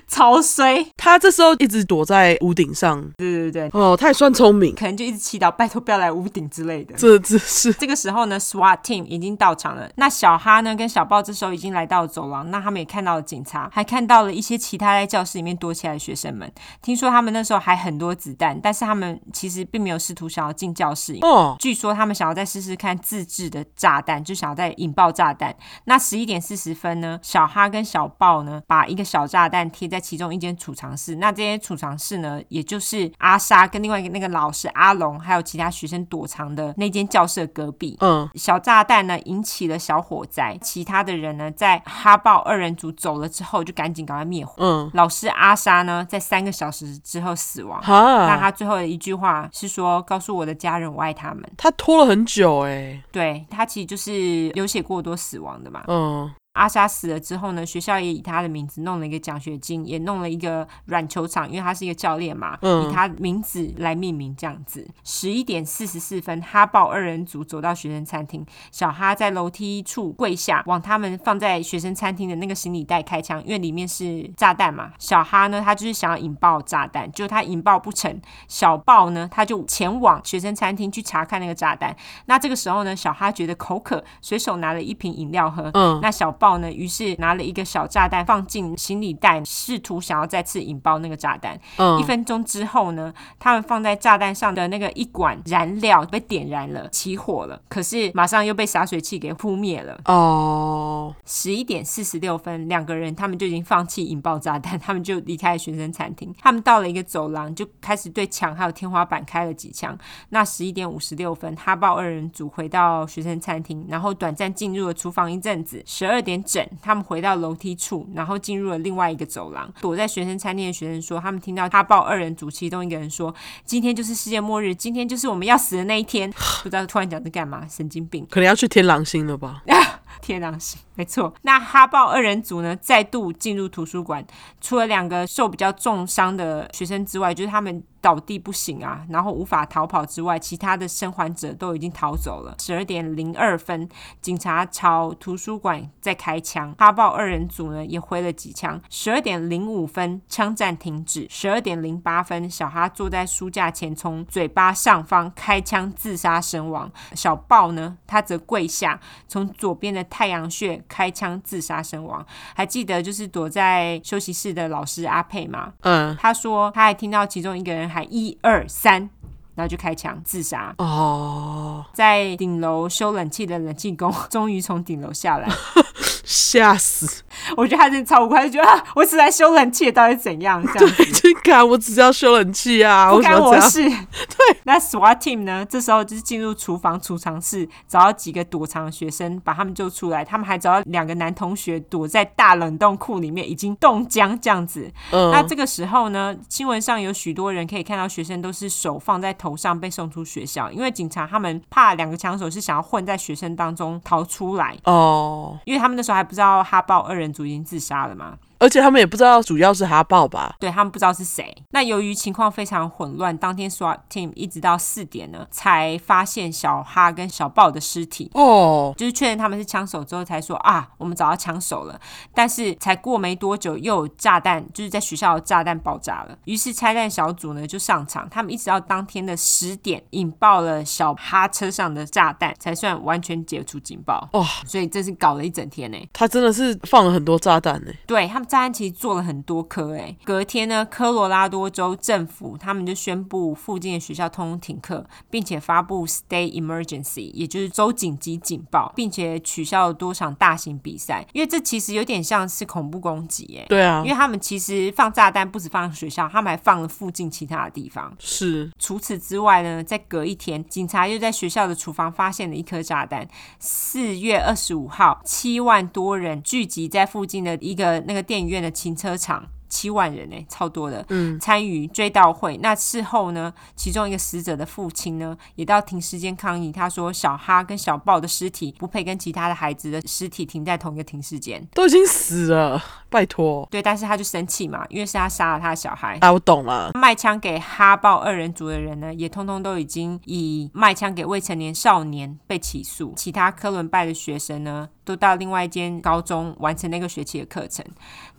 [SPEAKER 2] 超衰。
[SPEAKER 1] 他这时候一直躲在屋顶上，
[SPEAKER 2] 对对对，
[SPEAKER 1] 哦，他也算聪明，
[SPEAKER 2] 可能就一直祈祷，拜托不要来屋顶之类的。
[SPEAKER 1] 这只是
[SPEAKER 2] 这个时候呢，SWAT team 已经到场了。那小哈呢跟小豹这时候已经来到了走廊，那他们也看到了警察，还看到了一些其他在教室里面躲起来的学生们。听说他们那时候还很多子弹，但是他们其实并没有试图想要进教室。
[SPEAKER 1] 哦，
[SPEAKER 2] 据说他们想要再试试看自制的炸弹，就想要再引爆炸弹。那十一点四十分呢，小哈跟小豹呢，把一个小炸弹贴在其中一间储藏室。那这间储藏室呢，也就是阿莎跟另外一个那个老师阿龙，还有其他学生躲藏的那间教室的隔壁。
[SPEAKER 1] 嗯，
[SPEAKER 2] 小炸弹呢引起了小火灾，其他的人呢在哈豹二人组走了之后，就赶紧赶快灭火。
[SPEAKER 1] 嗯，
[SPEAKER 2] 老师阿莎呢，在三个小时之后死亡。那
[SPEAKER 1] 哈，
[SPEAKER 2] 他最后的一句话是说：“告诉我的家人，我爱他们。”
[SPEAKER 1] 他拖了很久哎、
[SPEAKER 2] 对他其实就是流血过多死亡的嘛。
[SPEAKER 1] 嗯，
[SPEAKER 2] 阿莎死了之后呢，学校也以他的名字弄了一个奖学金，也弄了一个软球场，因为他是一个教练嘛，
[SPEAKER 1] 嗯
[SPEAKER 2] 以他名字来命名这样子。十一点四十四分，哈豹二人组走到学生餐厅，小哈在楼梯处跪下，往他们放在学生餐厅的那个行李袋开枪，因为里面是炸弹嘛。小哈呢，他就是想要引爆炸弹，就他引爆不成，小豹呢，他就前往学生餐厅去查看那个炸弹。那这个时候呢，小哈觉得口渴，随手拿了一瓶饮料喝。
[SPEAKER 1] 嗯
[SPEAKER 2] 那小豹呢，于是拿了一个小炸弹放进行李袋，试图想要再次引爆那个炸弹。一
[SPEAKER 1] 嗯，
[SPEAKER 2] 分钟之后呢，他们放在炸弹上的那个一管燃料被点燃了，起火了，可是马上又被洒水器给扑灭了。
[SPEAKER 1] 哦，
[SPEAKER 2] 十一点四十六分，两个人他们就已经放弃引爆炸弹， 他们就离开了学生餐厅。他们到了一个走廊，就开始对墙还有天花板开了几枪。那十一点五十六分，哈豹二人组回到学生餐厅，然后短暂进入了厨房一阵子。十二点整，他们回到楼梯处，然后进入了另外一个走廊。躲在学生餐厅的学生说，他们听到哈豹二人组其中一个人说：“今天就是世界末日，今天就是我们要死的那一天。” 不知道突然讲这干嘛，神经病。
[SPEAKER 1] 可能要去天狼星了吧？
[SPEAKER 2] 天狼星，没错。那哈豹二人组呢，再度进入图书馆，除了两个受比较重伤的学生之外，就是他们倒地不醒啊，然后无法逃跑之外，其他的生还者都已经逃走了。十二点零二分，警察朝图书馆在开枪，哈豹二人组呢也挥了几枪。十二点零五分，枪战停止。十二点零八分，小哈坐在书架前，从嘴巴上方开枪自杀身亡。小豹呢，他则跪下，从左边的太阳穴开枪自杀身亡。还记得就是躲在休息室的老师阿佩吗？
[SPEAKER 1] 嗯，
[SPEAKER 2] 他说他还听到其中一个人喊一二三。然后就开枪自杀，
[SPEAKER 1] 哦，
[SPEAKER 2] 在顶楼修冷气的冷气工终于从顶楼下来，
[SPEAKER 1] 吓死！
[SPEAKER 2] 我觉得他真的超无辜，他就觉得、啊、我只在修冷气，到底怎样？这样子
[SPEAKER 1] 真敢，我只是要修冷气啊，
[SPEAKER 2] 不
[SPEAKER 1] 为什么
[SPEAKER 2] 干
[SPEAKER 1] 要
[SPEAKER 2] 我
[SPEAKER 1] 这样？
[SPEAKER 2] 事。对，那 SWAT team 呢？这时候就是进入厨房储藏室，找到几个躲藏的学生，把他们救出来。他们还找到两个男同学躲在大冷冻库里面，已经冻僵这样子。那
[SPEAKER 1] 嗯，
[SPEAKER 2] 这个时候呢，新闻上有许多人可以看到学生都是手放在头上被送出学校，因为警察他们怕两个枪手是想要混在学生当中逃出来，
[SPEAKER 1] 哦，
[SPEAKER 2] 因为他们那时候还不知道哈豹二人组已经自杀了嘛。
[SPEAKER 1] 而且他们也不知道主要是他报吧。
[SPEAKER 2] 对他们不知道是谁。那由于情况非常混乱，当天 SWAT team 一直到四点呢，才发现小哈跟小豹的尸体。
[SPEAKER 1] 哦，
[SPEAKER 2] 就是确认他们是枪手之后，才说啊，我们找到枪手了。但是才过没多久，又有炸弹，就是在学校的炸弹爆炸了。于是拆弹小组呢就上场，他们一直到当天的十点，引爆了小哈车上的炸弹，才算完全解除警报。
[SPEAKER 1] 哇、
[SPEAKER 2] 所以这是搞了一整天呢、
[SPEAKER 1] 他真的是放了很多炸弹哎呢。
[SPEAKER 2] 对他们炸弹其实做了很多颗诶。隔天呢，科罗拉多州政府他们就宣布附近的学校通通停课，并且发布 state emergency，也就是州紧急警报，并且取消了多场大型比赛。因为这其实有点像是恐怖攻击诶。
[SPEAKER 1] 对啊
[SPEAKER 2] 因，为他们其实放炸弹不止放学校，他们还放了附近其他的地方。
[SPEAKER 1] 是
[SPEAKER 2] 除此之外呢，在隔一天，警察又在学校的厨房发现了一颗炸弹。四月二十五号，七万多人聚集在附近的一个那个电影院的停车场。七万人呢、欸超多的，嗯，参与追悼会。那事后呢，其中一个死者的父亲呢，也到停尸间抗议，他说小哈跟小豹的尸体不配跟其他的孩子的尸体停在同一个停尸间。
[SPEAKER 1] 都已经死了，拜托
[SPEAKER 2] 对，但是他就生气嘛，因为是他杀了他的小孩，
[SPEAKER 1] 啊，我懂了。
[SPEAKER 2] 卖枪给哈豹二人组的人呢，也通通都已经以卖枪给未成年少年被起诉。其他科伦拜的学生呢，都到另外一间高中完成那个学期的课程。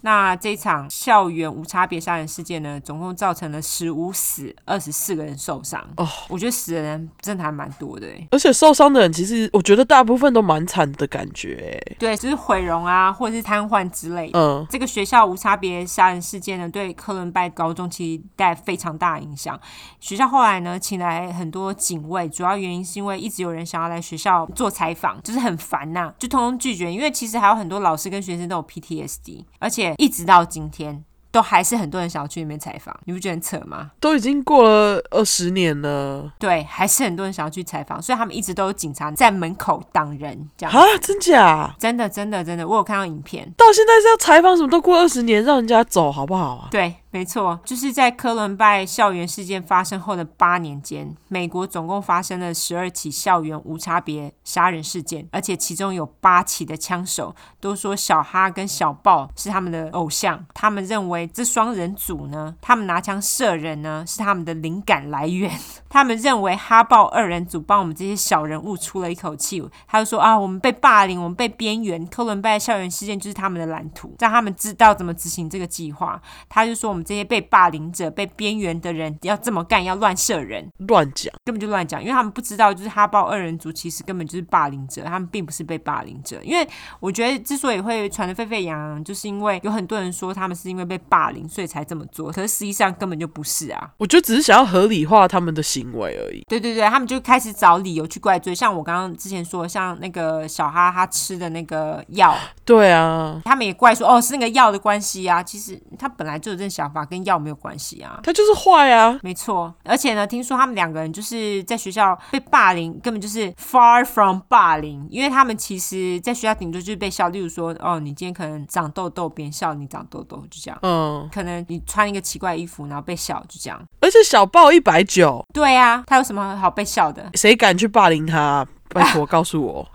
[SPEAKER 2] 那这场校园无差别杀人事件呢，总共造成了十五死，二十四个人受伤。
[SPEAKER 1] 哦，
[SPEAKER 2] 我觉得死的人真的还蛮多的欸。
[SPEAKER 1] 而且受伤的人，其实我觉得大部分都蛮惨的感觉欸。
[SPEAKER 2] 对，就是毁容啊，或者是瘫痪之类的。
[SPEAKER 1] 嗯，
[SPEAKER 2] 这个学校无差别杀人事件呢，对科伦拜高中其实带来非常大的影响。学校后来呢，请来很多警卫，主要原因是因为一直有人想要来学校做采访，就是很烦呐、就通通拒绝。因为其实还有很多老师跟学生都有 PTSD，而且一直到今天。都还是很多人想要去里面采访，你不觉得很扯吗？
[SPEAKER 1] 都已经过了二十年了
[SPEAKER 2] 对，还是很多人想要去采访，所以他们一直都有警察在门口挡人，这样
[SPEAKER 1] 啊，真假？
[SPEAKER 2] 真的真的真的，我有看到影片，
[SPEAKER 1] 到现在是要采访什么？都过二十年，让人家走好不好啊？
[SPEAKER 2] 对，没错，就是在科伦拜校园事件发生后的八年间，美国总共发生了十二起校园无差别杀人事件，而且其中有八起的枪手都说小哈跟小豹是他们的偶像，他们认为这双人组呢，他们拿枪射人呢是他们的灵感来源， 他们认为哈豹二人组帮我们这些小人物出了一口气，他就说啊，我们被霸凌，我们被边缘，科伦拜校园事件就是他们的蓝图，让他们知道怎么执行这个计划。他就说我们这些被霸凌者、被边缘的人要这么干，要乱射人，
[SPEAKER 1] 乱讲，
[SPEAKER 2] 根本就乱讲，因为他们不知道，就是哈豹二人组其实根本就是霸凌者，他们并不是被霸凌者。因为我觉得之所以会传得沸沸扬扬，就是因为有很多人说他们是因为被霸凌，所以才这么做，可是实际上根本就不是啊。
[SPEAKER 1] 我觉得只是想要合理化他们的行为而已。
[SPEAKER 2] 对对对，他们就开始找理由去怪罪，像我刚刚之前说，像那个小哈他吃的那个药，
[SPEAKER 1] 对啊，
[SPEAKER 2] 他们也怪说哦是那个药的关系啊，其实他本来就有这种想法，跟药没有关系啊。
[SPEAKER 1] 他就是坏啊。
[SPEAKER 2] 没错，而且呢，听说他们两个人就是在学校被霸凌，根本就是 far from 霸凌，因为他们其实在学校顶多就是被笑，例如说，哦，你今天可能长痘痘，别人笑你长痘痘，就这样。
[SPEAKER 1] 嗯，
[SPEAKER 2] 可能你穿一个奇怪衣服，然后被笑，就这样。
[SPEAKER 1] 而且小豹一百九，
[SPEAKER 2] 对啊，他有什么好被笑的？
[SPEAKER 1] 谁敢去霸凌他啊？拜托告诉我。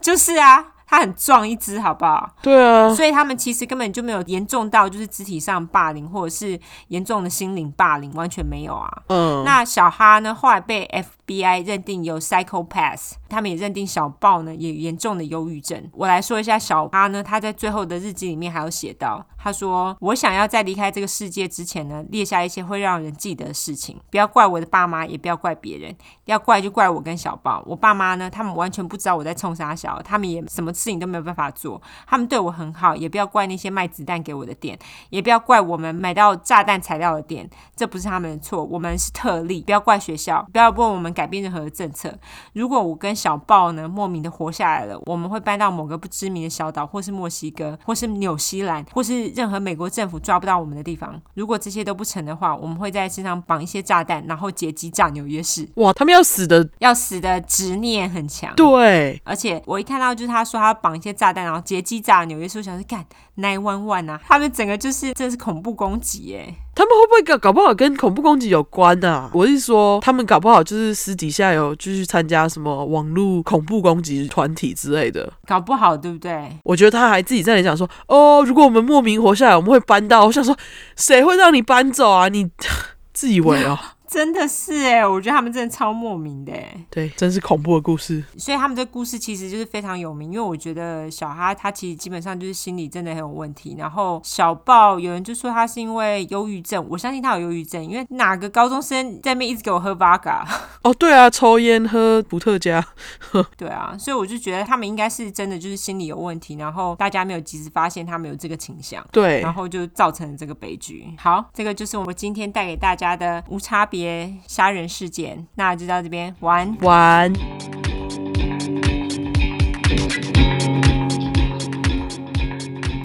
[SPEAKER 2] 就是啊，他很壮一只，好不好？
[SPEAKER 1] 对啊，
[SPEAKER 2] 所以他们其实根本就没有严重到就是肢体上霸凌，或者是严重的心灵霸凌，完全没有啊。
[SPEAKER 1] 嗯，
[SPEAKER 2] 那小哈呢，后来被 FBI 认定有 psychopath，他们也认定小豹呢也有严重的忧郁症。我来说一下小哈呢，他在最后的日记里面还有写到，他说：“我想要在离开这个世界之前呢，列下一些会让人记得的事情，不要怪我的爸妈，也不要怪别人，要怪就怪我跟小豹。我爸妈呢，他们完全不知道我在冲啥小，他们也什么事情都没有办法做，他们对我很好，也不要怪那些卖子弹给我的店，也不要怪我们买到炸弹材料的店，这不是他们的错，我们是特例，不要怪学校，不要为我们改变任何的政策。如果我跟小豹呢莫名的活下来了，我们会搬到某个不知名的小岛，或是墨西哥，或是纽西兰，或是任何美国政府抓不到我们的地方。如果这些都不成的话，我们会在身上绑一些炸弹，然后劫机炸纽约市。
[SPEAKER 1] 哇，他们要死的，
[SPEAKER 2] 要死的执念很强。
[SPEAKER 1] 对，
[SPEAKER 2] 而且我一看到就是他说他要绑一些炸弹，然后劫机炸纽约市，我想是干 nine one one 啊，他们整个就是真的是恐怖攻击耶。
[SPEAKER 1] 他们会不会搞搞不好跟恐怖攻击有关啊？我是说，他们搞不好就是私底下有就是参加什么网络恐怖攻击团体之类的。
[SPEAKER 2] 搞不好对不对？
[SPEAKER 1] 我觉得他还自己在那里讲说，哦，如果我们莫名活下来，我们会搬到。我想说，谁会让你搬走啊？你 自以为哦，
[SPEAKER 2] 真的是哎、我觉得他们真的超莫名的哎，
[SPEAKER 1] 对，真是恐怖的故事。
[SPEAKER 2] 所以他们这故事其实就是非常有名，因为我觉得小哈他其实基本上就是心理真的很有问题，然后小豹有人就说他是因为忧郁症，我相信他有忧郁症，因为哪个高中生在那边一直给我喝 v 嘎？
[SPEAKER 1] 哦，对啊，抽烟喝伏特加，
[SPEAKER 2] 对啊，所以我就觉得他们应该是真的就是心理有问题，然后大家没有及时发现他们有这个倾向。
[SPEAKER 1] 对
[SPEAKER 2] 然，后就造成了这个悲剧。好，这个就是我们今天带给大家的无差别杀人事件，那就到这边，晚安。
[SPEAKER 1] 玩。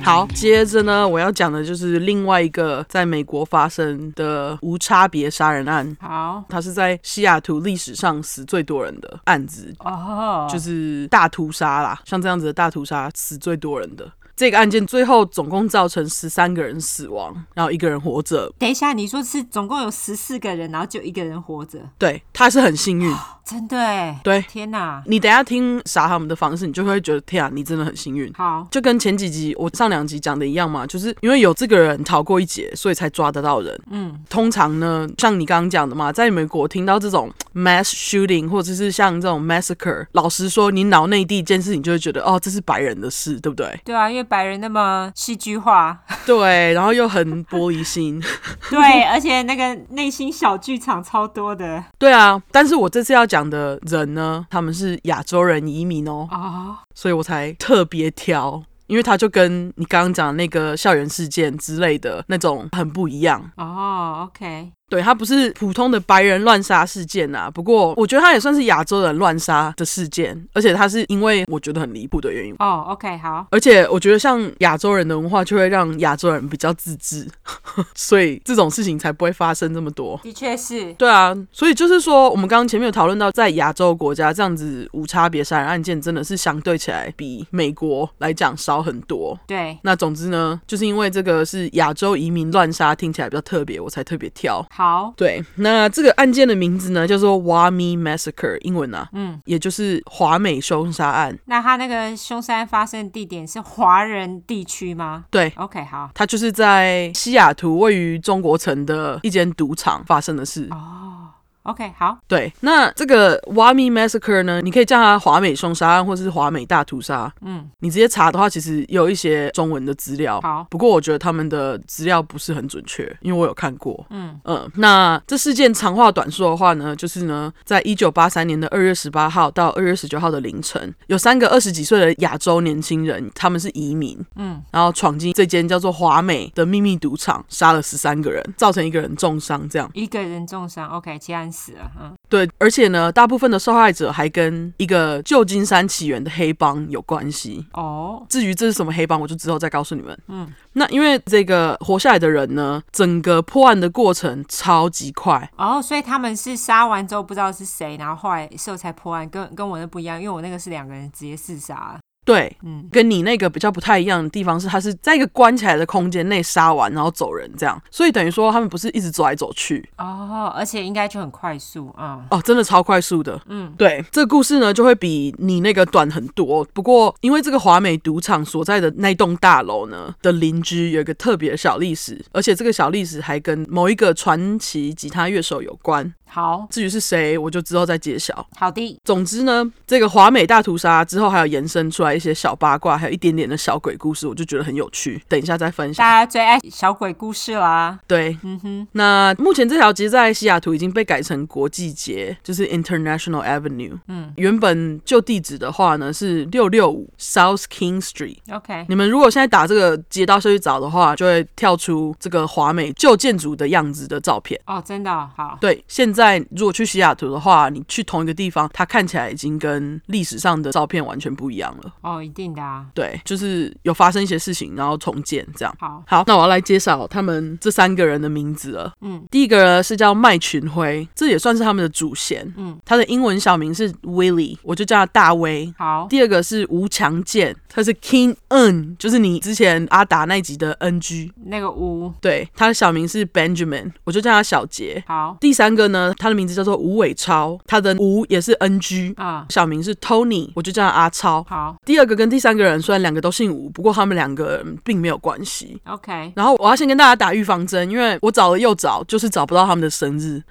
[SPEAKER 1] 好，接着呢，我要讲的就是另外一个在美国发生的无差别杀人案。
[SPEAKER 2] 好
[SPEAKER 1] 它是在西雅图历史上死最多人的案子，
[SPEAKER 2] 哦，
[SPEAKER 1] 就是大屠杀啦，像这样子的大屠杀死最多人的。这个案件最后总共造成十三个人死亡，然后一个人活着。
[SPEAKER 2] 等一下，你说是总共有十四个人，然后就一个人活着，
[SPEAKER 1] 对，他是很幸运。
[SPEAKER 2] 真的哎，
[SPEAKER 1] 对
[SPEAKER 2] 天哪，
[SPEAKER 1] 你等一下听杀他们的方式，你就会觉得天啊，你真的很幸运。
[SPEAKER 2] 好，？
[SPEAKER 1] 就跟前几集我上两集讲的一样嘛，就是因为有这个人逃过一劫，所以才抓得到人。嗯，通常呢，像你刚刚讲的嘛，在美国听到这种 mass shooting 或者是像这种 massacre，老实说，你脑内第一件事情就会觉得哦，这是白人的事，对不对
[SPEAKER 2] 对啊，因为白人那么戏剧 化，
[SPEAKER 1] 对，然后又很玻璃心，
[SPEAKER 2] 对，而且那个内心小剧场超多的
[SPEAKER 1] 对啊。但是我这次要讲的人呢，他们是亚洲人移民哦，
[SPEAKER 2] 哦，
[SPEAKER 1] 所以我才特别挑。因为他就跟你刚刚讲的那个校园事件之类的那种很不一样，
[SPEAKER 2] 哦，OK，
[SPEAKER 1] 对，他不是普通的白人乱杀事件啊，不过我觉得他也算是亚洲人乱杀的事件，而且他是因为我觉得很离谱的原因。
[SPEAKER 2] 哦，OK，好，
[SPEAKER 1] 而且我觉得，像亚洲人的文化就会让亚洲人比较自制， 所以这种事情才不会发生这么多。
[SPEAKER 2] 的确是，
[SPEAKER 1] 对啊，所以就是说，我们刚刚前面有讨论到，在亚洲国家这样子无差别杀人案件，真的是相对起来比美国来讲少很多。
[SPEAKER 2] 对，
[SPEAKER 1] 那总之呢，就是因为这个是亚洲移民乱杀，听起来比较特别，我才特别挑。
[SPEAKER 2] 好，
[SPEAKER 1] 对，那这个案件的名字呢叫做 Wami Massacre，英文啊，
[SPEAKER 2] 嗯，
[SPEAKER 1] 也就是华美凶杀案。
[SPEAKER 2] 那他那个凶杀案发生的地点是华人地区吗
[SPEAKER 1] 对，
[SPEAKER 2] ？OK，好。
[SPEAKER 1] 它就是在西雅图位于中国城的一间赌场发生的事。
[SPEAKER 2] 哦，OK，好，
[SPEAKER 1] 对，那这个 Wami Massacre 呢，你可以叫它华美凶杀案，或是华美大屠杀。
[SPEAKER 2] 嗯，
[SPEAKER 1] 你直接查的话，其实有一些中文的资料。
[SPEAKER 2] 好
[SPEAKER 1] 不过我觉得他们的资料不是很准确，因为我有看过。
[SPEAKER 2] 嗯
[SPEAKER 1] 嗯，那这事件长话短说的话呢，就是呢，在一九八三年的二月十八号到二月十九号的凌晨，有三个二十几岁的亚洲年轻人，他们是移民，
[SPEAKER 2] 嗯，
[SPEAKER 1] 然后闯进这间叫做华美的秘密赌场，杀了十三个人，造成一个人重伤，这样。
[SPEAKER 2] 一个人重伤，OK，其他人死了，嗯，
[SPEAKER 1] 对，而且呢，大部分的受害者还跟一个旧金山起源的黑帮有关系。
[SPEAKER 2] 哦，
[SPEAKER 1] 至于这是什么黑帮，我就之后再告诉你们。
[SPEAKER 2] 嗯，
[SPEAKER 1] 那因为这个活下来的人呢，整个破案的过程超级快。
[SPEAKER 2] 哦，所以他们是杀完之后不知道是谁，然后后来事后才破案，跟跟我那不一样，因为我那个是两个人直接自杀，
[SPEAKER 1] 对，
[SPEAKER 2] 嗯，
[SPEAKER 1] 跟你那个比较不太一样的地方是，他是在一个关起来的空间内杀完，然后走人这样，所以等于说他们不是一直走来走去
[SPEAKER 2] 哦，而且应该就很快速，嗯，
[SPEAKER 1] 哦，真的超快速的。
[SPEAKER 2] 嗯，
[SPEAKER 1] 对，这个故事呢就会比你那个短很多。不过因为这个华美赌场所在的那栋大楼呢的邻居有一个特别的小历史，而且这个小历史还跟某一个传奇吉他乐手有关。
[SPEAKER 2] 好，
[SPEAKER 1] 至于是谁，我就之后再揭晓。
[SPEAKER 2] 好的，
[SPEAKER 1] 总之呢，这个华美大屠杀之后，还有延伸出来一些小八卦，还有一点点的小鬼故事，我就觉得很有趣。等一下再分享
[SPEAKER 2] 大。家最爱小鬼故事啦，
[SPEAKER 1] 对，
[SPEAKER 2] 嗯哼，
[SPEAKER 1] 那目前这条街在西雅图已经被改成国际街，就是 International Avenue。
[SPEAKER 2] 嗯，
[SPEAKER 1] 原本旧地址的话呢是六六五 South King Street。
[SPEAKER 2] ，OK，
[SPEAKER 1] 你们如果现在打这个街道下去找的话，就会跳出这个华美旧建筑的样子的照片。
[SPEAKER 2] 哦，真的哦、好，
[SPEAKER 1] 对，现在如果去西雅图的话，你去同一个地方，它看起来已经跟历史上的照片完全不一样了。
[SPEAKER 2] 哦，一定的啊。
[SPEAKER 1] 对，就是有发生一些事情，然后重建这样。
[SPEAKER 2] 好，
[SPEAKER 1] 好，那我要来介绍他们这三个人的名字了。
[SPEAKER 2] 嗯，
[SPEAKER 1] 第一个呢是叫麦群辉，这也算是他们的祖先。
[SPEAKER 2] 嗯，
[SPEAKER 1] 他的英文小名是 Willie，我就叫他大威。
[SPEAKER 2] 好，
[SPEAKER 1] 第二个是吴强健，他是 King N，就是你之前阿达那集的 NG，
[SPEAKER 2] 那个吴，
[SPEAKER 1] 对，他的小名是 Benjamin，我就叫他小杰。
[SPEAKER 2] 好
[SPEAKER 1] 第三个呢，他的名字叫做吴伟超，他的吴也是 NG，
[SPEAKER 2] 啊，
[SPEAKER 1] 小名是 Tony，我就叫他阿超。
[SPEAKER 2] 好
[SPEAKER 1] 第二个跟第三个人虽然两个都姓吴，不过他们两个人并没有关系。
[SPEAKER 2] ，OK。
[SPEAKER 1] 然后我要先跟大家打预防针，因为我找了又找，就是找不到他们的生日。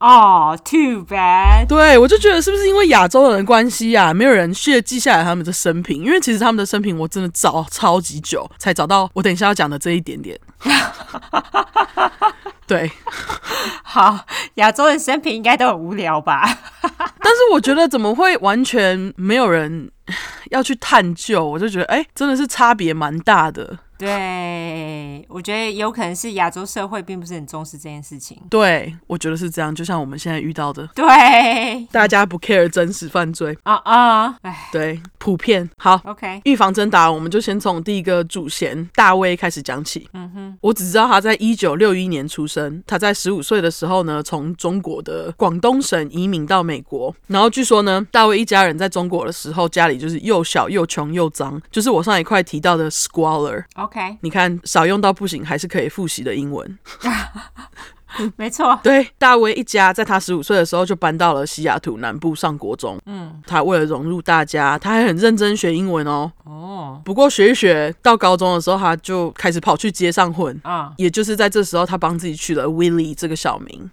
[SPEAKER 2] 哦，Too bad。
[SPEAKER 1] 对我就觉得是不是因为亚洲人的关系呀、没有人去记下来他们的生平？因为其实他们的生平我真的找超级久才找到，我等一下要讲的这一点点。 对，
[SPEAKER 2] 好，亚洲人生平应该都很无聊吧？
[SPEAKER 1] 但是我觉得怎么会完全没有人要去探究？我就觉得哎、真的是差别蛮大的。
[SPEAKER 2] 对，我觉得有可能是亚洲社会并不是很重视这件事情。
[SPEAKER 1] 对，我觉得是这样，就像我们现在遇到的，
[SPEAKER 2] 对，
[SPEAKER 1] 大家不 care 真实犯罪，
[SPEAKER 2] 啊啊，哎
[SPEAKER 1] 对，普遍好。
[SPEAKER 2] ，OK，
[SPEAKER 1] 预防针打完，我们就先从第一个主嫌大卫开始讲起。
[SPEAKER 2] 嗯哼，
[SPEAKER 1] 我只知道他在一九六一年出生，他在十五岁的时候呢，从中国的广东省移民到美国。然后据说呢，大卫一家人在中国的时候，家里就是又小又穷又脏，就是我上一块提到的 squalor。
[SPEAKER 2] ，OK，
[SPEAKER 1] 你看，少用到不行，还是可以复习的英文。
[SPEAKER 2] 没错，
[SPEAKER 1] 对，大卫一家在他十五岁的时候就搬到了西雅图南部上国中。嗯，他为了融入大家，他还很认真学英文哦。
[SPEAKER 2] 哦，
[SPEAKER 1] 不过学一学，到高中的时候，他就开始跑去街上混。
[SPEAKER 2] 啊，
[SPEAKER 1] 也就是在这时候，他帮自己取了 Willie 这个小名。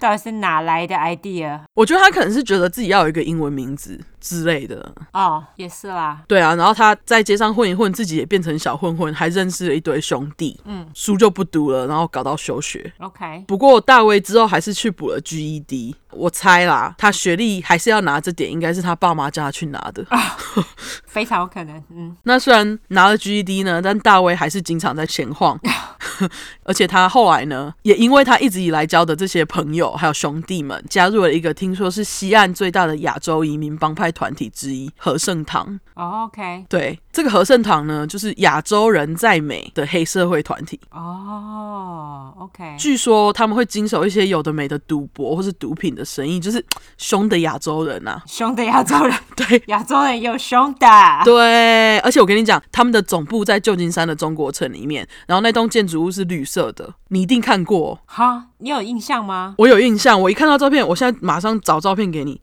[SPEAKER 2] 到底是哪来的 idea？
[SPEAKER 1] 我觉得他可能是觉得自己要有一个英文名字之类的，
[SPEAKER 2] 哦，也是啦，
[SPEAKER 1] 对啊。然后他在街上混一混，自己也变成小混混，还认识了一堆兄弟。
[SPEAKER 2] 嗯，
[SPEAKER 1] 书就不读了，然后搞到休学。
[SPEAKER 2] ，OK，
[SPEAKER 1] 不过大卫之后还是去补了 GED，我猜啦，他学历还是要拿这点，应该是他爸妈叫他去拿的。
[SPEAKER 2] 非常有可能，嗯，
[SPEAKER 1] 那虽然拿了 GED 呢，但大卫还是经常在闲晃， 而且他后来呢，也因为他一直以来交的这些朋友还有兄弟们，加入了一个听说是西岸最大的亚洲移民帮派团体之一——和盛堂。
[SPEAKER 2] 哦，OK，
[SPEAKER 1] 对，这个和盛堂呢，就是亚洲人在美的黑社会团体。
[SPEAKER 2] 哦，OK，
[SPEAKER 1] 据说他们会经手一些有的没的赌博或是毒品的生意，就是凶的亚洲人 啊。
[SPEAKER 2] 凶的亚洲人，
[SPEAKER 1] 对，
[SPEAKER 2] 亚洲人有凶的，
[SPEAKER 1] 对，而且我跟你讲，他们的总部在旧金山的中国城里面，然后那栋建筑物是绿色的，你一定看过。
[SPEAKER 2] 哈，你有印象吗？
[SPEAKER 1] 我有印象，我一看到照片，我现在马上找照片给你，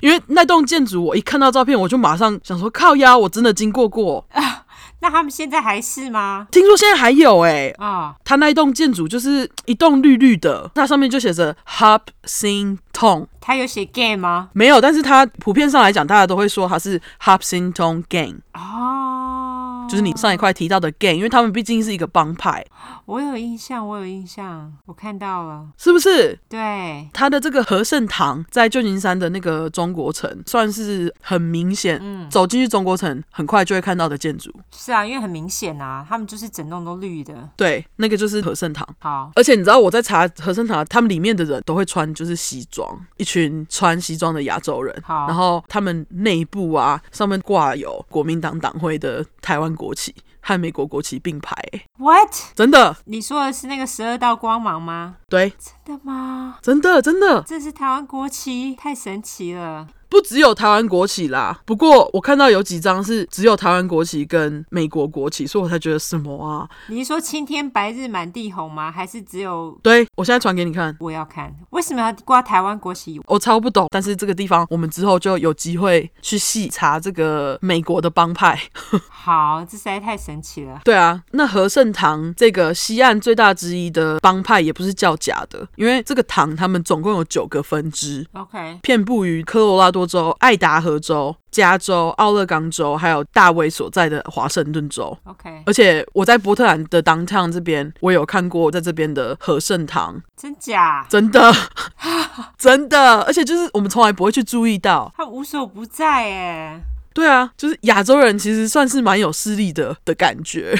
[SPEAKER 1] 因为那栋建筑，我一看到照片，我就马上想说靠呀，我真的经过过。
[SPEAKER 2] 那他们现在还是吗？
[SPEAKER 1] 听说现在还有哎、
[SPEAKER 2] 啊、
[SPEAKER 1] 它那一栋建筑就是一栋绿绿的，那上面就写着 Hub Sing Tong，
[SPEAKER 2] 他有写 gay 吗？
[SPEAKER 1] 没有，但是它普遍上来讲，大家都会说它是 Hub Sing Tong Gang，
[SPEAKER 2] 哦，
[SPEAKER 1] 就是你上一块提到的 Gang，因为他们毕竟是一个帮派，
[SPEAKER 2] 我有印象，我有印象，我看到了。
[SPEAKER 1] 是不是？
[SPEAKER 2] 对，
[SPEAKER 1] 它的这个和盛堂在旧金山的那个中国城，算是很明显，走进去中国城很快就会看到的建筑。
[SPEAKER 2] 是啊，因为很明显啊，他们就是整栋都绿的。
[SPEAKER 1] 对，那个就是和盛堂。
[SPEAKER 2] 好，
[SPEAKER 1] 而且你知道我在查和盛堂，他们里面的人都会穿就是西装，一群穿西装的亚洲人，
[SPEAKER 2] 好
[SPEAKER 1] 然后他们内部啊上面挂有国民党党徽的台湾国旗和美国国旗并排、欸
[SPEAKER 2] What？
[SPEAKER 1] 真的，
[SPEAKER 2] 你说的是那个十二道光芒吗？
[SPEAKER 1] 对，
[SPEAKER 2] 真的吗？
[SPEAKER 1] 真的，真的，
[SPEAKER 2] 这是台湾国旗，太神奇了。
[SPEAKER 1] 不只有台湾国旗啦，不过我看到有几张是只有台湾国旗跟美国国旗，所以我才觉得什么啊？
[SPEAKER 2] 你是说青天白日满地红吗？还是只有
[SPEAKER 1] 对我现在传给你看，
[SPEAKER 2] 我要看？为什么要挂台湾国旗？
[SPEAKER 1] 我超不懂，但是这个地方我们之后就有机会去细查这个美国的帮派。
[SPEAKER 2] 好，这实在太神奇了。
[SPEAKER 1] 对啊，那和盛堂这个西岸最大之一的帮派也不是叫假的，因为这个堂他们总共有九个分支，
[SPEAKER 2] OK，
[SPEAKER 1] 遍布于科罗拉多州、爱达荷州、加州、奥勒冈州，还有大卫所在的华盛顿州。
[SPEAKER 2] OK，
[SPEAKER 1] 而且我在波特兰的 downtown 这边，我有看过在这边的和盛堂，
[SPEAKER 2] 真假？
[SPEAKER 1] 真的， 真的，而且就是我们从来不会去注意到。
[SPEAKER 2] 它无所不在哎，
[SPEAKER 1] 对啊，就是亚洲人其实算是蛮有势力的的感觉。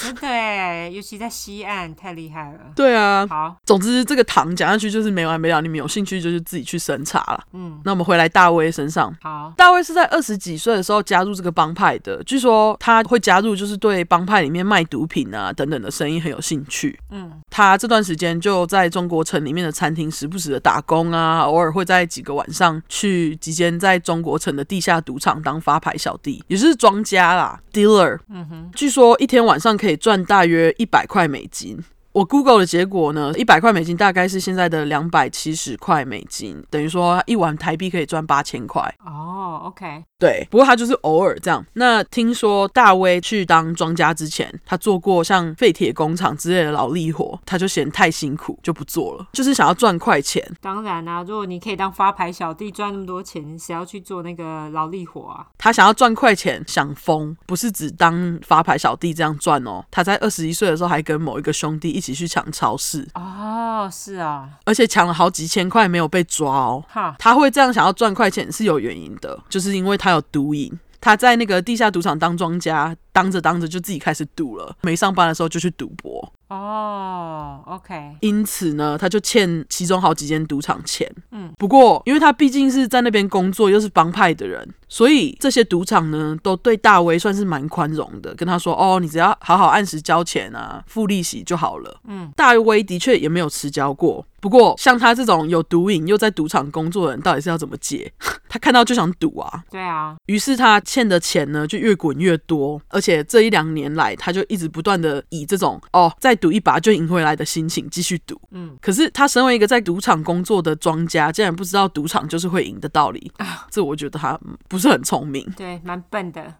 [SPEAKER 2] 真的哎，尤其在西岸，太厉害了。
[SPEAKER 1] 对啊，
[SPEAKER 2] 好，
[SPEAKER 1] 总之这个糖讲下去就是没完没了，你们有兴趣就是自己去审查了。
[SPEAKER 2] 嗯，
[SPEAKER 1] 那我们回来大卫身上，
[SPEAKER 2] 好，
[SPEAKER 1] 大卫是在二十几岁的时候加入这个帮派的。据说他会加入，就是对帮派里面卖毒品啊等等的生意很有兴趣。
[SPEAKER 2] 嗯，
[SPEAKER 1] 他这段时间就在中国城里面的餐厅时不时的打工啊，偶尔会在几个晚上去几间在中国城的地下赌场当发牌小弟，也就是庄家啦，dealer。
[SPEAKER 2] 嗯哼，
[SPEAKER 1] 据说一天晚上可以赚大约一百块美金。我 Google 的结果呢，一百块美金大概是现在的两百七十块美金，等于说一晚台币可以赚八千块。
[SPEAKER 2] 哦，OK，
[SPEAKER 1] 对，不过他就是偶尔这样。那听说大威去当庄家之前，他做过像废铁工厂之类的劳力活，他就嫌太辛苦，就不做了，就是想要赚快钱。
[SPEAKER 2] 当然啦、如果你可以当发牌小弟赚那么多钱，谁要去做那个劳力活啊？
[SPEAKER 1] 他想要赚快钱，想疯，不是只当发牌小弟这样赚哦。他在二十一岁的时候还跟某一个兄弟一起去抢超市，
[SPEAKER 2] 哦，是啊，
[SPEAKER 1] 而且抢了好几千块没有被抓哦。
[SPEAKER 2] 哈，
[SPEAKER 1] 他会这样想要赚快钱是有原因的，就是因为他有毒瘾。他在那个地下赌场当庄家，当着当着就自己开始赌了。没上班的时候就去赌博，
[SPEAKER 2] 哦，OK，
[SPEAKER 1] 因此呢，他就欠其中好几间赌场钱。
[SPEAKER 2] 嗯
[SPEAKER 1] 嗯，不过因为他毕竟是在那边工作，又是帮派的人，所以这些赌场呢都对大威算是蛮宽容的，跟他说：“哦，你只要好好按时交钱啊，付利息就好了。”
[SPEAKER 2] 嗯
[SPEAKER 1] 嗯，大威的确也没有迟交过。不过像他这种有毒瘾又在赌场工作的人，到底是要怎么解？ 他看到就想赌啊。
[SPEAKER 2] 对啊，
[SPEAKER 1] 于是他欠的钱呢就越滚越多，而且这一两年来，他就一直不断的以这种哦再赌一把就赢回来的心情继续赌。
[SPEAKER 2] 嗯，。
[SPEAKER 1] 可是他身为一个在赌场工作的庄家，竟然不知道赌场就是会赢的道理，这我觉得他嗯不是很聪明
[SPEAKER 2] 对，蛮笨的，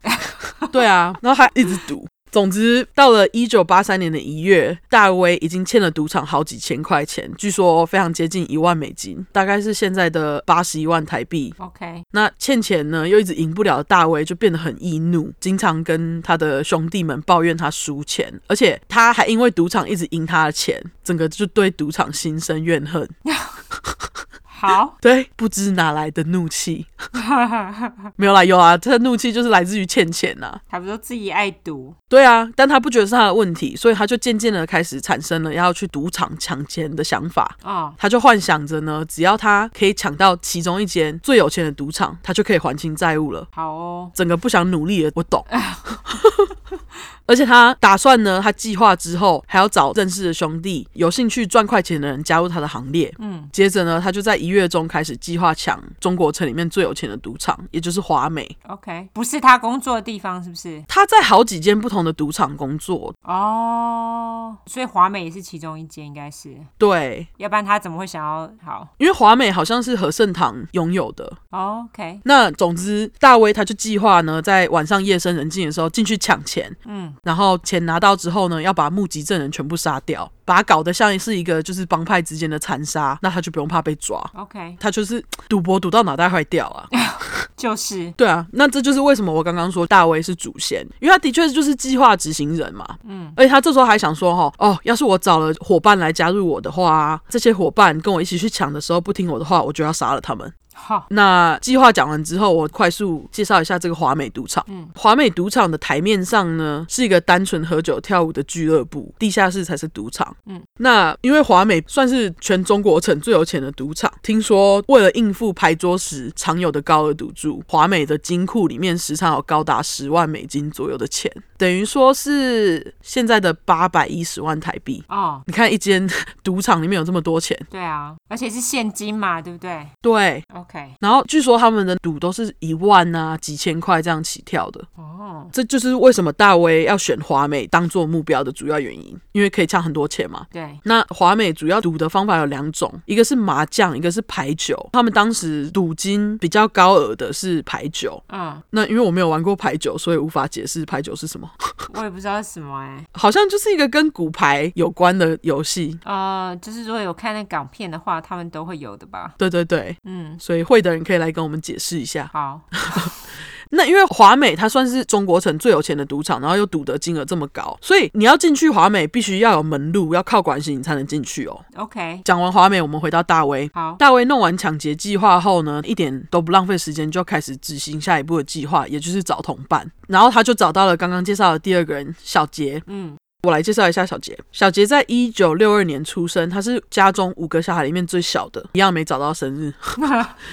[SPEAKER 1] 对啊，然后他一直赌。总之，到了一九八三年的一月，大威已经欠了赌场好几千块钱，据说非常接近一万美金，大概是现在的八十一万台币，
[SPEAKER 2] OK，
[SPEAKER 1] 那欠钱呢，又一直赢不了的大威就变得很易怒，经常跟他的兄弟们抱怨他输钱，而且他还因为赌场一直赢他的钱，整个就对赌场心生怨恨。
[SPEAKER 2] 好，
[SPEAKER 1] 对，不知哪来的怒气，没有啦，有啊，他的怒气就是来自于欠钱呐、啊。
[SPEAKER 2] 还不说自己爱赌，
[SPEAKER 1] 对啊，但他不觉得是他的问题，所以他就渐渐的开始产生了要去赌场抢钱的想法。
[SPEAKER 2] 哦，
[SPEAKER 1] 他就幻想着呢，只要他可以抢到其中一间最有钱的赌场，他就可以还清债务了。
[SPEAKER 2] 好哦，
[SPEAKER 1] 整个不想努力了，我懂。 而且他打算呢，他计划之后还要找认识的兄弟、有兴趣赚快钱的人加入他的行列。
[SPEAKER 2] 嗯，
[SPEAKER 1] 接着呢，他就在一月中开始计划抢中国城里面最有钱的赌场，也就是华美。
[SPEAKER 2] OK，不是他工作的地方是不是？
[SPEAKER 1] 他在好几间不同的赌场工作，
[SPEAKER 2] 哦，所以华美也是其中一间，应该是，
[SPEAKER 1] 对，
[SPEAKER 2] 要不然他怎么会想要好
[SPEAKER 1] 因为华美好像是和盛堂拥有的。
[SPEAKER 2] 哦？OK，
[SPEAKER 1] 那总之，大威他就计划呢，在晚上夜深人静的时候进去抢钱，
[SPEAKER 2] 嗯，
[SPEAKER 1] 然后钱拿到之后呢，要把目击证人全部杀掉，把他搞得像是一个就是帮派之间的残杀，那他就不用怕被抓。
[SPEAKER 2] OK，
[SPEAKER 1] 他就是赌博赌到脑袋坏掉啊！
[SPEAKER 2] 就是
[SPEAKER 1] 对啊，那这就是为什么我刚刚说大威是主线，因为他的确就是计划执行人嘛。嗯，而且他这时候还想说，哈，哦，要是我找了伙伴来加入我的话，啊这些伙伴跟我一起去抢的时候不听我的话，我就要杀了他们。
[SPEAKER 2] 好，
[SPEAKER 1] 那计划讲完之后，我快速介绍一下这个华美赌场。
[SPEAKER 2] 嗯
[SPEAKER 1] 嗯，华美赌场的台面上呢是一个单纯喝酒跳舞的俱乐部，地下室才是赌场。
[SPEAKER 2] 嗯
[SPEAKER 1] 嗯，那因为华美算是全中国城最有钱的赌场，听说为了应付牌桌时常有的高额赌注，华美的金库里面时常有高达十万美金左右的钱，等于说是现在的八百一十万台币。
[SPEAKER 2] 哦，
[SPEAKER 1] 你看一间 赌场里面有这么多钱，
[SPEAKER 2] 对啊，而且是现金嘛，对不对
[SPEAKER 1] 对，
[SPEAKER 2] ？OK，
[SPEAKER 1] 然后据说他们的赌都是一万啊、几千块这样起跳的，
[SPEAKER 2] 哦，
[SPEAKER 1] 这就是为什么大威要选华美当做目标的主要原因，因为可以抢很多钱嘛。
[SPEAKER 2] 对，
[SPEAKER 1] 那华美主要赌的方法有两种，一个是麻将，一个是牌九。他们当时赌金比较高额的是牌九。
[SPEAKER 2] 嗯，
[SPEAKER 1] 那因为我没有玩过牌九，所以无法解释牌九是什么，
[SPEAKER 2] 我也不知道是什么哎、
[SPEAKER 1] 好像就是一个跟骨牌有关的游戏。
[SPEAKER 2] 呃，就是如果有看那港片的话，他们都会有的吧？
[SPEAKER 1] 对对对，
[SPEAKER 2] 嗯，
[SPEAKER 1] 所以会的人可以来跟我们解释一下。
[SPEAKER 2] 好，
[SPEAKER 1] 那因为华美它算是中国城最有钱的赌场，然后又赌得金额这么高，所以你要进去华美必须要有门路，要靠关系你才能进去哦。
[SPEAKER 2] ，OK，
[SPEAKER 1] 讲完华美，我们回到大威。
[SPEAKER 2] 好，
[SPEAKER 1] 大威弄完抢劫计划后呢，一点都不浪费时间，就开始执行下一步的计划，也就是找同伴。然后他就找到了刚刚介绍的第二个人小杰。
[SPEAKER 2] 嗯，
[SPEAKER 1] 我来介绍一下小杰。小杰在一九六二年出生，他是家中五个小孩里面最小的，一样没找到生日。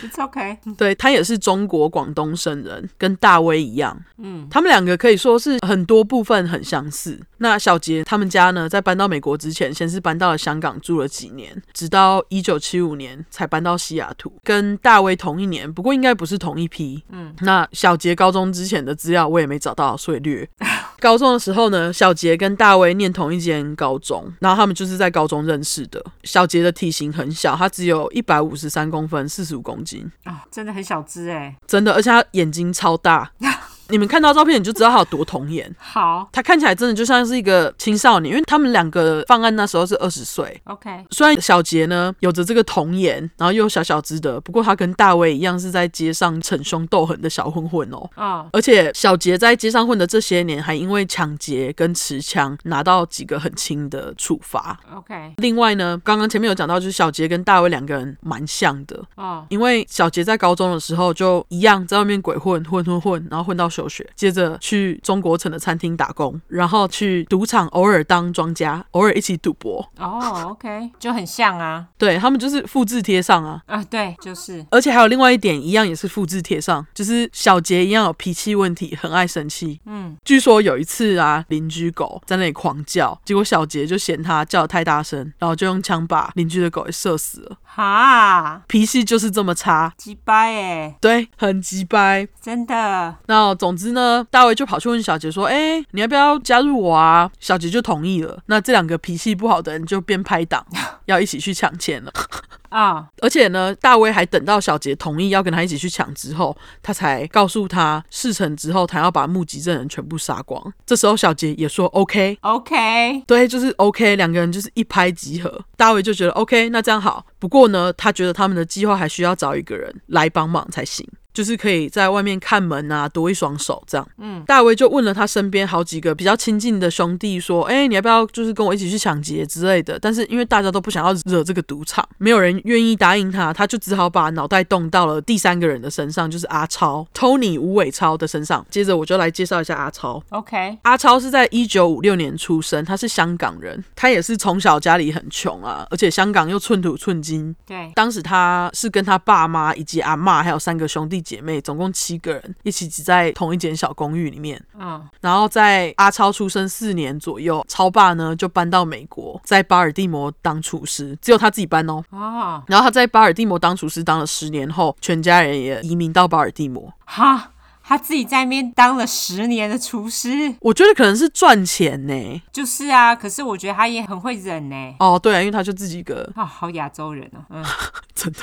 [SPEAKER 2] It's okay，
[SPEAKER 1] 对他也是中国广东省人，跟大威一样。嗯，他们两个可以说是很多部分很相似。那小杰他们家呢，在搬到美国之前，先是搬到了香港住了几年，直到一九七五年才搬到西雅图，跟大威同一年，不过应该不是同一批。嗯，那小杰高中之前的资料我也没找到，所以略。 高中的时候呢，小杰跟大威念同一间高中，然后他们就是在高中认识的。小杰的体型很小，他只有一百五十三公分，四十五公斤。
[SPEAKER 2] 啊，真的很小只哎。
[SPEAKER 1] 真的，而且他眼睛超大，你们看到照片你就知道他有多童颜。
[SPEAKER 2] 好
[SPEAKER 1] 他看起来真的就像是一个青少年，因为他们两个犯案那时候是二十岁。
[SPEAKER 2] ，OK，
[SPEAKER 1] 虽然小杰呢有着这个童颜，然后又小小只的，不过他跟大卫一样是在街上逞凶斗狠的小混混哦。
[SPEAKER 2] 嗯，
[SPEAKER 1] 而且小杰在街上混的这些年，还因为抢劫跟持枪拿到几个很轻的处罚。
[SPEAKER 2] OK，
[SPEAKER 1] 另外呢，刚刚前面有讲到，就是小杰跟大卫两个人蛮像的，
[SPEAKER 2] 哦，
[SPEAKER 1] 因为小杰在高中的时候就一样在外面鬼混混混混，然后混到休学，接着去中国城的餐厅打工，然后去赌场偶尔当庄家，偶尔一起赌博。
[SPEAKER 2] 哦，OK，就很像啊，
[SPEAKER 1] 对他们就是复制贴上啊。
[SPEAKER 2] 啊，对，就是，
[SPEAKER 1] 而且还有另外一点，一样也是复制贴上，就是小杰一样有脾气问题，很爱生气。
[SPEAKER 2] 嗯，
[SPEAKER 1] 据说有一次啊，邻居狗在那里狂叫，结果小杰就嫌它叫得太大声，然后就用枪把邻居的狗给射死了。
[SPEAKER 2] 哈，
[SPEAKER 1] 脾气就是这么差，
[SPEAKER 2] 鸡掰哎，
[SPEAKER 1] 对，很鸡掰。
[SPEAKER 2] 真的，
[SPEAKER 1] 那总之呢，大卫就跑去问小杰说：“哎、你要不要加入我啊？”小杰就同意了。那这两个脾气不好的人就变拍档，要一起去抢钱了。
[SPEAKER 2] 啊，
[SPEAKER 1] 而且呢，大卫还等到小杰同意要跟他一起去抢之后，他才告诉他事成之后，他要把目击证人全部杀光。这时候小杰也说 OK。
[SPEAKER 2] OK，
[SPEAKER 1] 对，就是 OK，两个人就是一拍即合。大卫就觉得 OK，那这样好。不过呢，他觉得他们的计划还需要找一个人来帮忙才行，就是可以在外面看门啊，多一双手这样。嗯，大卫就问了他身边好几个比较亲近的兄弟说：“哎、你要不要就是跟我一起去抢劫之类的？”但是因为大家都不想要惹这个赌场，没有人愿意答应他，他就只好把脑袋动到了第三个人的身上，就是阿超 Tony 吴伟超的身上。接着我就来介绍一下阿超。
[SPEAKER 2] OK，
[SPEAKER 1] 阿超是在一九五六年出生，他是香港人，他也是从小家里很穷啊，而且香港又寸土寸金。
[SPEAKER 2] 对，
[SPEAKER 1] 当时他是跟他爸妈以及阿嬷还有三个兄弟姐妹，总共七个人一起挤在同一间小公寓里面。
[SPEAKER 2] 嗯，
[SPEAKER 1] 然后在阿超出生四年左右，超爸呢就搬到美国，在巴尔的摩当厨师，只有他自己搬哦。
[SPEAKER 2] 哦，
[SPEAKER 1] 然后他在巴尔的摩当厨师当了十年后，全家人也移民到巴尔的摩。
[SPEAKER 2] 哈，他自己在那边当了十年的厨师，
[SPEAKER 1] 我觉得可能是赚钱呢。
[SPEAKER 2] 就是啊，可是我觉得他也很会忍呢、
[SPEAKER 1] 哦，对啊，因为他就自己一个
[SPEAKER 2] 啊、好亚洲人哦、嗯，
[SPEAKER 1] 真的。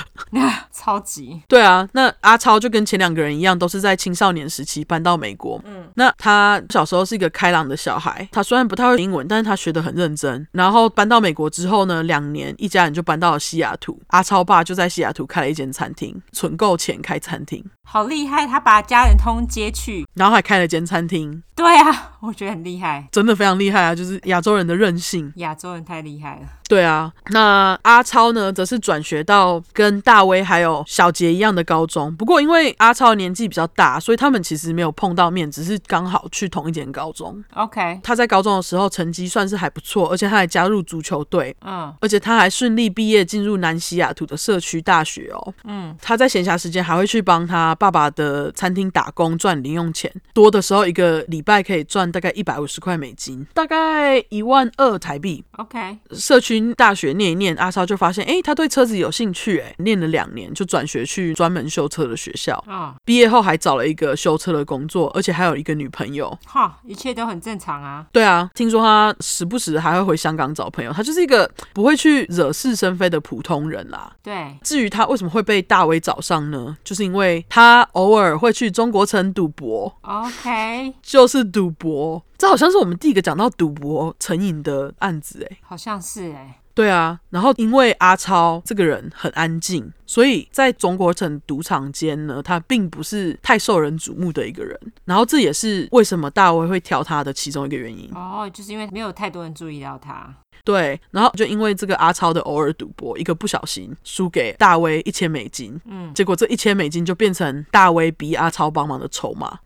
[SPEAKER 2] 超级，
[SPEAKER 1] 对啊，那阿超就跟前两个人一样，都是在青少年时期搬到美国。嗯，那他小时候是一个开朗的小孩，他虽然不太会英文，但是他学得很认真。然后搬到美国之后呢，两年一家人就搬到了西雅图。阿超爸就在西雅图开了一间餐厅，存够钱开餐厅，
[SPEAKER 2] 好厉害，他把家人通接去，
[SPEAKER 1] 然后还开了间餐厅，
[SPEAKER 2] 对啊，我觉得很厉害，
[SPEAKER 1] 真的非常厉害啊！就是亚洲人的韧性。
[SPEAKER 2] 亚洲人太厉害了，
[SPEAKER 1] 对啊，那阿超呢，则是转学到跟大威还有小杰一样的高中。不过因为阿超年纪比较大，所以他们其实没有碰到面，只是刚好去同一间高中。
[SPEAKER 2] OK，
[SPEAKER 1] 他在高中的时候成绩算是还不错，而且他还加入足球队，
[SPEAKER 2] 嗯，
[SPEAKER 1] 而且他还顺利毕业进入南西雅图的社区大学哦。
[SPEAKER 2] 嗯，
[SPEAKER 1] 他在闲暇时间还会去帮他爸爸的餐厅打工赚零用钱，多的时候一个礼拜可以赚大概一百五十块美金，大概一万二台币。
[SPEAKER 2] OK，
[SPEAKER 1] 社区大学念一念，阿超就发现，诶，他对车子有兴趣，诶，念了两年就转学去专门修车的学校。
[SPEAKER 2] 嗯，
[SPEAKER 1] 毕业后还找了一个修车的工作，而且还有一个女朋友。
[SPEAKER 2] 哈，一切都很正常啊。
[SPEAKER 1] 对啊，听说他时不时还会回香港找朋友，他就是一个不会去惹是生非的普通人啦。
[SPEAKER 2] 对，
[SPEAKER 1] 至于他为什么会被大威找上呢？就是因为他偶尔会去中国城赌博，
[SPEAKER 2] OK，
[SPEAKER 1] 就是赌博。这好像是我们第一个讲到赌博成瘾的案子、诶。
[SPEAKER 2] 好像是哎、
[SPEAKER 1] 对啊，然后因为阿超这个人很安静，所以在中国城赌场间呢，他并不是太受人瞩目的一个人。然后这也是为什么大卫会挑他的其中一个原因。
[SPEAKER 2] 哦哦，就是因为没有太多人注意到他。
[SPEAKER 1] 对，然后就因为这个阿超的偶尔赌博，一个不小心输给大威一千美金，嗯，结果这一千美金就变成大威逼阿超帮忙的筹码。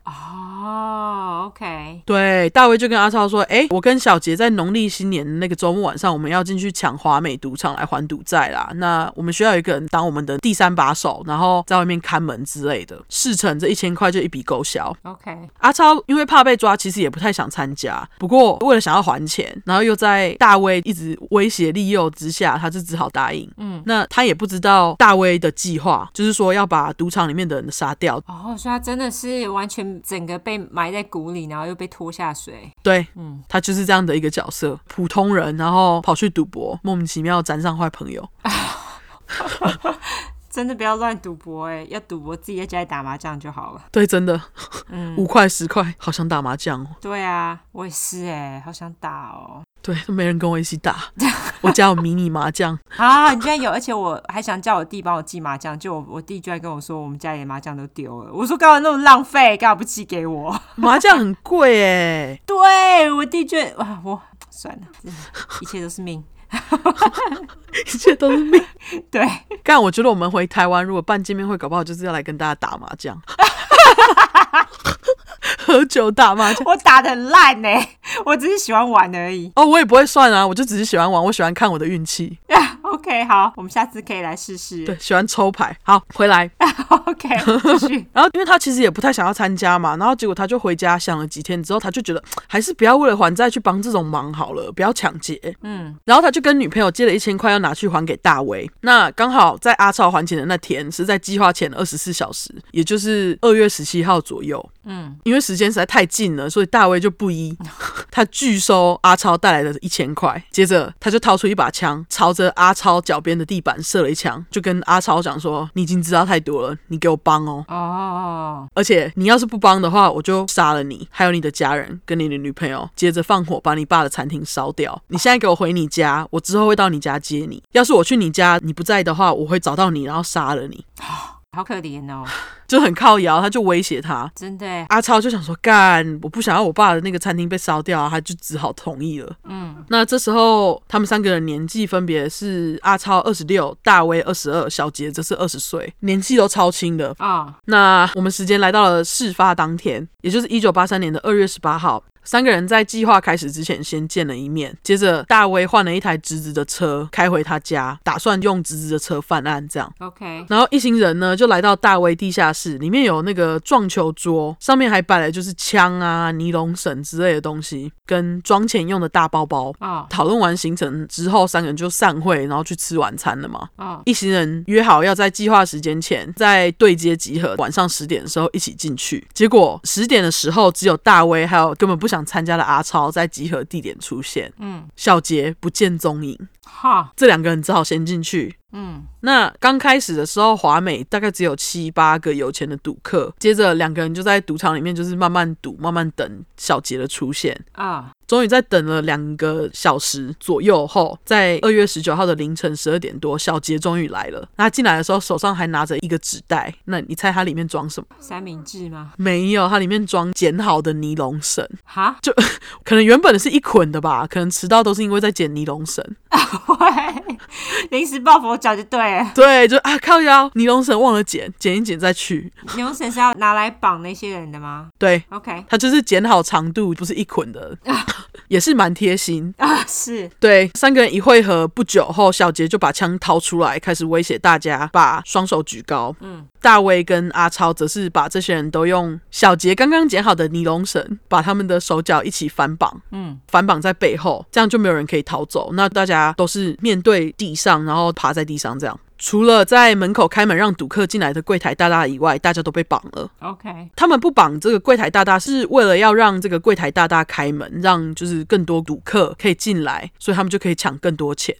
[SPEAKER 2] 哦，OK，
[SPEAKER 1] 对，大威就跟阿超说：“哎，我跟小杰在农历新年那个周末晚上，我们要进去抢华美赌场来还赌债啦。那我们需要有一个人当我们的第三把手，然后在外面看门之类的。事成这一千块就一笔勾销。
[SPEAKER 2] OK，
[SPEAKER 1] 阿超因为怕被抓，其实也不太想参加。不过为了想要还钱，然后又在大威一直威胁利诱之下，他就只好答应。嗯，那他也不知道大威的计划，就是说要把赌场里面的人杀掉。
[SPEAKER 2] 哦，所以他真的是完全整个被埋在鼓里，然后又被拖下水。
[SPEAKER 1] 对，嗯，他就是这样的一个角色，普通人，然后跑去赌博，莫名其妙沾上坏朋友。
[SPEAKER 2] 真的不要乱赌博哎、要赌博自己在家里打麻将就好了。
[SPEAKER 1] 对，真的， 五块十块，好想打麻将哦。
[SPEAKER 2] 对啊，我也是哎、好想打哦。
[SPEAKER 1] 对，都没人跟我一起打，我家有迷你麻将。
[SPEAKER 2] 啊，你居然有！而且我还想叫我弟帮我寄麻将，就我我弟居然跟我说我们家里的麻将都丢了。我说干嘛那么浪费，干嘛不寄给我？
[SPEAKER 1] 麻将很贵哎，
[SPEAKER 2] 对我弟居然啊，我 算了，真的一切都是命。
[SPEAKER 1] 一切都是命。
[SPEAKER 2] 对，
[SPEAKER 1] 但我觉得我们回台湾，如果办见面会，搞不好就是要来跟大家打麻将， 喝酒打麻将。
[SPEAKER 2] 我打的烂呢，我只是喜欢玩而已。
[SPEAKER 1] 哦，我也不会算啊，我就只是喜欢玩，我喜欢看我的运气，
[SPEAKER 2] OK，好，我们下次可以来试试。
[SPEAKER 1] 对，喜欢抽牌。好，回来，
[SPEAKER 2] OK，继续。
[SPEAKER 1] 然后因为他其实也不太想要参加嘛，然后结果他就回家想了几天之后，他就觉得还是不要为了还债去帮这种忙好了，不要抢劫。嗯，然后他就跟女朋友借了一千块，要拿去还给大威。那刚好在阿超还钱的那天是在计划前二十四小时，也就是二月十七号左右。嗯，因为时间实在太近了，所以大威就不 依，他拒收阿超带来的一千块。接着他就掏出一把枪，朝着阿超脚边的地板射了一枪，就跟阿超讲说：“你已经知道太多了，你给我帮哦。”
[SPEAKER 2] 哦，
[SPEAKER 1] 而且你要是不帮的话，我就杀了你，还有你的家人跟你的女朋友，接着放火把你爸的餐厅烧掉。你现在给我回你家，我之后会到你家接你。要是我去你家你不在的话，我会找到你，然后杀了你，
[SPEAKER 2] 好可怜哦，
[SPEAKER 1] 就很靠摇，他就威胁他。
[SPEAKER 2] 真的耶。
[SPEAKER 1] 阿超就想说，干，我不想要我爸的那个餐厅被烧掉啊，他就只好同意了。嗯，那这时候他们三个人年纪分别是阿超二十六，大威二十二，小杰则是二十岁，年纪都超轻的。
[SPEAKER 2] 啊、
[SPEAKER 1] 那我们时间来到了事发当天，也就是一九八三年的二月十八号。三个人在计划开始之前先见了一面，接着大威换了一台侄子的车开回他家，打算用侄子的车犯案。这样，
[SPEAKER 2] o k
[SPEAKER 1] 然后一行人呢就来到大威地下室，里面有那个撞球桌，上面还摆了就是枪啊、尼龙绳之类的东西，跟装钱用的大包包。
[SPEAKER 2] 啊
[SPEAKER 1] 讨论完行程之后，三个人就散会，然后去吃晚餐了嘛。
[SPEAKER 2] 啊
[SPEAKER 1] 一行人约好要在计划时间前在对接集合，晚上十点的时候一起进去。结果十点的时候，只有大威还有根本不想参加的阿超在集合地点出现，
[SPEAKER 2] 嗯，
[SPEAKER 1] 小杰不见踪影。
[SPEAKER 2] 哈，
[SPEAKER 1] 这两个人只好先进去。
[SPEAKER 2] 嗯，
[SPEAKER 1] 那刚开始的时候，华美大概只有七八个有钱的赌客，接着两个人就在赌场里面就是慢慢赌，慢慢等小杰的出现。
[SPEAKER 2] 啊
[SPEAKER 1] 终于在等了两个小时左右后，在二月十九号的凌晨十二点多，小杰终于来了。那他进来的时候，手上还拿着一个纸袋。那你猜他里面装什么？
[SPEAKER 2] 三明治吗？
[SPEAKER 1] 没有，它里面装剪好的尼龙绳，
[SPEAKER 2] 哈，
[SPEAKER 1] 可能原本的是一捆的吧，可能迟到都是因为在剪尼龙绳。
[SPEAKER 2] 喂，临时抱佛脚就对了。
[SPEAKER 1] 对，就啊靠腰，尼龙绳忘了剪，剪一剪再去。
[SPEAKER 2] 牛绳是要拿来绑那些人的吗
[SPEAKER 1] 对，
[SPEAKER 2] ？OK，
[SPEAKER 1] 它就是剪好长度，不是一捆的， 也是蛮贴心。
[SPEAKER 2] 啊，是
[SPEAKER 1] 对，三个人一会合不久后，小杰就把枪掏出来，开始威胁大家，把双手举高。嗯，大威跟阿超则是把这些人都用小杰刚刚剪好的尼龙绳，把他们的手脚一起反绑。嗯，反绑在背后，这样就没有人可以逃走。那大家都是面对地上，然后趴在地上这样。除了在门口开门让赌客进来的柜台大大以外，大家都被绑了。
[SPEAKER 2] OK，
[SPEAKER 1] 他们不绑这个柜台大大，是为了要让这个柜台大大开门，让就是更多赌客可以进来，所以他们就可以抢更多钱。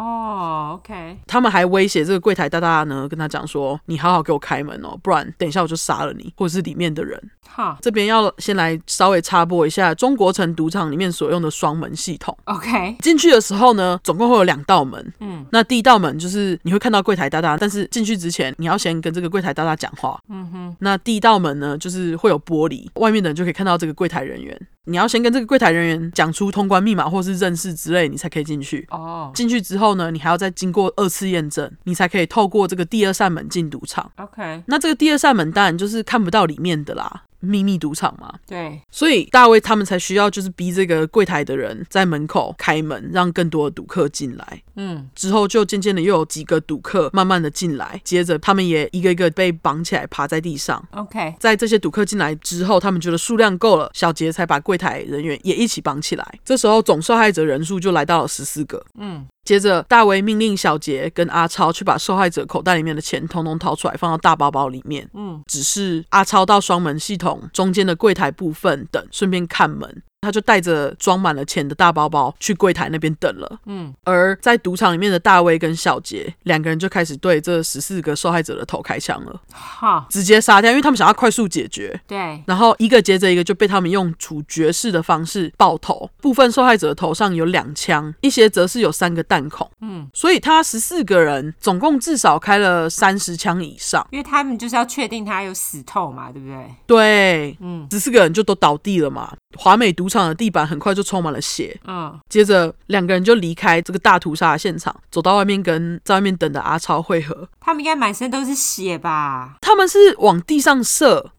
[SPEAKER 2] 哦，OK，
[SPEAKER 1] 他们还威胁这个柜台大大呢，跟他讲说：“你好好给我开门哦，不然等一下我就杀了你，或者是里面的人。”
[SPEAKER 2] 哈
[SPEAKER 1] 这边要先来稍微插播一下中国城赌场里面所用的双门系统。
[SPEAKER 2] ，OK，
[SPEAKER 1] 进去的时候呢，总共会有两道门。嗯，那第一道门就是你会看到到柜台大大，但是进去之前你要先跟这个柜台大大讲话。嗯哼，那第一道门呢，就是会有玻璃，外面的人就可以看到这个柜台人员。你要先跟这个柜台人员讲出通关密码或是认识之类，你才可以进去。
[SPEAKER 2] 哦、
[SPEAKER 1] 进去之后呢，你还要再经过二次验证，你才可以透过这个第二扇门进赌场。
[SPEAKER 2] o k
[SPEAKER 1] 那这个第二扇门当然就是看不到里面的啦，秘密赌场嘛。
[SPEAKER 2] 对，
[SPEAKER 1] 所以大卫他们才需要就是逼这个柜台的人在门口开门，让更多的赌客进来。
[SPEAKER 2] 嗯，
[SPEAKER 1] 之后就渐渐的又有几个赌客慢慢的进来，接着他们也一个一个被绑起来爬在地上。
[SPEAKER 2] ，OK，
[SPEAKER 1] 在这些赌客进来之后，他们觉得数量够了，小杰才把柜台人员也一起绑起来。这时候总受害者人数就来到了十四个。
[SPEAKER 2] 嗯，
[SPEAKER 1] 接着，大为命令小杰跟阿超去把受害者口袋里面的钱统统掏出来，放到大包包里面。
[SPEAKER 2] 嗯，
[SPEAKER 1] 只是阿超到双门系统中间的柜台部分等，顺便看门。他就带着装满了钱的大包包去柜台那边等了。
[SPEAKER 2] 嗯，
[SPEAKER 1] 而在赌场里面的大卫跟小杰两个人就开始对这十四个受害者的头开枪了，
[SPEAKER 2] 好，
[SPEAKER 1] 直接杀掉，因为他们想要快速解决。
[SPEAKER 2] 对，
[SPEAKER 1] 然后一个接着一个就被他们用处决式的方式爆头，部分受害者的头上有两枪，一些则是有三个弹孔。
[SPEAKER 2] 嗯，
[SPEAKER 1] 所以他十四个人总共至少开了三十枪以上。
[SPEAKER 2] 因为他们就是要确定他有死透嘛，对不对？
[SPEAKER 1] 对，
[SPEAKER 2] 嗯
[SPEAKER 1] 十四个人就都倒地了嘛。华美赌场的地板很快就充满了血。
[SPEAKER 2] 嗯
[SPEAKER 1] 接着两个人就离开这个大屠杀的现场，走到外面跟在外面等的阿超会合。
[SPEAKER 2] 他们应该满身都是血吧？
[SPEAKER 1] 他们是往地上射。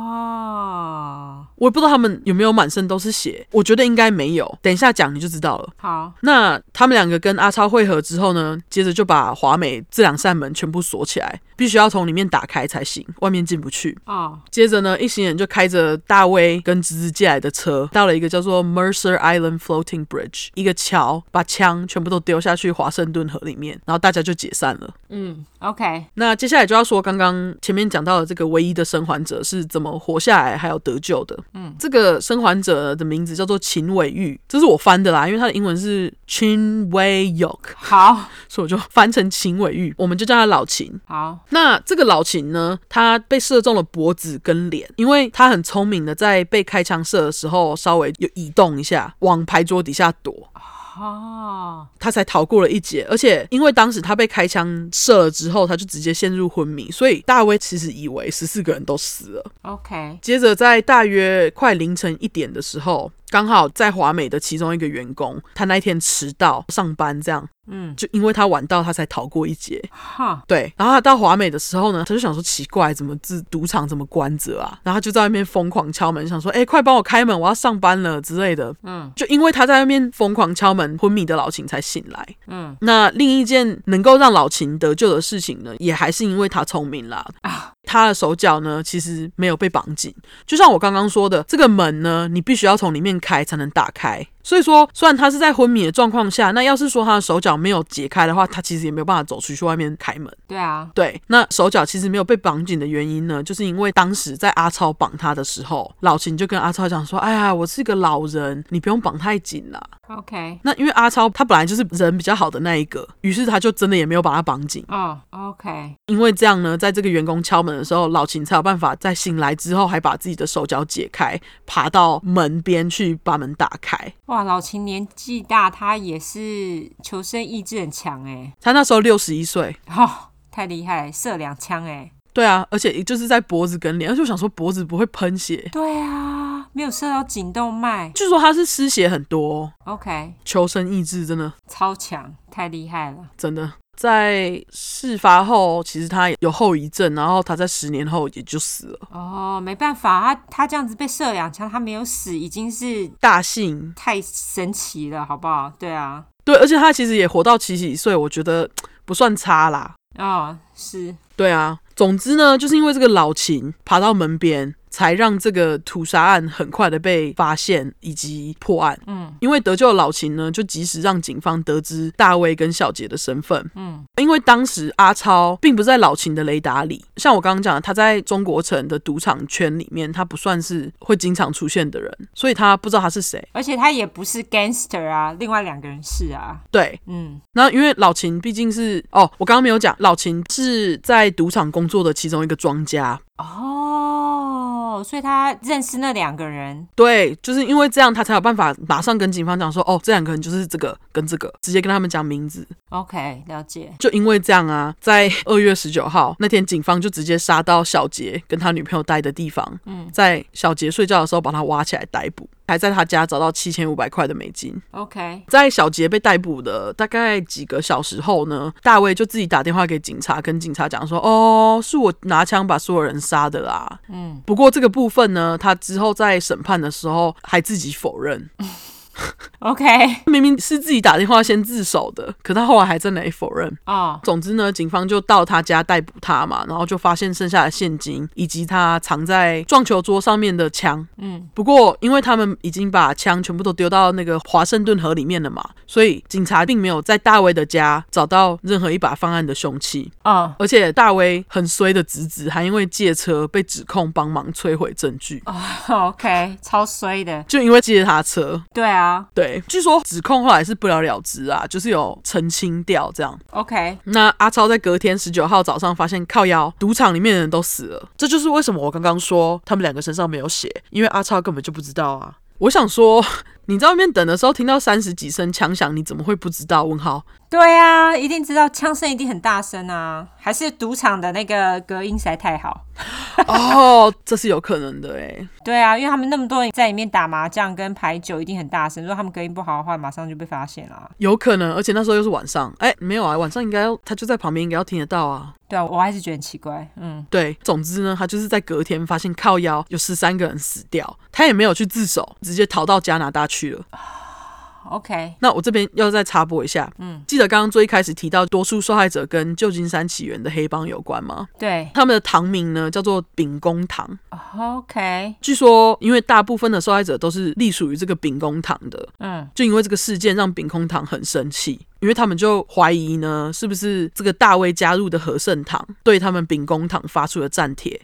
[SPEAKER 2] 哦，
[SPEAKER 1] 我也不知道他们有没有满身都是血，我觉得应该没有。等一下讲你就知道了。
[SPEAKER 2] 好，
[SPEAKER 1] 那他们两个跟阿超会合之后呢，接着就把华美这两扇门全部锁起来，必须要从里面打开才行，外面进不去。
[SPEAKER 2] 哦，
[SPEAKER 1] 接着呢，一行人就开着大威跟芝芝借来的车， 到了一个叫做 Mercer Island Floating Bridge 一个桥，把枪全部都丢下去华盛顿河里面，然后大家就解散了。
[SPEAKER 2] 嗯，OK，
[SPEAKER 1] 那接下来就要说刚刚前面讲到的这个唯一的生还者是怎么活下来还有得救的。嗯，这个生还者的名字叫做秦伟玉，这是我翻的啦，因为他的英文是 Chin Wei Yok，
[SPEAKER 2] 好，
[SPEAKER 1] 所以我就翻成秦伟玉，我们就叫他老秦。
[SPEAKER 2] 好，
[SPEAKER 1] 那这个老秦呢，他被射中了脖子跟脸，因为他很聪明的在被开枪射的时候稍微有移动一下，往牌桌底下躲，
[SPEAKER 2] 哦，
[SPEAKER 1] 他才逃过了一劫。而且因为当时他被开枪射了之后，他就直接陷入昏迷，所以大威其实以为十四个人都死了。
[SPEAKER 2] OK，
[SPEAKER 1] 接着在大约快凌晨一点的时候，刚好在华美的其中一个员工，他那一天迟到上班，这样
[SPEAKER 2] 嗯，
[SPEAKER 1] 就因为他晚到，他才逃过一劫。
[SPEAKER 2] 哈，
[SPEAKER 1] 对，然后他到华美的时候呢，他就想说奇怪，怎么这赌场怎么关着啊？然后他就在外面疯狂敲门，想说，哎，快帮我开门，我要上班了之类的。
[SPEAKER 2] 嗯
[SPEAKER 1] 就因为他在外面疯狂敲门，昏迷的老秦才醒来。
[SPEAKER 2] 嗯，
[SPEAKER 1] 那另一件能够让老秦得救的事情呢，也还是因为他聪明啦。
[SPEAKER 2] 啊
[SPEAKER 1] 他的手脚呢，其实没有被绑紧，就像我刚刚说的，这个门呢，你必须要从里面开才能打开。所以说，虽然他是在昏迷的状况下，那要是说他的手脚没有解开的话，他其实也没有办法走出去外面开门。
[SPEAKER 2] 对啊，
[SPEAKER 1] 对，那手脚其实没有被绑紧的原因呢，就是因为当时在阿超绑他的时候，老秦就跟阿超讲说：“哎呀，我是个老人，你不用绑太紧啦。
[SPEAKER 2] ，OK，”
[SPEAKER 1] 那因为阿超他本来就是人比较好的那一个，于是他就真的也没有把他绑紧。
[SPEAKER 2] 哦，OK，
[SPEAKER 1] 因为这样呢，在这个员工敲门的时候，老秦才有办法在醒来之后还把自己的手脚解开，爬到门边去把门打开。
[SPEAKER 2] 哇，老秦年纪大，他也是求生意志很强哎，
[SPEAKER 1] 他那时候六十一岁，
[SPEAKER 2] 哦，太厉害了，射两枪哎，
[SPEAKER 1] 对啊，而且就是在脖子跟脸，而且我想说脖子不会喷血，
[SPEAKER 2] 对啊，没有射到颈动脉
[SPEAKER 1] 据说他是失血很多哦、
[SPEAKER 2] ，OK，
[SPEAKER 1] 求生意志真的
[SPEAKER 2] 超强，太厉害了，
[SPEAKER 1] 真的。在事发后，其实他有后遗症，然后他在十年后也就死了。
[SPEAKER 2] 哦，没办法，他他这样子被射两枪，他没有死，已经是
[SPEAKER 1] 大幸
[SPEAKER 2] 太神奇了，好不好？对啊，
[SPEAKER 1] 对，而且他其实也活到七十一岁，我觉得不算差啦。
[SPEAKER 2] 哦，是，
[SPEAKER 1] 对啊，总之呢，就是因为这个老秦爬到门边，才让这个屠杀案很快的被发现以及破案。
[SPEAKER 2] 嗯
[SPEAKER 1] 因为得救的老秦呢，就及时让警方得知大卫跟小杰的身份。
[SPEAKER 2] 嗯
[SPEAKER 1] 因为当时阿超并不在老秦的雷达里，像我刚刚讲的，他在中国城的赌场圈里面，他不算是会经常出现的人，所以他不知道他是谁。
[SPEAKER 2] 而且他也不是 gangster 啊，另外两个人是啊，
[SPEAKER 1] 对，
[SPEAKER 2] 嗯
[SPEAKER 1] 那因为老秦毕竟是哦，我刚刚没有讲，老秦是在赌场工作的其中一个庄家，
[SPEAKER 2] 哦，哦，所以他认识那两个人，
[SPEAKER 1] 对，就是因为这样，他才有办法马上跟警方讲说，哦，这两个人就是这个跟这个，直接跟他们讲名字。
[SPEAKER 2] OK，了解。
[SPEAKER 1] 就因为这样啊，在 二月十九号那天，警方就直接杀到小杰跟他女朋友待的地方，在小杰睡觉的时候把他挖起来逮捕，还在他家找到七千五百块的美金。
[SPEAKER 2] OK，
[SPEAKER 1] 在小杰被逮捕的大概几个小时后呢，大卫就自己打电话给警察，跟警察讲说：“哦，是我拿枪把所有人杀的啦。”嗯，不过这个部分呢，他之后在审判的时候还自己否认，
[SPEAKER 2] OK，
[SPEAKER 1] 明明是自己打电话先自首的，可他后来还真的哎否认。
[SPEAKER 2] 哦，
[SPEAKER 1] 总之呢，警方就到他家逮捕他嘛，然后就发现剩下的现金以及他藏在撞球桌上面的枪。嗯，不过因为他们已经把枪全部都丢到那个华盛顿河里面了嘛，所以警察并没有在大卫的家找到任何一把犯案的凶器。
[SPEAKER 2] 哦，
[SPEAKER 1] 而且大卫很衰的侄子还因为借车被指控帮忙摧毁证据，
[SPEAKER 2] OK，超衰的。
[SPEAKER 1] 就因为借他车。
[SPEAKER 2] 对啊
[SPEAKER 1] 对，据说指控后来是不了了之啊，就是有澄清掉这样。
[SPEAKER 2] ，OK，
[SPEAKER 1] 那阿超在隔天十九号早上发现靠腰赌场里面的人都死了，这就是为什么我刚刚说他们两个身上没有血，因为阿超根本就不知道啊。我想说，你在外面等的时候听到三十几声枪响，你怎么会不知道？问号。
[SPEAKER 2] 对啊，一定知道枪声一定很大声啊，还是赌场的那个隔音实在太好。
[SPEAKER 1] 哦，这是有可能的欸诶。
[SPEAKER 2] 对啊，因为他们那么多人在里面打麻将跟牌九，一定很大声。如果他们隔音不好的话，马上就被发现了啊。
[SPEAKER 1] 有可能，而且那时候又是晚上，哎，没有啊，晚上应该要他就在旁边，应该要听得到啊。
[SPEAKER 2] 对啊，我还是觉得很奇怪。嗯，
[SPEAKER 1] 对，总之呢，他就是在隔天发现靠腰有十三个人死掉，他也没有去自首，直接逃到加拿大去了。
[SPEAKER 2] OK，
[SPEAKER 1] 那我这边要再插播一下，嗯，记得刚刚最一开始提到多数受害者跟旧金山起源的黑帮有关吗？
[SPEAKER 2] 对
[SPEAKER 1] 他们的堂名呢叫做秉公堂。
[SPEAKER 2] ，OK，
[SPEAKER 1] 据说，因为大部分的受害者都是隶属于这个秉公堂的，
[SPEAKER 2] 嗯，
[SPEAKER 1] 就因为这个事件让秉公堂很生气，因为他们就怀疑呢，是不是这个大卫加入的和盛堂对他们秉公堂发出了战帖，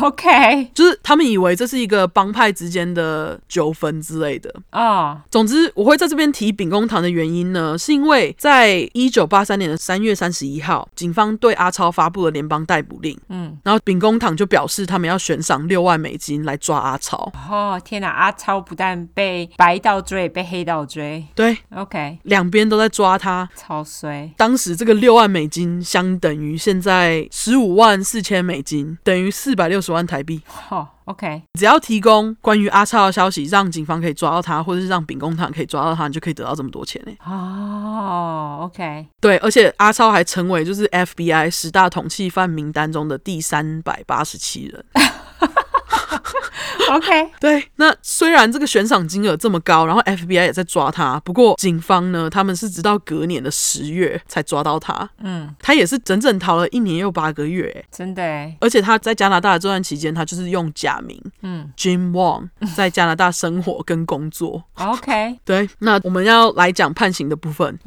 [SPEAKER 2] OK，
[SPEAKER 1] 就是他们以为这是一个帮派之间的纠纷之类的。
[SPEAKER 2] 哦，
[SPEAKER 1] 总之，我会在这边提秉公堂的原因呢，是因为在一九八三年的三月三十一号，警方对阿超发布了联邦逮捕令。嗯，然后秉公堂就表示他们要悬赏六万美金来抓阿超。
[SPEAKER 2] 哦，天哪！阿超不但被白道追，也被黑道追。
[SPEAKER 1] 对，
[SPEAKER 2] OK，
[SPEAKER 1] 两边都在抓他。
[SPEAKER 2] 超衰。
[SPEAKER 1] 当时这个六万美金相等于现在十五万四千美金，等于四百六十万台币。
[SPEAKER 2] 哦，OK，
[SPEAKER 1] 只要提供关于阿超的消息，让警方可以抓到他，或者是让秉公堂可以抓到他，你就可以得到这么多钱呢。欸
[SPEAKER 2] 哦，OK，
[SPEAKER 1] 对，而且阿超还成为就是 FBI 十大通缉犯名单中的第三百八十七 人。
[SPEAKER 2] OK，
[SPEAKER 1] 对，那虽然这个悬赏金额这么高，然后 FBI 也在抓他，不过警方呢，他们是直到隔年的十月才抓到他。嗯，他也是整整逃了一年又八个月欸。
[SPEAKER 2] 真的耶
[SPEAKER 1] 而且他在加拿大的这段期间，他就是用假名，嗯，Jim Wong，在加拿大生活跟工作。
[SPEAKER 2] ，OK，OK，、
[SPEAKER 1] 对，那我们要来讲判刑的部分。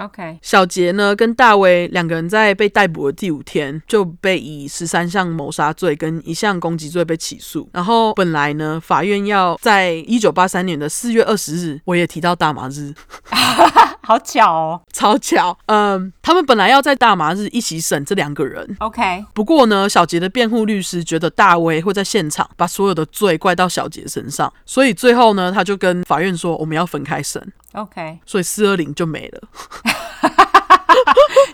[SPEAKER 1] 小杰呢跟大威两个人在被逮捕的第五天就被以十三项谋杀罪跟一项攻击罪被起诉。然后本来呢，法院要在一九八三年的四月二十日，我也提到大麻日，
[SPEAKER 2] 好巧哦
[SPEAKER 1] 超巧。嗯，他们本来要在大麻日一起审这两个人。
[SPEAKER 2] ，OK，
[SPEAKER 1] 不过呢，小杰的辩护律师觉得大威会在现场把所有的罪怪到小杰身上，所以最后呢，他就跟法院说我们要分开审，
[SPEAKER 2] OK，
[SPEAKER 1] 所以四二零就没了。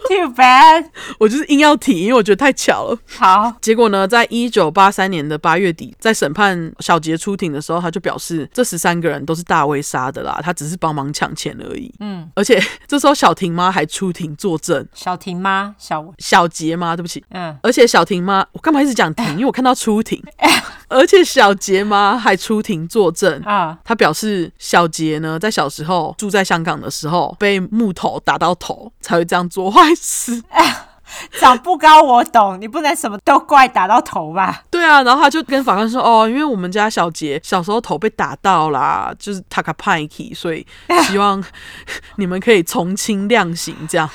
[SPEAKER 2] too bad，
[SPEAKER 1] 我就是硬要提，因为我觉得太巧了。
[SPEAKER 2] 好
[SPEAKER 1] 结果呢，在一九八三年的八月底，在审判小杰出庭的时候，他就表示，这十三个人都是大卫杀的啦，他只是帮忙抢钱而已。嗯，而且这时候小婷妈还出庭作证，
[SPEAKER 2] 小婷吗？小，
[SPEAKER 1] 小杰妈，对不起。
[SPEAKER 2] 嗯，
[SPEAKER 1] 而且小婷妈，我干嘛一直讲婷？因为我看到出庭，而且小杰妈还出庭作证。
[SPEAKER 2] 啊，
[SPEAKER 1] 她表示，小杰呢，在小时候住在香港的时候，被木头打到头，才会这样做坏事。
[SPEAKER 2] 长不高我懂，你不能什么都怪打到头吧？
[SPEAKER 1] 对啊，然后他就跟法官说：“哦，因为我们家小杰小时候头被打到啦，就是塔卡派克，所以希望你们可以从轻量刑。”这样，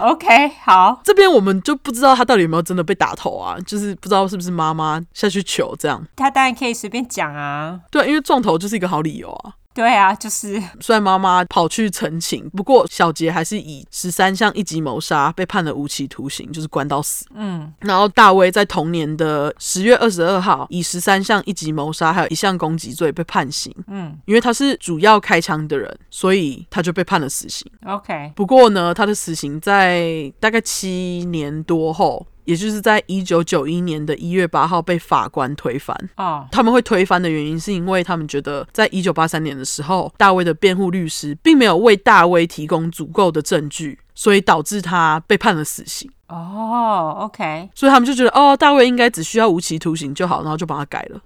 [SPEAKER 2] OK，好，
[SPEAKER 1] 这边我们就不知道他到底有没有真的被打头啊，就是不知道是不是妈妈下去求这样。
[SPEAKER 2] 他当然可以随便讲啊。
[SPEAKER 1] 对，因为撞头就是一个好理由啊。
[SPEAKER 2] 对啊，就是
[SPEAKER 1] 帅妈妈跑去澄清，不过小杰还是以十三项一级谋杀被判了无期徒刑，就是关到死。
[SPEAKER 2] 嗯，
[SPEAKER 1] 然后大威在同年的十月二十二号，以十三项一级谋杀还有一项攻击罪被判刑。
[SPEAKER 2] 嗯，
[SPEAKER 1] 因为他是主要开枪的人，所以他就被判了死刑。
[SPEAKER 2] OK，
[SPEAKER 1] 不过呢，他的死刑在大概七年多后，也就是在一九九一年的一月八号被法官推翻。
[SPEAKER 2] 哦，
[SPEAKER 1] 他们会推翻的原因，是因为他们觉得，在一九八三年的时候，大卫的辩护律师并没有为大卫提供足够的证据，所以导致他被判了死刑。
[SPEAKER 2] 哦，OK，
[SPEAKER 1] 所以他们就觉得，哦，大卫应该只需要无期徒刑就好，然后就把他改了，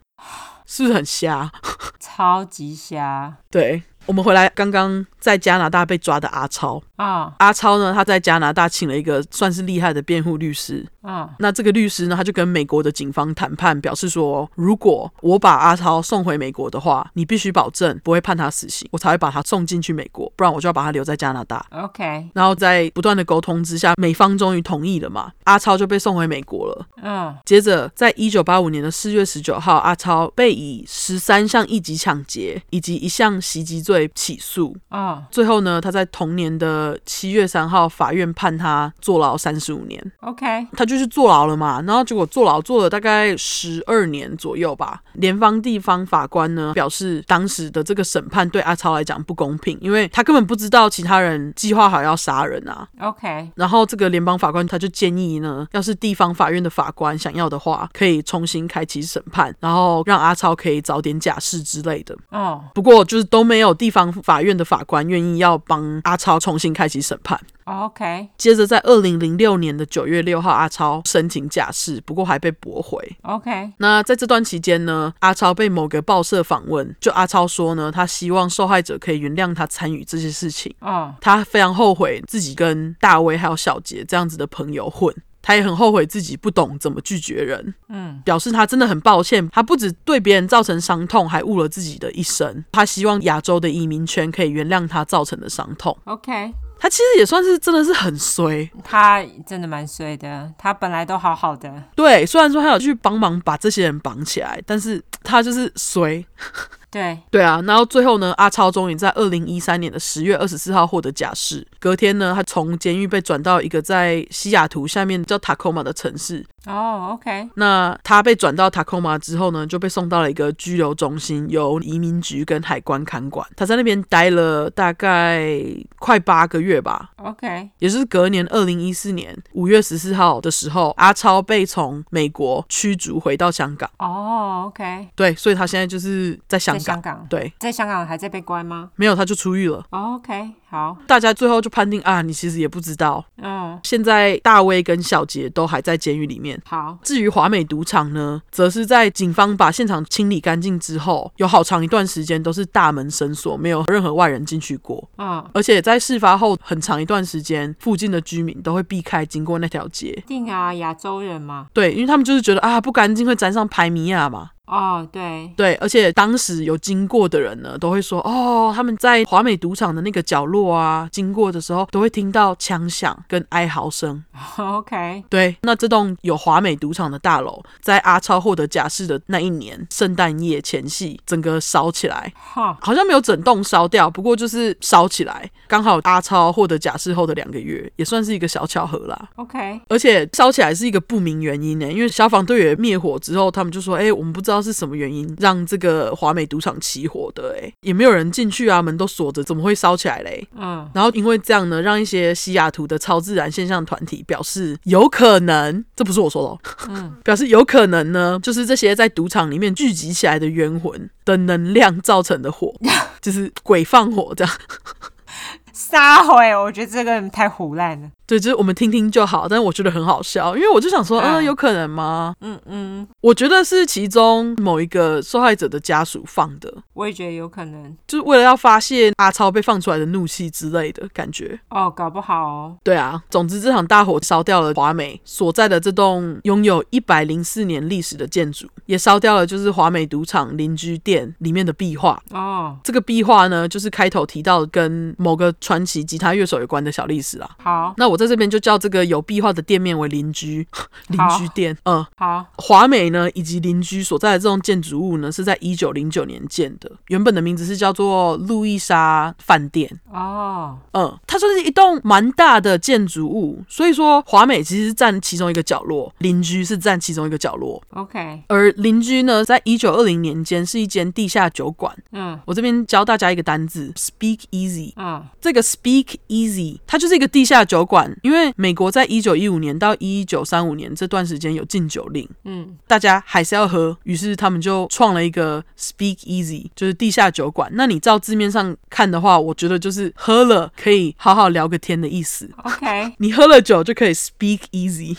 [SPEAKER 1] 是不是很瞎？
[SPEAKER 2] 超级瞎
[SPEAKER 1] 对我们回来，刚刚在加拿大被抓的阿超，
[SPEAKER 2] 啊
[SPEAKER 1] 阿超呢，他在加拿大请了一个算是厉害的辩护律师。
[SPEAKER 2] 啊
[SPEAKER 1] 那这个律师呢，他就跟美国的警方谈判，表示说，如果我把阿超送回美国的话，你必须保证不会判他死刑，我才会把他送进去美国，不然我就要把他留在加拿大。
[SPEAKER 2] ，OK，
[SPEAKER 1] 然后在不断的沟通之下，美方终于同意了嘛，阿超就被送回美国了。
[SPEAKER 2] 嗯
[SPEAKER 1] 接着，在一九八五年的四月十九号，阿超被以十三项一级抢劫以及一项袭击罪起诉。
[SPEAKER 2] 哦
[SPEAKER 1] 最后呢，他在同年的七月三号，法院判他坐牢三十五年，
[SPEAKER 2] ，OK，
[SPEAKER 1] 他就去坐牢了嘛。然后结果坐牢坐了大概十二年左右吧。联邦地方法官呢表示，当时的这个审判对阿超来讲不公平，因为他根本不知道其他人计划好要杀人啊。
[SPEAKER 2] OK，
[SPEAKER 1] 然后这个联邦法官他就建议呢，要是地方法院的法官想要的话，可以重新开启审判，然后让阿超可以早点假释之类的。
[SPEAKER 2] 哦
[SPEAKER 1] 不过就是都没有地方法院的法官愿意要帮阿超重新开启审判。
[SPEAKER 2] ，OK，
[SPEAKER 1] 接着在二零零六年的九月六号，阿超申请假释，不过还被驳回。
[SPEAKER 2] OK，
[SPEAKER 1] 那在这段期间呢，阿超被某个报社访问，就阿超说呢，他希望受害者可以原谅他参与这些事情。
[SPEAKER 2] 哦
[SPEAKER 1] 他非常后悔自己跟大威还有小杰这样子的朋友混。他也很后悔自己不懂怎么拒绝人，
[SPEAKER 2] 嗯，
[SPEAKER 1] 表示他真的很抱歉，他不止对别人造成伤痛，还误了自己的一生。他希望亚洲的移民圈可以原谅他造成的伤痛。
[SPEAKER 2] ，OK，
[SPEAKER 1] 他其实也算是真的是很衰，
[SPEAKER 2] 他真的蛮衰的，他本来都好好的，
[SPEAKER 1] 对。虽然说他有去帮忙把这些人绑起来，但是他就是衰，
[SPEAKER 2] 对，
[SPEAKER 1] 对啊，然后最后呢，阿超终于在二零一三年的十月二十四号获得假释。隔天呢，他从监狱被转到一个在西雅图下面叫 Tacoma 的城市。
[SPEAKER 2] 哦，OK，
[SPEAKER 1] 那他被转到 Tacoma 之后呢，就被送到了一个拘留中心，由移民局跟海关看管。他在那边待了大概快八个月吧。
[SPEAKER 2] OK，
[SPEAKER 1] 也就是隔年二零一四年五月十四号的时候，阿超被从美国驱逐回到香港。
[SPEAKER 2] 哦，OK，
[SPEAKER 1] 对，所以他现在就是在香港。
[SPEAKER 2] 在香港，
[SPEAKER 1] 对，
[SPEAKER 2] 在香港还在被关吗
[SPEAKER 1] 没有他就出狱了。
[SPEAKER 2] 哦？OK，好，
[SPEAKER 1] 大家最后就判定啊，你其实也不知道。
[SPEAKER 2] 嗯，
[SPEAKER 1] 现在大威跟小杰都还在监狱里面。
[SPEAKER 2] 好，
[SPEAKER 1] 至于华美赌场呢，则是在警方把现场清理干净之后，有好长一段时间都是大门深锁，没有任何外人进去过。
[SPEAKER 2] 嗯，
[SPEAKER 1] 而且在事发后很长一段时间，附近的居民都会避开经过那条街，
[SPEAKER 2] 定啊，亚洲人嘛，
[SPEAKER 1] 对，因为他们就是觉得啊，不干净会沾上排米亚嘛。
[SPEAKER 2] 哦，对，
[SPEAKER 1] 对，而且当时有经过的人呢，都会说哦，他们在华美赌场的那个角落啊，经过的时候都会听到枪响跟哀嚎声。
[SPEAKER 2] 哦 OK，
[SPEAKER 1] 对，那这栋有华美赌场的大楼，在阿超获得假释的那一年圣诞夜前夕，整个烧起来，
[SPEAKER 2] 哈，
[SPEAKER 1] 好像没有整栋烧掉，不过就是烧起来，刚好阿超获得假释后的两个月，也算是一个小巧合啦。
[SPEAKER 2] OK，
[SPEAKER 1] 而且烧起来是一个不明原因呢，因为消防队员灭火之后，他们就说：“哎、我们不知道是什么原因让这个华美赌场起火的，哎，也没有人进去啊，门都锁着，怎么会烧起来嘞？”
[SPEAKER 2] 嗯，
[SPEAKER 1] 然后因为这样呢，让一些西雅图的超自然现象团体表示有可能，这不是我说的、哦，
[SPEAKER 2] 嗯
[SPEAKER 1] 表示有可能呢，就是这些在赌场里面聚集起来的冤魂的能量造成的火，就是鬼放火这样。
[SPEAKER 2] 撒谎，欸我觉得这个太胡乱了。
[SPEAKER 1] 对，就是我们听听就好，但是我觉得很好笑，因为我就想说，呃，
[SPEAKER 2] 嗯
[SPEAKER 1] 有可能吗？
[SPEAKER 2] 嗯嗯，
[SPEAKER 1] 我觉得是其中某一个受害者的家属放的，
[SPEAKER 2] 我也觉得有可能。
[SPEAKER 1] 就是为了要发泄阿超被放出来的怒气之类的感觉。
[SPEAKER 2] 哦，搞不好哦。
[SPEAKER 1] 对啊，总之这场大火烧掉了华美所在的这栋拥有一百零四年历史的建筑，也烧掉了就是华美赌场邻居店里面的壁画。
[SPEAKER 2] 哦
[SPEAKER 1] 这个壁画呢，就是开头提到跟某个传奇吉他乐手有关的小历史啦。
[SPEAKER 2] 好
[SPEAKER 1] 那我在这边就叫这个有壁画的店面为邻居， 邻居店。嗯，
[SPEAKER 2] 好，
[SPEAKER 1] 华美呢以及邻居所在的这栋建筑物呢，是在一九零九年建的，原本的名字是叫做路易莎饭店。
[SPEAKER 2] 哦，
[SPEAKER 1] 嗯，它算是一栋蛮大的建筑物，所以说华美其实是占其中一个角落，邻居是占其中一个角落。
[SPEAKER 2] OK，
[SPEAKER 1] 而邻居呢，在一九二零年间是一间地下酒馆。
[SPEAKER 2] 嗯
[SPEAKER 1] 我这边教大家一个单字，speak easy。
[SPEAKER 2] 嗯
[SPEAKER 1] 这个 Speak Easy，它就是一个地下酒馆，因为美国在一九一五年到一九三五年这段时间有禁酒令，
[SPEAKER 2] 嗯
[SPEAKER 1] 大家还是要喝，于是他们就创了一个 Speak Easy，就是地下酒馆。那你照字面上看的话，我觉得就是喝了可以好好聊个天的意思，
[SPEAKER 2] ，OK，
[SPEAKER 1] 你喝了酒就可以 Speak Easy，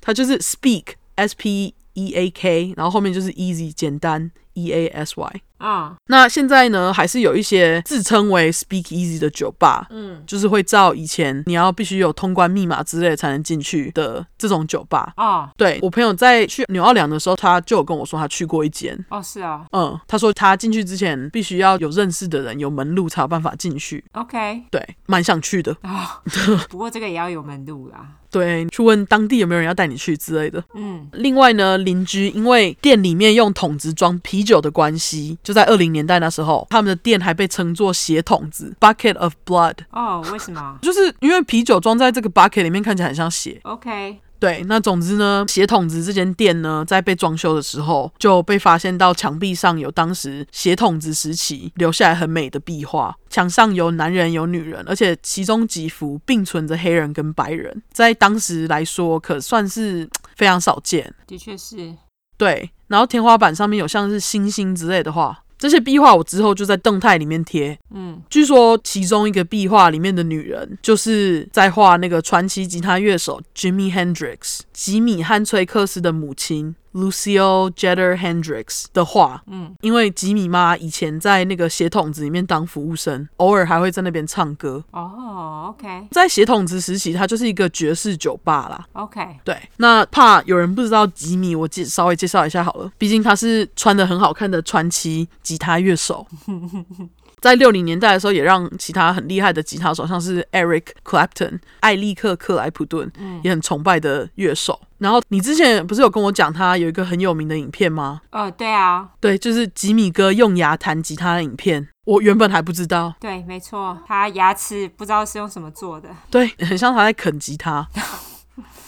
[SPEAKER 1] 它 就是 Speak S P E A K，然后后面就是 Easy 简单 E A S Y。
[SPEAKER 2] 嗯
[SPEAKER 1] 那现在呢，还是有一些自称为 Speak Easy 的酒吧，
[SPEAKER 2] 嗯，
[SPEAKER 1] 就是会照以前你要必须有通关密码之类才能进去的这种酒吧。
[SPEAKER 2] 哦
[SPEAKER 1] 对我朋友在去纽奥良的时候，他就有跟我说他去过一间。
[SPEAKER 2] 哦是哦
[SPEAKER 1] 嗯，他说他进去之前必须要有认识的人，有门路才有办法进去。
[SPEAKER 2] ，OK，
[SPEAKER 1] 对，蛮想去的。
[SPEAKER 2] 啊、 不过这个也要有门路啦。
[SPEAKER 1] 对，去问当地有没有人要带你去之类的。
[SPEAKER 2] 嗯
[SPEAKER 1] 另外呢，邻居因为店里面用桶子装啤酒的关系，就在二零年代那时候，他们的店还被称作“血桶子 ”（Bucket of Blood），
[SPEAKER 2] 哦，为什么
[SPEAKER 1] 就是因为啤酒装在这个 bucket 里面看起来很像血。
[SPEAKER 2] ？OK，
[SPEAKER 1] 对，那总之呢，血桶子这间店呢，在被装修的时候就被发现到墙壁上有当时血桶子时期留下来很美的壁画，墙上有男人有女人，而且其中几幅并存着黑人跟白人，在当时来说可算是非常少见。
[SPEAKER 2] 的确是。
[SPEAKER 1] 对，然后天花板上面有像是星星之类的画，这些壁画我之后就在动态里面贴，
[SPEAKER 2] 嗯
[SPEAKER 1] 据说其中一个壁画里面的女人，就是在画那个传奇吉他乐手 Jimi Hendrix 吉米汉崔克斯的母亲 Lucille Jeter Hendrix 的画。
[SPEAKER 2] 嗯
[SPEAKER 1] 因为吉米妈以前在那个血筒子里面当服务生，偶尔还会在那边唱歌。
[SPEAKER 2] 哦，OK
[SPEAKER 1] 在血筒子时期，它就是一个爵士酒吧啦。
[SPEAKER 2] OK，
[SPEAKER 1] 对，那怕有人不知道吉米，我介稍微介绍一下好了，毕竟他是穿的很好看的传奇吉他乐手。在六零年代的时候，也让其他很厉害的吉他手，像是 Eric Clapton、艾利克·克莱普顿，也很崇拜的乐手。然后你之前不是有跟我讲他有一个很有名的影片吗？
[SPEAKER 2] 哦，对啊，
[SPEAKER 1] 对，就是吉米哥用牙弹吉他的影片。我原本还不知道，
[SPEAKER 2] 对，没错，他牙齿不知道是用什么做的。
[SPEAKER 1] 对，很像他在啃吉他。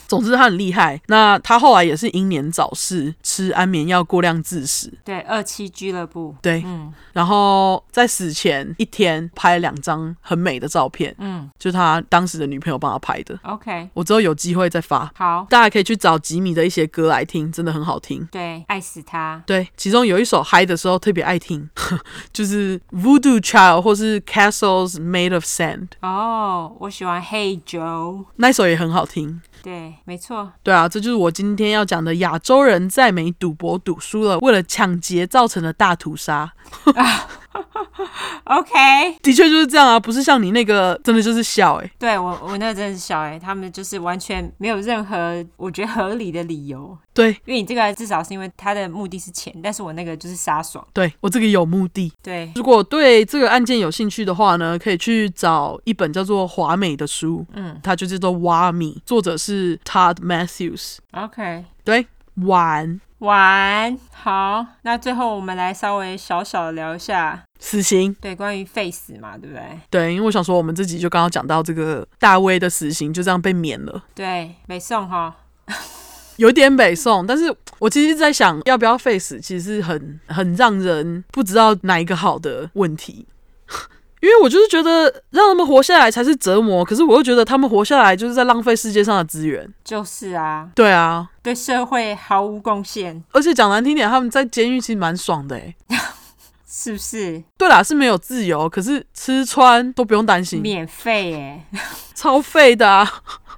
[SPEAKER 1] 总之，他很厉害。那他后来也是英年早逝，吃安眠药过量致死。
[SPEAKER 2] 对，二期俱乐部。
[SPEAKER 1] 对，
[SPEAKER 2] 嗯
[SPEAKER 1] 然后在死前一天拍了两张很美的照片，
[SPEAKER 2] 嗯
[SPEAKER 1] 就是他当时的女朋友帮他拍的。
[SPEAKER 2] ，OK，
[SPEAKER 1] 我之后有机会再发，
[SPEAKER 2] 好，
[SPEAKER 1] 大家可以去找吉米的一些歌来听，真的很好听。
[SPEAKER 2] 对，爱死他。
[SPEAKER 1] 对，其中有一首嗨的时候特别爱听， 就是 Voodoo Child 或是 Castles Made of Sand
[SPEAKER 2] 哦，我喜欢 Hey Joe。
[SPEAKER 1] 那一首也很好听。
[SPEAKER 2] 对，没错。
[SPEAKER 1] 对啊，这就是我今天要讲的亚洲人在美赌博赌输了，为了抢劫造成的大屠杀，
[SPEAKER 2] OK，
[SPEAKER 1] 的确就是这样啊，不是像你那个真的就是笑欸诶、
[SPEAKER 2] 对我我那真的是小哎、他们就是完全没有任何我觉得合理的理由。
[SPEAKER 1] 对
[SPEAKER 2] 因为你这个至少是因为他的目的是钱，但是我那个就是杀爽。
[SPEAKER 1] 对，我这个有目的。
[SPEAKER 2] 对，
[SPEAKER 1] 如果对这个案件有兴趣的话呢，可以去找一本叫做《华美》的书，
[SPEAKER 2] 嗯
[SPEAKER 1] 它就叫做《蛙米》，作者是 Todd Matthews。
[SPEAKER 2] ，OK，
[SPEAKER 1] 对，晚
[SPEAKER 2] 晚好。那最后我们来稍微小小的聊一下，
[SPEAKER 1] 死刑。
[SPEAKER 2] 对，关于 face 嘛，对不对？
[SPEAKER 1] 对，因为我想说，我们这集就刚刚讲到这个大卫的死刑就这样被免了。
[SPEAKER 2] 对，北宋哈，
[SPEAKER 1] 有点北宋，但是我其实一直在想，要不要 face，其实是很很让人不知道哪一个好的问题。 因为我就是觉得让他们活下来才是折磨，可是我又觉得他们活下来就是在浪费世界上的资源。
[SPEAKER 2] 就是啊，
[SPEAKER 1] 对啊，
[SPEAKER 2] 对社会毫无贡献，
[SPEAKER 1] 而且讲难听点，他们在监狱其实蛮爽的诶。
[SPEAKER 2] 是不是？
[SPEAKER 1] 对啦，是没有自由，可是吃穿都不用担心，
[SPEAKER 2] 免费耶、
[SPEAKER 1] 超废的啊！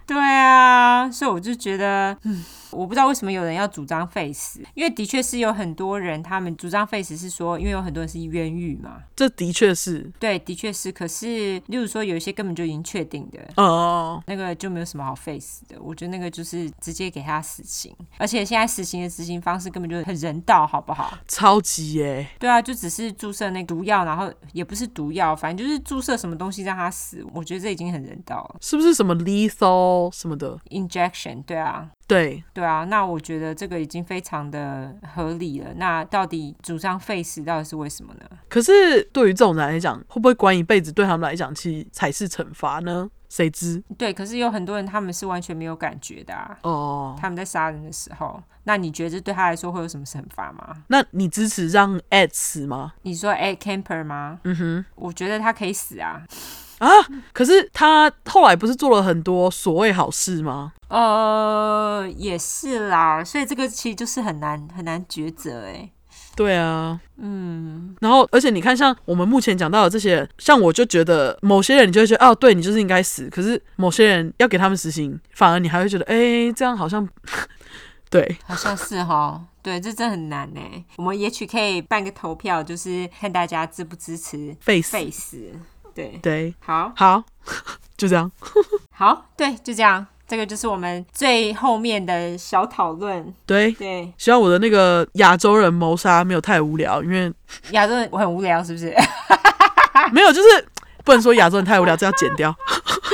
[SPEAKER 2] 对啊，所以我就觉得，嗯，我不知道为什么有人要主张 face，因为的确是有很多人他们主张 face 是说，因为有很多人是冤狱嘛，
[SPEAKER 1] 这的确是，
[SPEAKER 2] 对，的确是。可是，例如说有一些根本就已经确定的，
[SPEAKER 1] 哦、
[SPEAKER 2] 那个就没有什么好 face 的。我觉得那个就是直接给他死刑，而且现在死刑的执行方式根本就很人道，好不好？
[SPEAKER 1] 超级耶、
[SPEAKER 2] 对啊，就只是注射那毒药，然后也不是毒药，反正就是注射什么东西让他死。我觉得这已经很人道了。
[SPEAKER 1] 是不是什么 lethal 什么的？
[SPEAKER 2] Injection，对啊。
[SPEAKER 1] 对，
[SPEAKER 2] 对啊，那我觉得这个已经非常的合理了。那到底主张 face 到底是为什么呢？
[SPEAKER 1] 可是对于这种人来讲，会不会关一辈子对他们来讲，其实才是惩罚呢？谁知
[SPEAKER 2] 对，可是有很多人他们是完全没有感觉的啊。
[SPEAKER 1] 哦？
[SPEAKER 2] 他们在杀人的时候，那你觉得这对他来说会有什么惩罚吗？
[SPEAKER 1] 那你支持让 Ed 死吗？
[SPEAKER 2] 你说哎 Camper 吗？
[SPEAKER 1] 嗯哼，
[SPEAKER 2] 我觉得他可以死啊。
[SPEAKER 1] 可是他后来不是做了很多所谓好事吗？
[SPEAKER 2] 呃，也是啦，所以这个其实就是很难很难抉择哎、
[SPEAKER 1] 对啊，嗯，然后而且你看，像我们目前讲到的这些人，像我就觉得某些人你就会觉得哦，对你就是应该死，可是某些人要给他们死刑，反而你还会觉得，哎，这样好像 对，
[SPEAKER 2] 好像是哈。对，这真的很难哎。我们也许可以办个投票，就是看大家支不支持
[SPEAKER 1] face
[SPEAKER 2] face。对，
[SPEAKER 1] 对，
[SPEAKER 2] 好
[SPEAKER 1] 好， 就这样，
[SPEAKER 2] 好，对，就这样。这个就是我们最后面的小讨论。
[SPEAKER 1] 对。
[SPEAKER 2] 对，
[SPEAKER 1] 希望我的那个亚洲人谋杀没有太无聊，因为
[SPEAKER 2] 亚洲人我很无聊，是不是？
[SPEAKER 1] 没有，就是不能说亚洲人太无聊，这要剪掉。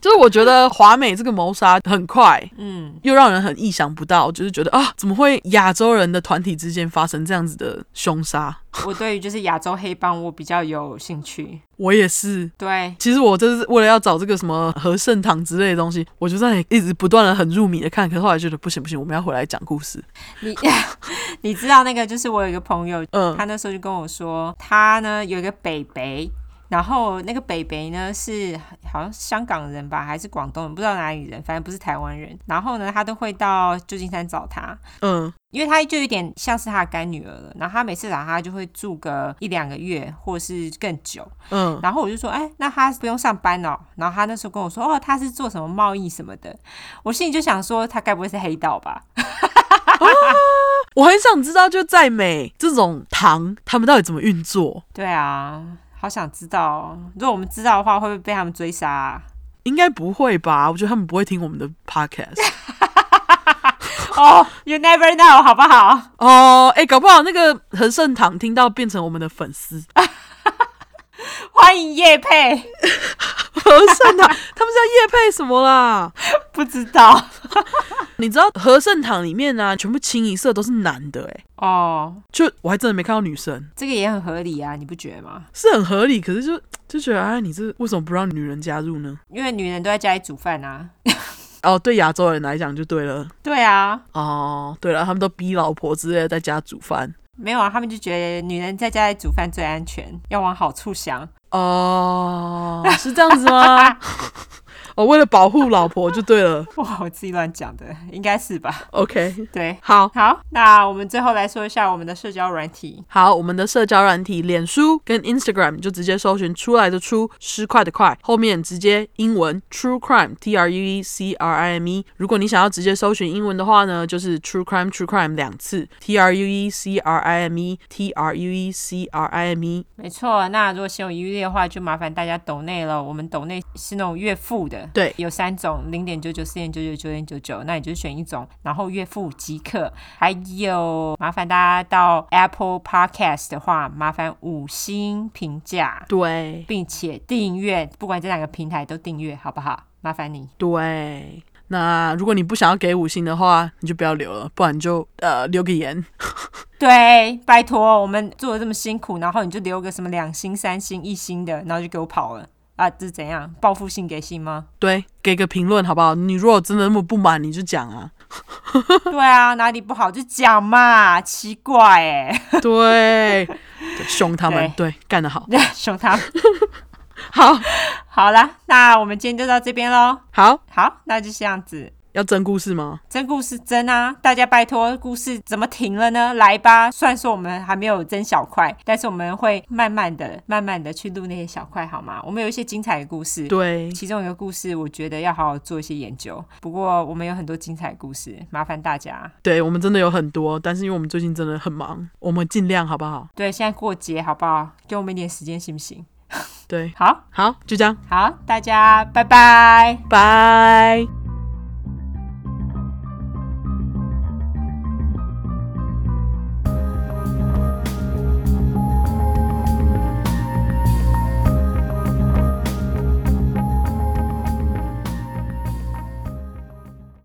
[SPEAKER 1] 就是我觉得华美这个谋杀很快，
[SPEAKER 2] 嗯，
[SPEAKER 1] 又让人很意想不到，就是觉得啊，怎么会亚洲人的团体之间发生这样子的凶杀？
[SPEAKER 2] 我对于就是亚洲黑帮我比较有兴趣。
[SPEAKER 1] 我也是。
[SPEAKER 2] 对，
[SPEAKER 1] 其实我这是为了要找这个什么和盛堂之类的东西，我就在一直不断的很入迷的看，可是后来觉得不行不行，我们要回来讲故事。
[SPEAKER 2] 你 你知道那个就是我有一个朋友，
[SPEAKER 1] 嗯
[SPEAKER 2] 他那时候就跟我说，他呢有一个北北，然后那个北北呢是好像香港人吧，还是广东人，不知道哪里人，反正不是台湾人。然后呢，他都会到旧金山找他，
[SPEAKER 1] 嗯
[SPEAKER 2] 因为他就有点像是他的干女儿了。然后他每次找他就会住个一两个月，或是更久。
[SPEAKER 1] 嗯，
[SPEAKER 2] 然后我就说，哎，那他不用上班哦。然后他那时候跟我说，哦，他是做什么贸易什么的。我心里就想说，他该不会是黑道吧？
[SPEAKER 1] 我很想知道，就在美这种堂，他们到底怎么运作？
[SPEAKER 2] 对啊，好想知道哦。如果我们知道的话，会不会被他们追杀啊、
[SPEAKER 1] 应该不会吧？我觉得他们不会听我们的 podcast
[SPEAKER 2] 哦、y o u never know，好不好？
[SPEAKER 1] 哦。哎、搞不好那个恒盛堂听到变成我们的粉丝。
[SPEAKER 2] 欢迎叶佩，
[SPEAKER 1] 和盛堂， 他们是要夜配什么啦？
[SPEAKER 2] 不知道
[SPEAKER 1] 你知道和盛堂里面呢、啊，全部清一色都是男的、欸，哎，
[SPEAKER 2] 哦
[SPEAKER 1] 就我还真的没看到女生，
[SPEAKER 2] 这个也很合理啊，你不觉得吗？
[SPEAKER 1] 是很合理。可是就就觉得，哎，你这为什么不让女人加入呢？
[SPEAKER 2] 因为女人都在家里煮饭啊。
[SPEAKER 1] 哦，对亚洲人来讲就对了。
[SPEAKER 2] 对啊，
[SPEAKER 1] 哦，对了，他们都逼老婆之类的在家煮饭。
[SPEAKER 2] 没有啊，他们就觉得女人在家里煮饭最安全，要往好处想。
[SPEAKER 1] 哦，是这样子吗？哦，为了保护老婆就对了。
[SPEAKER 2] 哇，我自己乱讲的，应该是吧？
[SPEAKER 1] OK，
[SPEAKER 2] 对，
[SPEAKER 1] 好。
[SPEAKER 2] 好，那我们最后来说一下我们的社交软体。
[SPEAKER 1] 好，我们的社交软体脸书跟 Instagram 就直接搜寻出来的出失快的快，后面直接英文 True Crime T R U E C R I M E。如果你想要直接搜寻英文的话呢，就是 True Crime True Crime 两次 T R U E C R I M E T R U E C R I M E。
[SPEAKER 2] 没错，那如果心有余力的话，就麻烦大家抖内了。我们抖内是那种月付的，
[SPEAKER 1] 对
[SPEAKER 2] 有三种：零点九九、四点九九、九点九九。那你就选一种，然后月付即可。还有，麻烦大家到 Apple Podcast 的话，麻烦五星评价，
[SPEAKER 1] 对
[SPEAKER 2] 并且订阅，不管这两个平台都订阅，好不好？麻烦你。
[SPEAKER 1] 对。那如果你不想要给五星的话，你就不要留了，不然你就呃留个言。
[SPEAKER 2] 对，拜托，我们做的这么辛苦，然后你就留个什么两星、三星、一星的，然后就给我跑了啊？这是怎样？报复性给信吗？
[SPEAKER 1] 对，给个评论好不好？你如果真的那么不满，你就讲啊。
[SPEAKER 2] 对啊，哪里不好就讲嘛，奇怪 哎，
[SPEAKER 1] 对，对凶他们，对，干得好，
[SPEAKER 2] 熊他。
[SPEAKER 1] 好，
[SPEAKER 2] 好啦，那我们今天就到这边喽。
[SPEAKER 1] 好，
[SPEAKER 2] 好，那就这样子，
[SPEAKER 1] 要真故事吗？
[SPEAKER 2] 真故事真啊！大家拜托，故事怎么停了呢？来吧，虽然说我们还没有增小块，但是我们会慢慢的、慢慢的去录那些小块，好吗？我们有一些精彩的故事，
[SPEAKER 1] 对，
[SPEAKER 2] 其中一个故事我觉得要好好做一些研究。不过我们有很多精彩的故事，麻烦大家。
[SPEAKER 1] 对，我们真的有很多，但是因为我们最近真的很忙，我们尽量好不好？
[SPEAKER 2] 对，现在过节好不好？给我们一点时间行不行？
[SPEAKER 1] 对，
[SPEAKER 2] 好
[SPEAKER 1] 好，就这样，
[SPEAKER 2] 好，大家拜拜。
[SPEAKER 1] 拜。